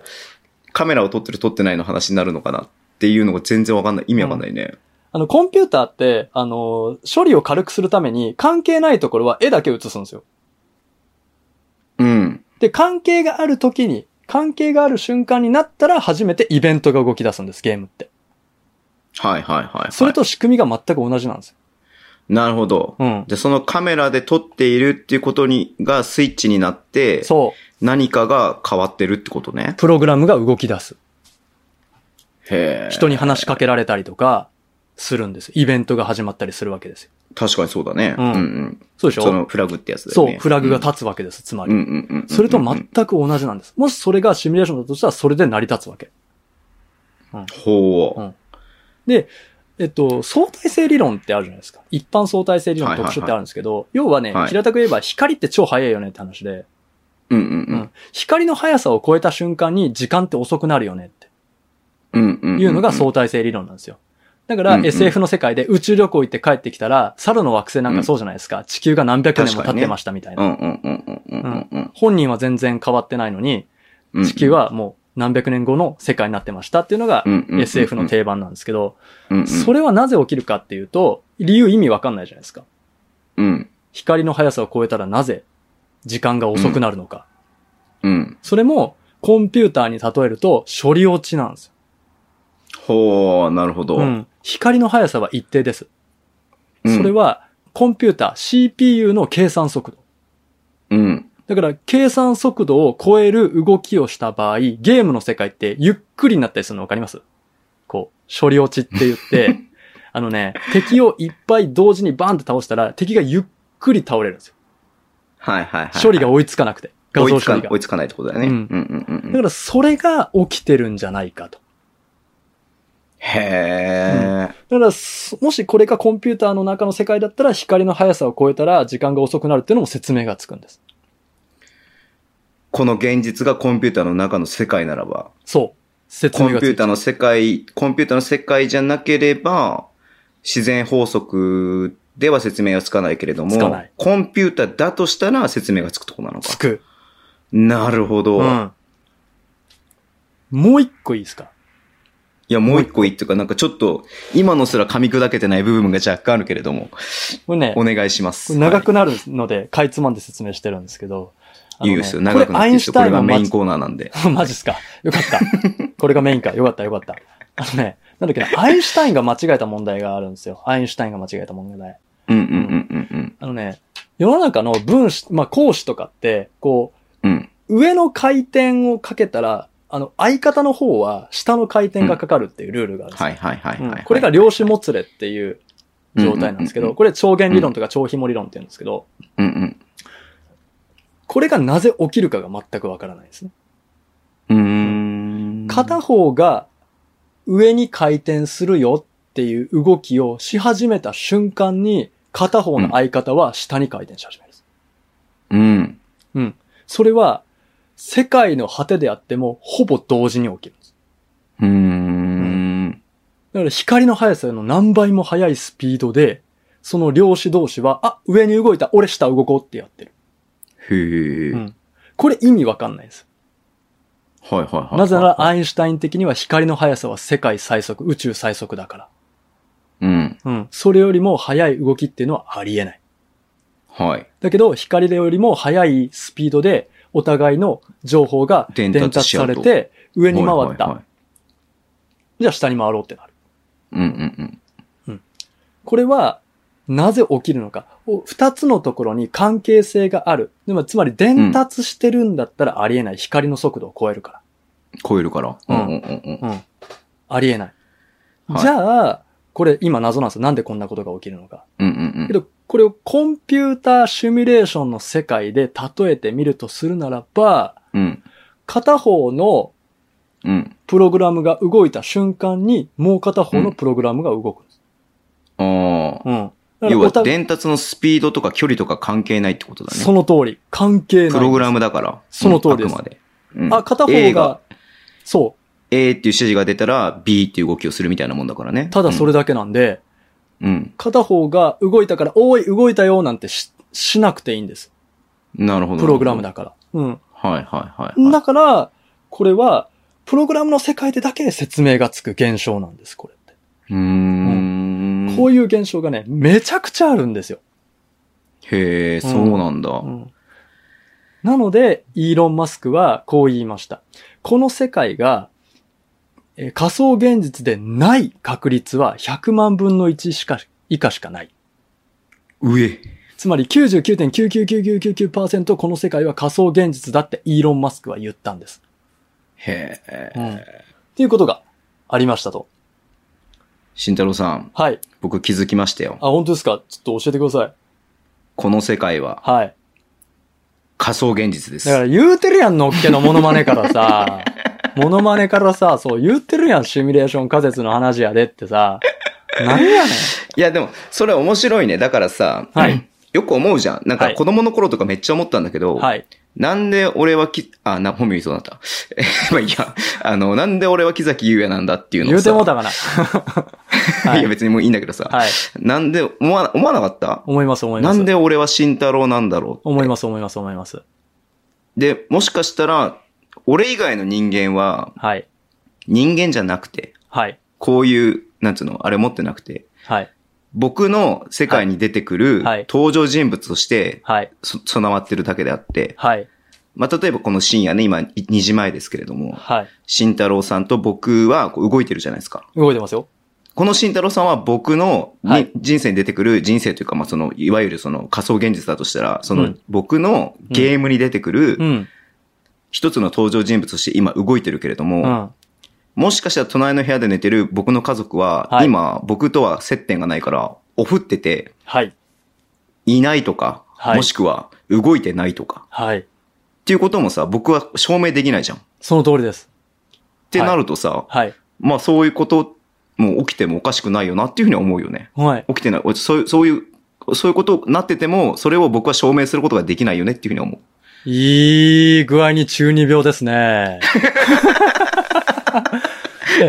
S2: カメラを撮ってる撮ってないの話になるのかなっていうのが全然わかんない。意味わかんないね。
S3: あの、コンピューターって、あの、処理を軽くするために、関係ないところは絵だけ写すんですよ。
S2: うん。
S3: で、関係がある時に、関係がある瞬間になったら、初めてイベントが動き出すんです、ゲームって。
S2: はいはいはい、はい。
S3: それ。と仕組みが全く同じなんですよ。
S2: なるほど。
S3: うん。
S2: で、そのカメラで撮っているっていうことに、がスイッチになって、
S3: そう。
S2: 何かが変わってるってことね。
S3: プログラムが動き出す。
S2: へえ。
S3: 人に話しかけられたりとか、するんです。イベントが始まったりするわけですよ。
S2: 確かにそうだね。
S3: う
S2: うんんうん。
S3: そうでしょ
S2: そのフラグってやつだよね。
S3: そう、フラグが立つわけです、つま
S2: うんう
S3: り。
S2: んうんうんうん。
S3: それと全く同じなんです。もしそれがシミュレーションだとしたら、それで成り立つわけ。
S2: ほう。
S3: うんえっと、相対性理論ってあるじゃないですか。一般相対性理論の
S2: は
S3: 特
S2: いはい
S3: 徴
S2: はい
S3: ってあるんですけど、要はね、
S2: はい
S3: 平たく言えば光って超速いよねって話で、
S2: うんうん
S3: うん光の速さを超えた瞬間に時間って遅くなるよねって
S2: うん。うんうんん。
S3: いうのが相対性理論なんですよ。だから
S2: うんうん
S3: SF の世界で宇宙旅行行って帰ってきたら、猿の惑星なんかそうじゃないですか。地球が何百年も経ってましたみたいな。
S2: うんうんうんうんうんうんうん
S3: 本人は全然変わってないのに、
S2: うん。
S3: 地球はもう何百年後の世界になってましたっていうのが
S2: うんうんうんうん
S3: SF の定番なんですけど、
S2: うんうん、
S3: それはなぜ起きるかっていうと、理由意味わかんないじゃないですか。
S2: うん。
S3: 光の速さを超えたらなぜ時間が遅くなるのか。
S2: うん。
S3: それもコンピューターに例えると処理落ちなんです
S2: ほう、なるほど。
S3: よ。うん。光の速さは一定です。
S2: うん
S3: それ、はコンピューター、CPU の計算速度。
S2: うん。
S3: だから計算速度を超える動きをした場合、ゲームの世界ってゆっくりになったりするのわかりますこう、処理落ちって言 って、あのね、敵をいっぱい同時にバンって倒したら敵がゆっくり倒れるんですよ。
S2: はいはいはい。
S3: 処理が追いつかなくて。画像
S2: 追いつ
S3: 処
S2: か
S3: 理が
S2: 追。いつかないってことだよね。
S3: う
S2: うんんうんうん
S3: だ
S2: うん。
S3: からそれが起きてるんじゃないかと。
S2: へー。
S3: だからそ、もしこれがコンピューターの中の世界だったら、光の速さを超えたら時間が遅くなるっていうのも説明がつくんです。
S2: この現実がコンピューターの中の世界ならば、
S3: そう。説
S2: コ
S3: 明
S2: ン
S3: が
S2: ピュ
S3: つ
S2: ーター
S3: く。
S2: の世界、コンピューターの世界じゃなければ、自然法則では説明はつかないけれど
S3: つかな
S2: も
S3: い、
S2: コンピューターだとしたら説明がつくとこなの
S3: つ
S2: か。
S3: く。
S2: なるほど。
S3: うん。もう一個いいですか
S2: いや、もう一個いいっていうか、なんかちょっと、今のすら噛み砕けてない部分が若干あるけれども、
S3: これね、
S2: お願いしま
S3: こ
S2: す。
S3: れ長くなるので、かいつまんで説明してるんですけど。あ
S2: い
S3: の
S2: い
S3: ね
S2: ですよ。
S3: これ
S2: 長くなっ
S3: ア
S2: て
S3: イ
S2: る
S3: ン
S2: し
S3: シュ
S2: こ
S3: タイ
S2: れ
S3: ン
S2: が
S3: の
S2: メイン
S3: 末
S2: コーナーなんで。
S3: マジっすか。よかった。これがメインか。よかった、よかった。あのね、なんだっけな、アインシュタインが間違えた問題があるんですよ。アインシュタインが間違えた問題。
S2: うんうんうんうん
S3: あのね、世の中の分子、まあ、講師とかって、こ
S2: うん。うん。
S3: う、上の回転をかけたら、あの、相方の方は下の回転がかかるっていうルールがあるんですよ
S2: はいはいはいはい、はい
S3: うんこれが量子もつれっていう状態なんですけ
S2: うんうんうんう
S3: ど、
S2: ん
S3: これ超弦理論とか超紐理論って言うんですけど、
S2: うんうん。
S3: これがなぜ起きるかが全くわからないですね。
S2: うーん。
S3: 片方が上に回転するよっていう動きをし始めた瞬間に、片方の相方は下に回転し始めるんです。
S2: うん。
S3: それは、世界の果てであっても、ほぼ同時に起きるんです。
S2: うーん。
S3: だから光の速さの何倍も速いスピードで、その量子同士は、あ、上に動いた、俺下動こうってやってる。
S2: へえ、
S3: うんこれ意味わかんないです。
S2: はいはいはいはい。
S3: なぜなら、アインシュタイン的には光の速さは世界最速、宇宙最速だから。
S2: うん。
S3: うん。それよりも速い動きっていうのはありえない。
S2: はい。
S3: だけど、光よりも速いスピードで、お互いの情報が伝
S2: 伝
S3: 達
S2: 達し合
S3: さ
S2: うと
S3: れて、上に回った。
S2: はいはいはい
S3: じゃあ下に回ろうってなる。
S2: うんうん
S3: これは、なぜ起きるのか。お二つのところに関係性がある。でもつまり伝達してるんだったらありえない。光の速度を超えるか
S2: うん。超えるから。
S3: う
S2: うんんうんうんうん。
S3: ら。うん。ありえない。
S2: はい
S3: じゃあ、これ今謎なんですよ。なんでこんなことが起きるのか。
S2: うんうん
S3: けど、これをコンピューターシミュレーションの世界で例えてみるとするならば、
S2: うん。うん。
S3: 片方の
S2: うん。
S3: プログラムが動いた瞬間に、もう片方のプログラムが動くんです。
S2: ああ。
S3: うん。だから
S2: 要
S3: お
S2: は
S3: 互い
S2: 伝達のスピードとか距離とか関係ないってことだね。
S3: その通り。関係ない。
S2: プログラムだから。
S3: その通りで
S2: うん
S3: す
S2: あくまで。うん
S3: あ、片方
S2: A
S3: が、そ
S2: A っていう指示が出たら B っていう動きをするみたいなもんだからね
S3: う。。ただそれだけなんで、
S2: うん。
S3: 片方が動いたから、おーい、動いたよ、なんてし、しなくていいんです。
S2: うん。なるほど。
S3: プログラム。だから。うん。
S2: はいはいはいはい。
S3: だから、これは、プログラムの世界でだけ説明がつく現象なんです、これって。
S2: うーん。ん
S3: こういう現象がね、めちゃくちゃあるんですよ。
S2: へえ、そうなんだ。
S3: なので、イーロン・マスクはこう言いました。この世界が、えー仮想現実でない確率は100万分の1しか、以下しかない。
S2: うえ。
S3: つまり99.99999%この世界は仮想現実だってイーロン・マスクは言ったんです。
S2: へえ。
S3: っていうことがありましたと。
S2: 慎太郎さん、
S3: はい。
S2: 僕気づきましたよ。
S3: あ、本当ですかちょっと教えてください。
S2: この世界は
S3: はい。
S2: 仮想現実で
S3: だ
S2: す。
S3: から言うてるやん、のっけのモノマネからさ。モノマネからさ、そう言うてるやん、シミュレーション仮説の話やでってさ。何やね
S2: いや、でも、それ面白いね。だからさ、
S3: ん。はい。
S2: よく思うじゃん。なん
S3: は
S2: か
S3: い
S2: 子供の頃とかめっちゃ思ったんだけど、
S3: はい。
S2: なんで俺はき、あ、な、本名言いそうになった。 えまあいいや、あの、なんで俺は木崎優也なんだっていうの
S3: 言う
S2: さ
S3: てもうたかな。はい
S2: や
S3: い。
S2: 別にもういいんだけどさ、
S3: はい。
S2: なんで思わな思わなかった
S3: 思います、思いま
S2: な
S3: す。
S2: んで俺は慎太郎なんだろう
S3: 思います、思います、思います。
S2: で、もしかしたら、俺以外の人間は
S3: はい。
S2: 人間じゃなくて、
S3: はい。
S2: こういう、なんつうの、あれ持ってなくて、
S3: はい。
S2: 僕の世界に出てくる
S3: はい
S2: 登場人物として、
S3: はい。
S2: そ備わってるだけであって、
S3: はい。
S2: まあ、例えばこの深夜ね、今い2時前ですけれども、
S3: はい。
S2: 慎太郎さんと僕はこう動いてるじゃないですか。
S3: 動いてますよ。
S2: この慎太郎さんは僕のに、
S3: はい
S2: 人生に出てくる人生というか、まあ、その、いわゆるその仮想現実だとしたら、そうの
S3: ん
S2: 僕のゲームに出てく
S3: う
S2: る
S3: ん。
S2: 一つの登場人物として今動いてるけれど
S3: う
S2: も、
S3: ん。
S2: もしかしたら隣の部屋で寝てる僕の家族は、
S3: はい
S2: 今僕とは接点がないから、おふってて、
S3: はい。
S2: いないとか、
S3: はい
S2: もしくは動いてないとか、
S3: はい。
S2: っていうこともさ、僕は証明できないじゃん。っ
S3: その通りです。
S2: てなるとさ、
S3: はい。
S2: まあそういうことも起きてもおかしくないよなっていうふうには思うよね。
S3: はい。
S2: 起きてない、おそういう、そういう、そういうことになってても、それを僕は証明することができないよねっていうふうに思う。
S3: いい具合に中二病で すね。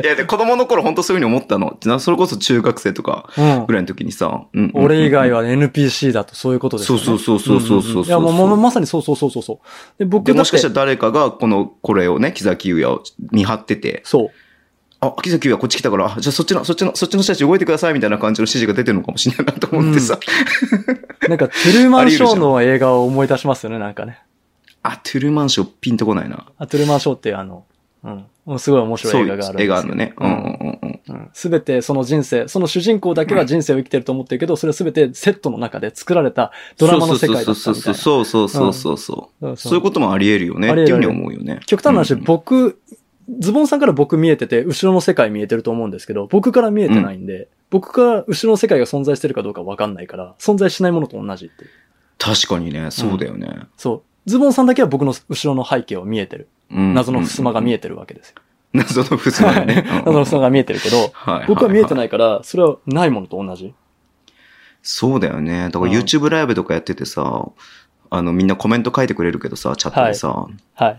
S2: いや、で子供の頃本当そういうふうに思ったの。なそれこそ中学生とか
S3: うん
S2: ぐ。らいの時にさ、うんうんうん
S3: 俺以外は NPC だとそういうことですよね。
S2: そうそうそうそうそうそうそうん
S3: んんいや、もうもうまさにそうそうそうそうそう。で、僕
S2: で、
S3: だ
S2: も
S3: っ
S2: しか
S3: て
S2: した、ら誰かがこの、これをね、木崎優也を見張ってて、
S3: そう。
S2: あ、木崎優也こっち来たから、あじゃあそっちの、そっちの、そっちの人たち動いてくださいみたいな感じの指示が出てるのかもしれないなと思ってさ、
S3: なんか、トゥルーマンショーの映画を思い出しますよね、なんかね。
S2: あ、トゥルーマンションピンとこないな。
S3: あトゥルーマンショーっていうあの、うんうん。すごい面白
S2: そ
S3: いう映
S2: い
S3: 画
S2: う
S3: があるんです
S2: 絵
S3: よ
S2: があるのね。うんうんうんうん。
S3: うんすべてその人生、その主人公だけは人生を生きてると思ってるけど、それはすべてセットの中で作られたドラマの世界だったみたいな。
S2: そうそうそうそうそうそうそうそう、
S3: うん
S2: そういうこともあり得るよねっていうふうに思うよね。
S3: 極端な話、
S2: うん
S3: 僕、ズボンさんから僕見えてて、後ろの世界見えてると思うんですけど、僕から見えてないんで、僕から後ろの世界が存在してるかどうかわかんないから、存在しないものと同じっていう。
S2: 確かにね、そうだよね。
S3: そう。ズボンさんだけは僕の後ろの背景を見えてる。
S2: うん
S3: 謎の襖が見
S2: え、
S3: えてるわけですよ。
S2: うん謎の襖 がね。
S3: 謎の襖が見えてるけど、
S2: が
S3: 僕は見えて
S2: い。
S3: ないから、それはないものと同じ。
S2: そうだよね。だから
S3: うん
S2: YouTube ライブとかやっててさ、あのみんなコメント書いてくれるけどさ、チャットでさ、
S3: はい。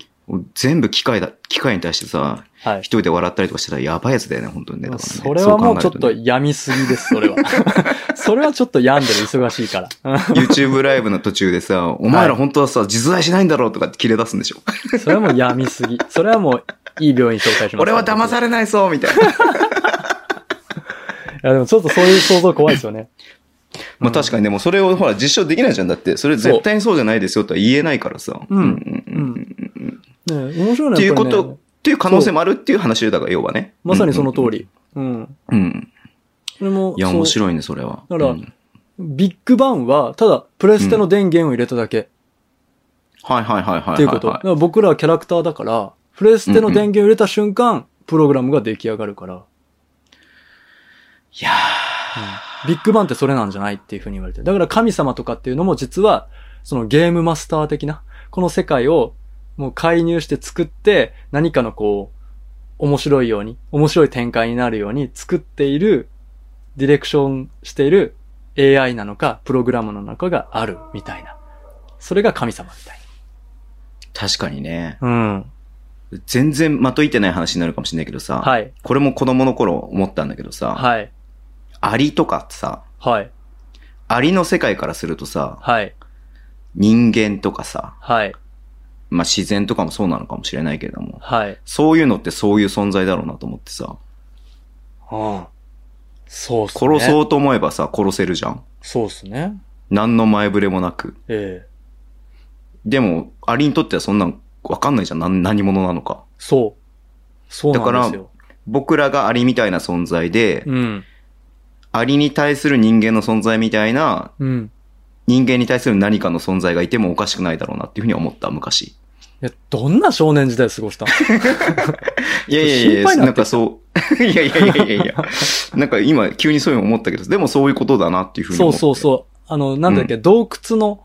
S2: 全部機械だ、機械に対してさ、
S3: はい
S2: 一。人で笑ったりとかしたらやばいやつだよね、本当にね。だからね
S3: それはもうちょっ
S2: そ
S3: と
S2: 考える
S3: 病みすぎです、そ れは。それはちょっと病んでる、忙しいから。
S2: とね YouTube ライブの途中で さ、お前ら本当はさ、実在しないんだろうとかって切れ出すんでしょ。
S3: うんそれはもう病みすぎ。それはもう、いい病院紹介します。
S2: 俺は騙されないぞみたい な。
S3: いや、でもちょっとそういう想像怖いですよ ね。
S2: まあ確かにでもそれをほら実証できないじゃん。だって、それ絶対にそうじゃないですよとは言えないからさ。
S3: うん
S2: うんうん
S3: ね面白いね。
S2: っていうこ
S3: やっぱりね
S2: と、っていう可能性もあるっていう話だから、要はね。
S3: まさにその通り。うん。
S2: うん。うん。
S3: それも、
S2: いや、
S3: そう
S2: 面白いね、それは。
S3: だから
S2: うん
S3: ビッグバンは、ただ、プレステの電源を入れただけ
S2: はいはいはいはい。
S3: っていうこと。だ
S2: は
S3: から僕らはキャラクターだから、プレステの電源を入れた瞬間、プログラムが出来上がるから、
S2: いや
S3: ビッグバンってそれなんじゃないっていうふうに言われてる。だから神様とかっていうのも実は、そのゲームマスター的な、この世界をもう介入して作って、何かのこう、面白いように、面白い展開になるように作っている、ディレクションしている AI なのか、プログラムなのかがあるみたいな。それが神様みたい
S2: ー確かにね。
S3: な。うん。
S2: 全然まといてない話になるかもしれないけどさ。
S3: はい。
S2: これも子供の頃思ったんだけどさ。
S3: はい。
S2: アリとかってさ、
S3: はい。
S2: アリの世界からするとさ、
S3: はい。
S2: 人間とかさ、
S3: はい。
S2: まあ自然とかもそうなのかもしれないけれども、
S3: はい。
S2: そういうのってそういう存在だろうなと思ってさ。
S3: うん。そうっすね。
S2: 殺そうと思えばさ、殺せるじゃん。
S3: そうっすね。
S2: 何の前触れもなく。
S3: ええ
S2: でも、アリにとってはそんなんわかんないじゃん。なん何者なのか。
S3: そう。そうなんですよ。
S2: 僕らがアリみたいな存在で、
S3: うん。
S2: アリに対する人間の存在みたいな、
S3: うん。
S2: 人間に対する何かの存在がいてもおかしくないだろうなっていうふうに思った、昔。
S3: いや、どんな少年時代過ごしたの
S2: いやいやいや、
S3: 心配に
S2: な
S3: なんって
S2: か
S3: き
S2: そう、 いやいやいやいやいや、なんか今急にそういうの思ったけど、でもそういうことだなっていうふうに
S3: そ
S2: 思っ
S3: う
S2: て。
S3: そうそう。あの、なんだっけ、洞窟の、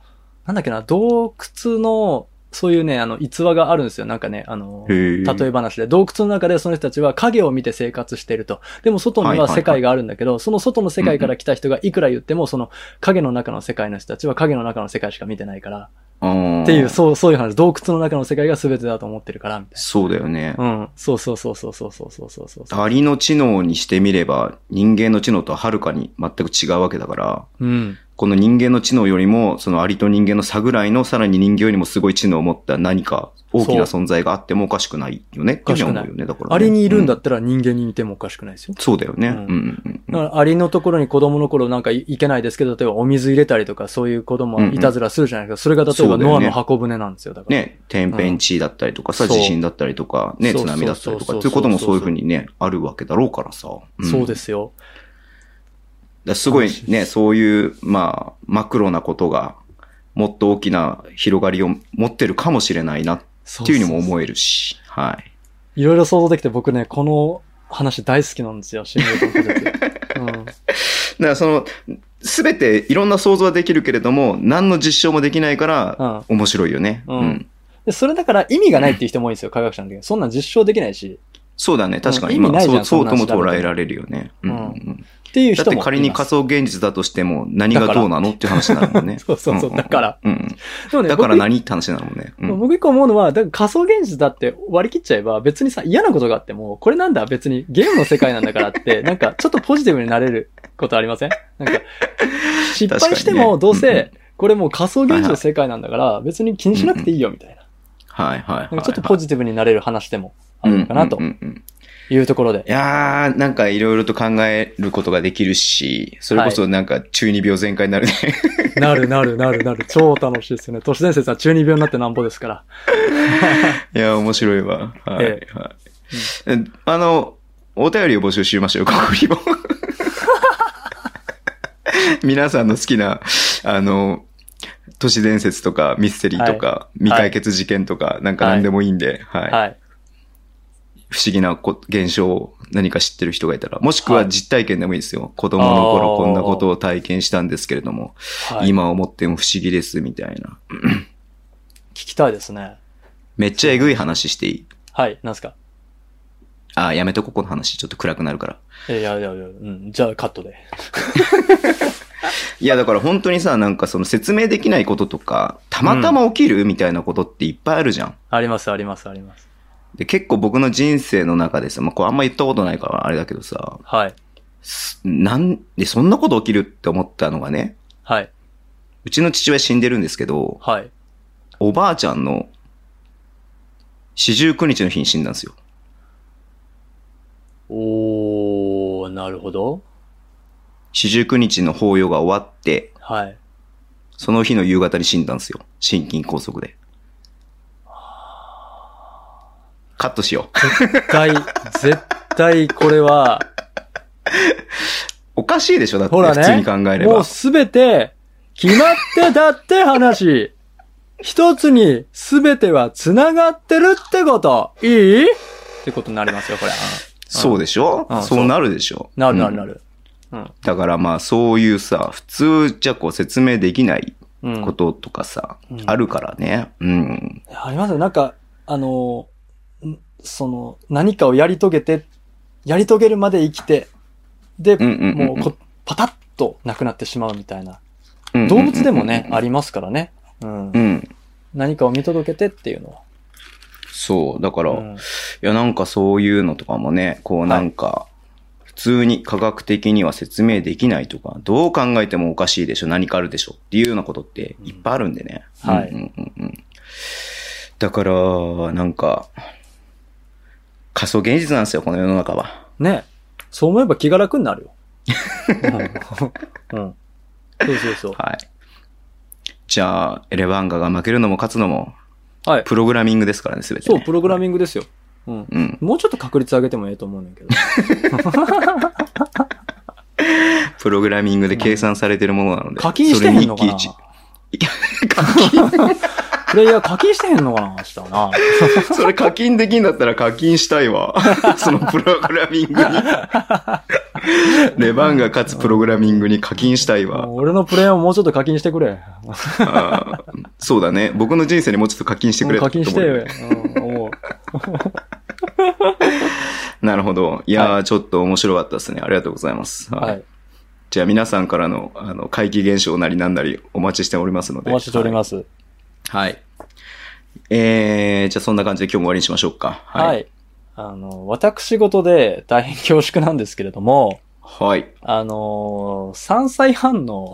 S3: なんだっけな、洞窟の、そういうね、あの、逸話があるんですよ。なんかね、あの、
S2: へー
S3: 例え話で、洞窟の中でその人たちは影を見て生活していると。でも外
S2: は
S3: に
S2: いは
S3: はい
S2: はい
S3: 世界があるんだけど、その外の世界から来た人がいくら言っても、その影の中の世界の人たちは影の中の世界しか見てないから、
S2: あー
S3: っていう、そう、そういう話、洞窟の中の世界が全てだと思ってるから、みたい
S2: そうだよね。
S3: な。うん。そうそうそうそうそうそうそうそうそう。
S2: アリの知能にしてみれば、人間の知能とははるかに全く違うわけだから、
S3: うん。
S2: この人間の知能よりも、そのアリと人間の差ぐらいの、さらに人間よりもすごい知能を持った何か大きな存在があってもおかしくないよね。っていうふうに思うよね。だから、ね。
S3: アリにいるんだ
S2: う
S3: ったら人間にいてもおかしくないですよ。
S2: そうだよね。う
S3: うん
S2: う
S3: ん
S2: んうん
S3: だからアリのところに子供の頃なんかいいけないですけど、例えばお水入れたりとかそういう子供はいたずらするじゃないですか。それが例えばノアの箱舟なんですよ。だから。
S2: ね、天変地異だったりとかさ、
S3: うんそう
S2: 地震だったりとか、ね、
S3: そう
S2: 津波だったりとか、
S3: そうそうそう
S2: ということもそういうふうにね、あるわけだろうからさ。。
S3: そうですすよ。
S2: だからすごいね、そういう、まあ、マクロなことが、もっと大きな広がりを持ってるかもしれないなっ
S3: そ
S2: ていうふうにも
S3: う
S2: 思えるし、はい。
S3: そう。いろいろ想像できて僕ね、この話大好きなんですよ。心霊特撮うん。
S2: だからその、すべていろんな想像はできるけれども、何の実証もできないから、面白いよね。
S3: うん
S2: うん。
S3: で、それだから意味がないっていう人も多いんですよ。科学者の時に。そんなん実証できないし。
S2: そうだね。確かに
S3: うん意味
S2: 今、
S3: ないじゃん
S2: そう、そうとも
S3: そん
S2: 捉
S3: なの調べても
S2: えられるよね。うんうんうん。
S3: っていう
S2: だっ
S3: 人も
S2: て
S3: います。
S2: 仮に仮想現実だとしても、何がどうなのっていう話になるもんね。
S3: そうそうそう。
S2: んんん
S3: だから。。
S2: うんうん
S3: でもね、
S2: だから
S3: 僕
S2: 何って話になるもんね。うん
S3: 僕一個思うのは、だから仮想現実だって割り切っちゃえば別にさ、嫌なことがあっても、これなんだ別にゲームの世界なんだか らって、なんかちょっとポジティブになれることありませんなんか、失敗して
S2: 確かにね
S3: もどう
S2: うんうん
S3: せ、これもう仮想現実の世界なんだから、別に気にしなくていいよみたいな。
S2: はいはいはい
S3: なん
S2: はい。
S3: かちょっとポジティブになれる話でもあるのかなと
S2: うんうんうん
S3: いうところで。
S2: いやー、なんかいろいろと考えることができるし、それこそなんか中二病全開になるね。
S3: なるなるなるなる。超楽しいですよね。都市伝説は中二病になってなんぼですから。
S2: いや、面白いわ。はい、
S3: え
S2: はい。えあの、お便りを募集しましょう、ここにも。 皆さんの好きな、あの、都市伝説とかミステリーとか、未解決事件とか、なんか何でもいいんで、はい。
S3: はい。
S2: 不思議なこ現象を何か知ってる人がいたら、もしくは
S3: はい
S2: 実体験でもいいですよ。子供の
S3: あ
S2: 頃
S3: ー
S2: こんなことを体験したんですけれども、
S3: はい、
S2: 今思っても不思議です、みたいな。
S3: 聞きたいですね。
S2: めっちゃえぐい話していい
S3: はい。なんすか
S2: あー、やめとここの話、ちょっと暗くなるから。
S3: いやいやいやいや、うん。じゃあカットで。
S2: いや、だから本当にさ、なんかその説明できないこととか、たまたま起きるみたいなことっていっぱいあるじゃん。
S3: ありますありますあります。
S2: で、結構僕の人生の中でさ、まあ、これあんま言ったことないからあれだけどさ、
S3: はい。
S2: すなんでそんなこと起きるって思ったのがね、
S3: はい。
S2: うちの父親死んでるんですけど、
S3: はい。
S2: おばあちゃんの四十九日の日に死んだんですよ。
S3: おー、なるほど。
S2: 四十九日の法要が終わって、
S3: はい。
S2: その日の夕方に死んだんですよ。心筋梗塞で。カットしよう。
S3: 絶 対、絶対これは、
S2: おかしいでしょだって
S3: ほら
S2: 普
S3: ね
S2: 通に考えれば。
S3: もうすべて、決まってたって話。一つにすべては繋がってるってこと。いいってことになりますよ、これ。
S2: そうでしょ
S3: うん
S2: そうなるでしょ
S3: うんなるなる
S2: う
S3: なんる。うん。
S2: だからまあそういうさ、普通じゃこう説明できない
S3: うん。
S2: こととかさ、
S3: うん
S2: あるからね。うん。
S3: ありますよ。なんか、あの、んその、何かをやり遂げて、やり遂げるまで生きて、で、
S2: うんうんうん
S3: もうこ、パタッとなくなってしまうみたいな。
S2: うん
S3: 動物でもね、あ
S2: り。
S3: りますからね。うん
S2: う。ん。
S3: 何かを見届けてっていうのは。
S2: そう。だから、
S3: う
S2: い
S3: ん
S2: やなんかそういうのとかもね、こうなんか、普通に科学的には説明できないとか、どう考えてもおかしいでしょ、何かあるでしょっていうようなことっていっぱいあるんでね。
S3: うんはい
S2: うんうんうんうんだから、なんか、仮想現実なんですよ、この世の中は。
S3: ね。そう思えば気が楽になるよ。うんうん。そうそうそう。
S2: はい。じゃあ、エレバンガが負けるのも勝つのも、
S3: はい
S2: プログラミングですからね、すべて、
S3: そう、プログラ
S2: ミ
S3: ミングですよ。うん。
S2: ング。うん。
S3: もうちょっと確率上げてもええと思う ねんけど。
S2: プログラミングで計算されてるものなので。
S3: 課金してへんのかな
S2: それに一喜一
S3: プレイヤー課金してへんのかな明日はな。
S2: 憂 それ課金できんだったら課金したい わ。そのプログラミングに。レバンガ勝つプログラミングに課金したいわ
S3: も。う俺のプレイヤーももうちょっと課金してくれ。
S2: あーそうだね。僕の人生にもうちょっと課金してくれ
S3: 課金して、
S2: と思う
S3: うん、思う。
S2: なるほど。いやー、
S3: は
S2: ちょっと面白かったですね。ありがとうございます。
S3: は
S2: はい
S3: い。
S2: じゃあ皆さんからの、あの、怪奇現象なりなんなりお待ちしておりますの
S3: お
S2: で。
S3: 待ちしております。
S2: す。はい。えー、じゃあそんな感じで今日も終わりにしましょうか。
S3: はい。
S2: い。
S3: あの、私事で大変恐縮なんですけれども、
S2: はい。
S3: あのー、3歳半の、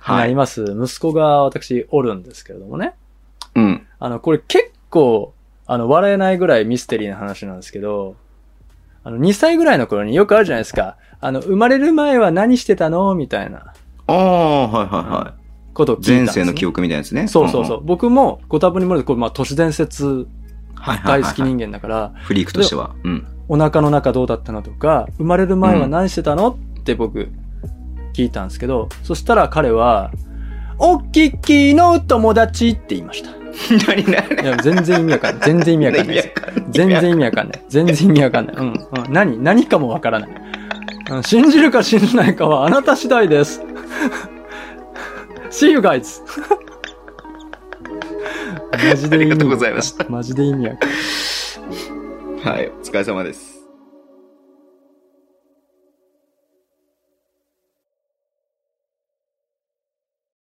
S2: は
S3: あり
S2: い。
S3: ます、息子が私おるんですけれどもね。
S2: うん。
S3: あの、これ結構、あの、笑えないぐらいミステリーな話なんですけど、あの、2歳ぐらいの頃によくあるじゃないですか。あの、生まれる前は何してたのみたいな
S2: ああ、はいはいはい。
S3: ことを聞いたんです、
S2: 前
S3: ね。
S2: 世の記憶みたいなやつね。
S3: そうそうそう。
S2: んん。
S3: 僕もご多分に漏れて、これまあ都市伝説
S2: はいはい
S3: 大
S2: は
S3: 好
S2: い
S3: き
S2: はい。
S3: 人間だから、
S2: フリークとしては。 うん。
S3: お腹の中どうだったのとか、生まれる前は何してたの、って僕聞いたんですけど、そしたら彼は、おっきっきの友達って言いました。い
S2: 何何
S3: や、全然意味 わかんない。全然意味わかんないです。全然意味わかんない。全然意味わかんない。うん。うん、何何かもわからない、うん。信じるか信じないかはあなた次第です。See you guys! マジで意味
S2: ありが
S3: わかんな
S2: とうございました
S3: マジで意味わかんな い
S2: はい。お疲れ様です。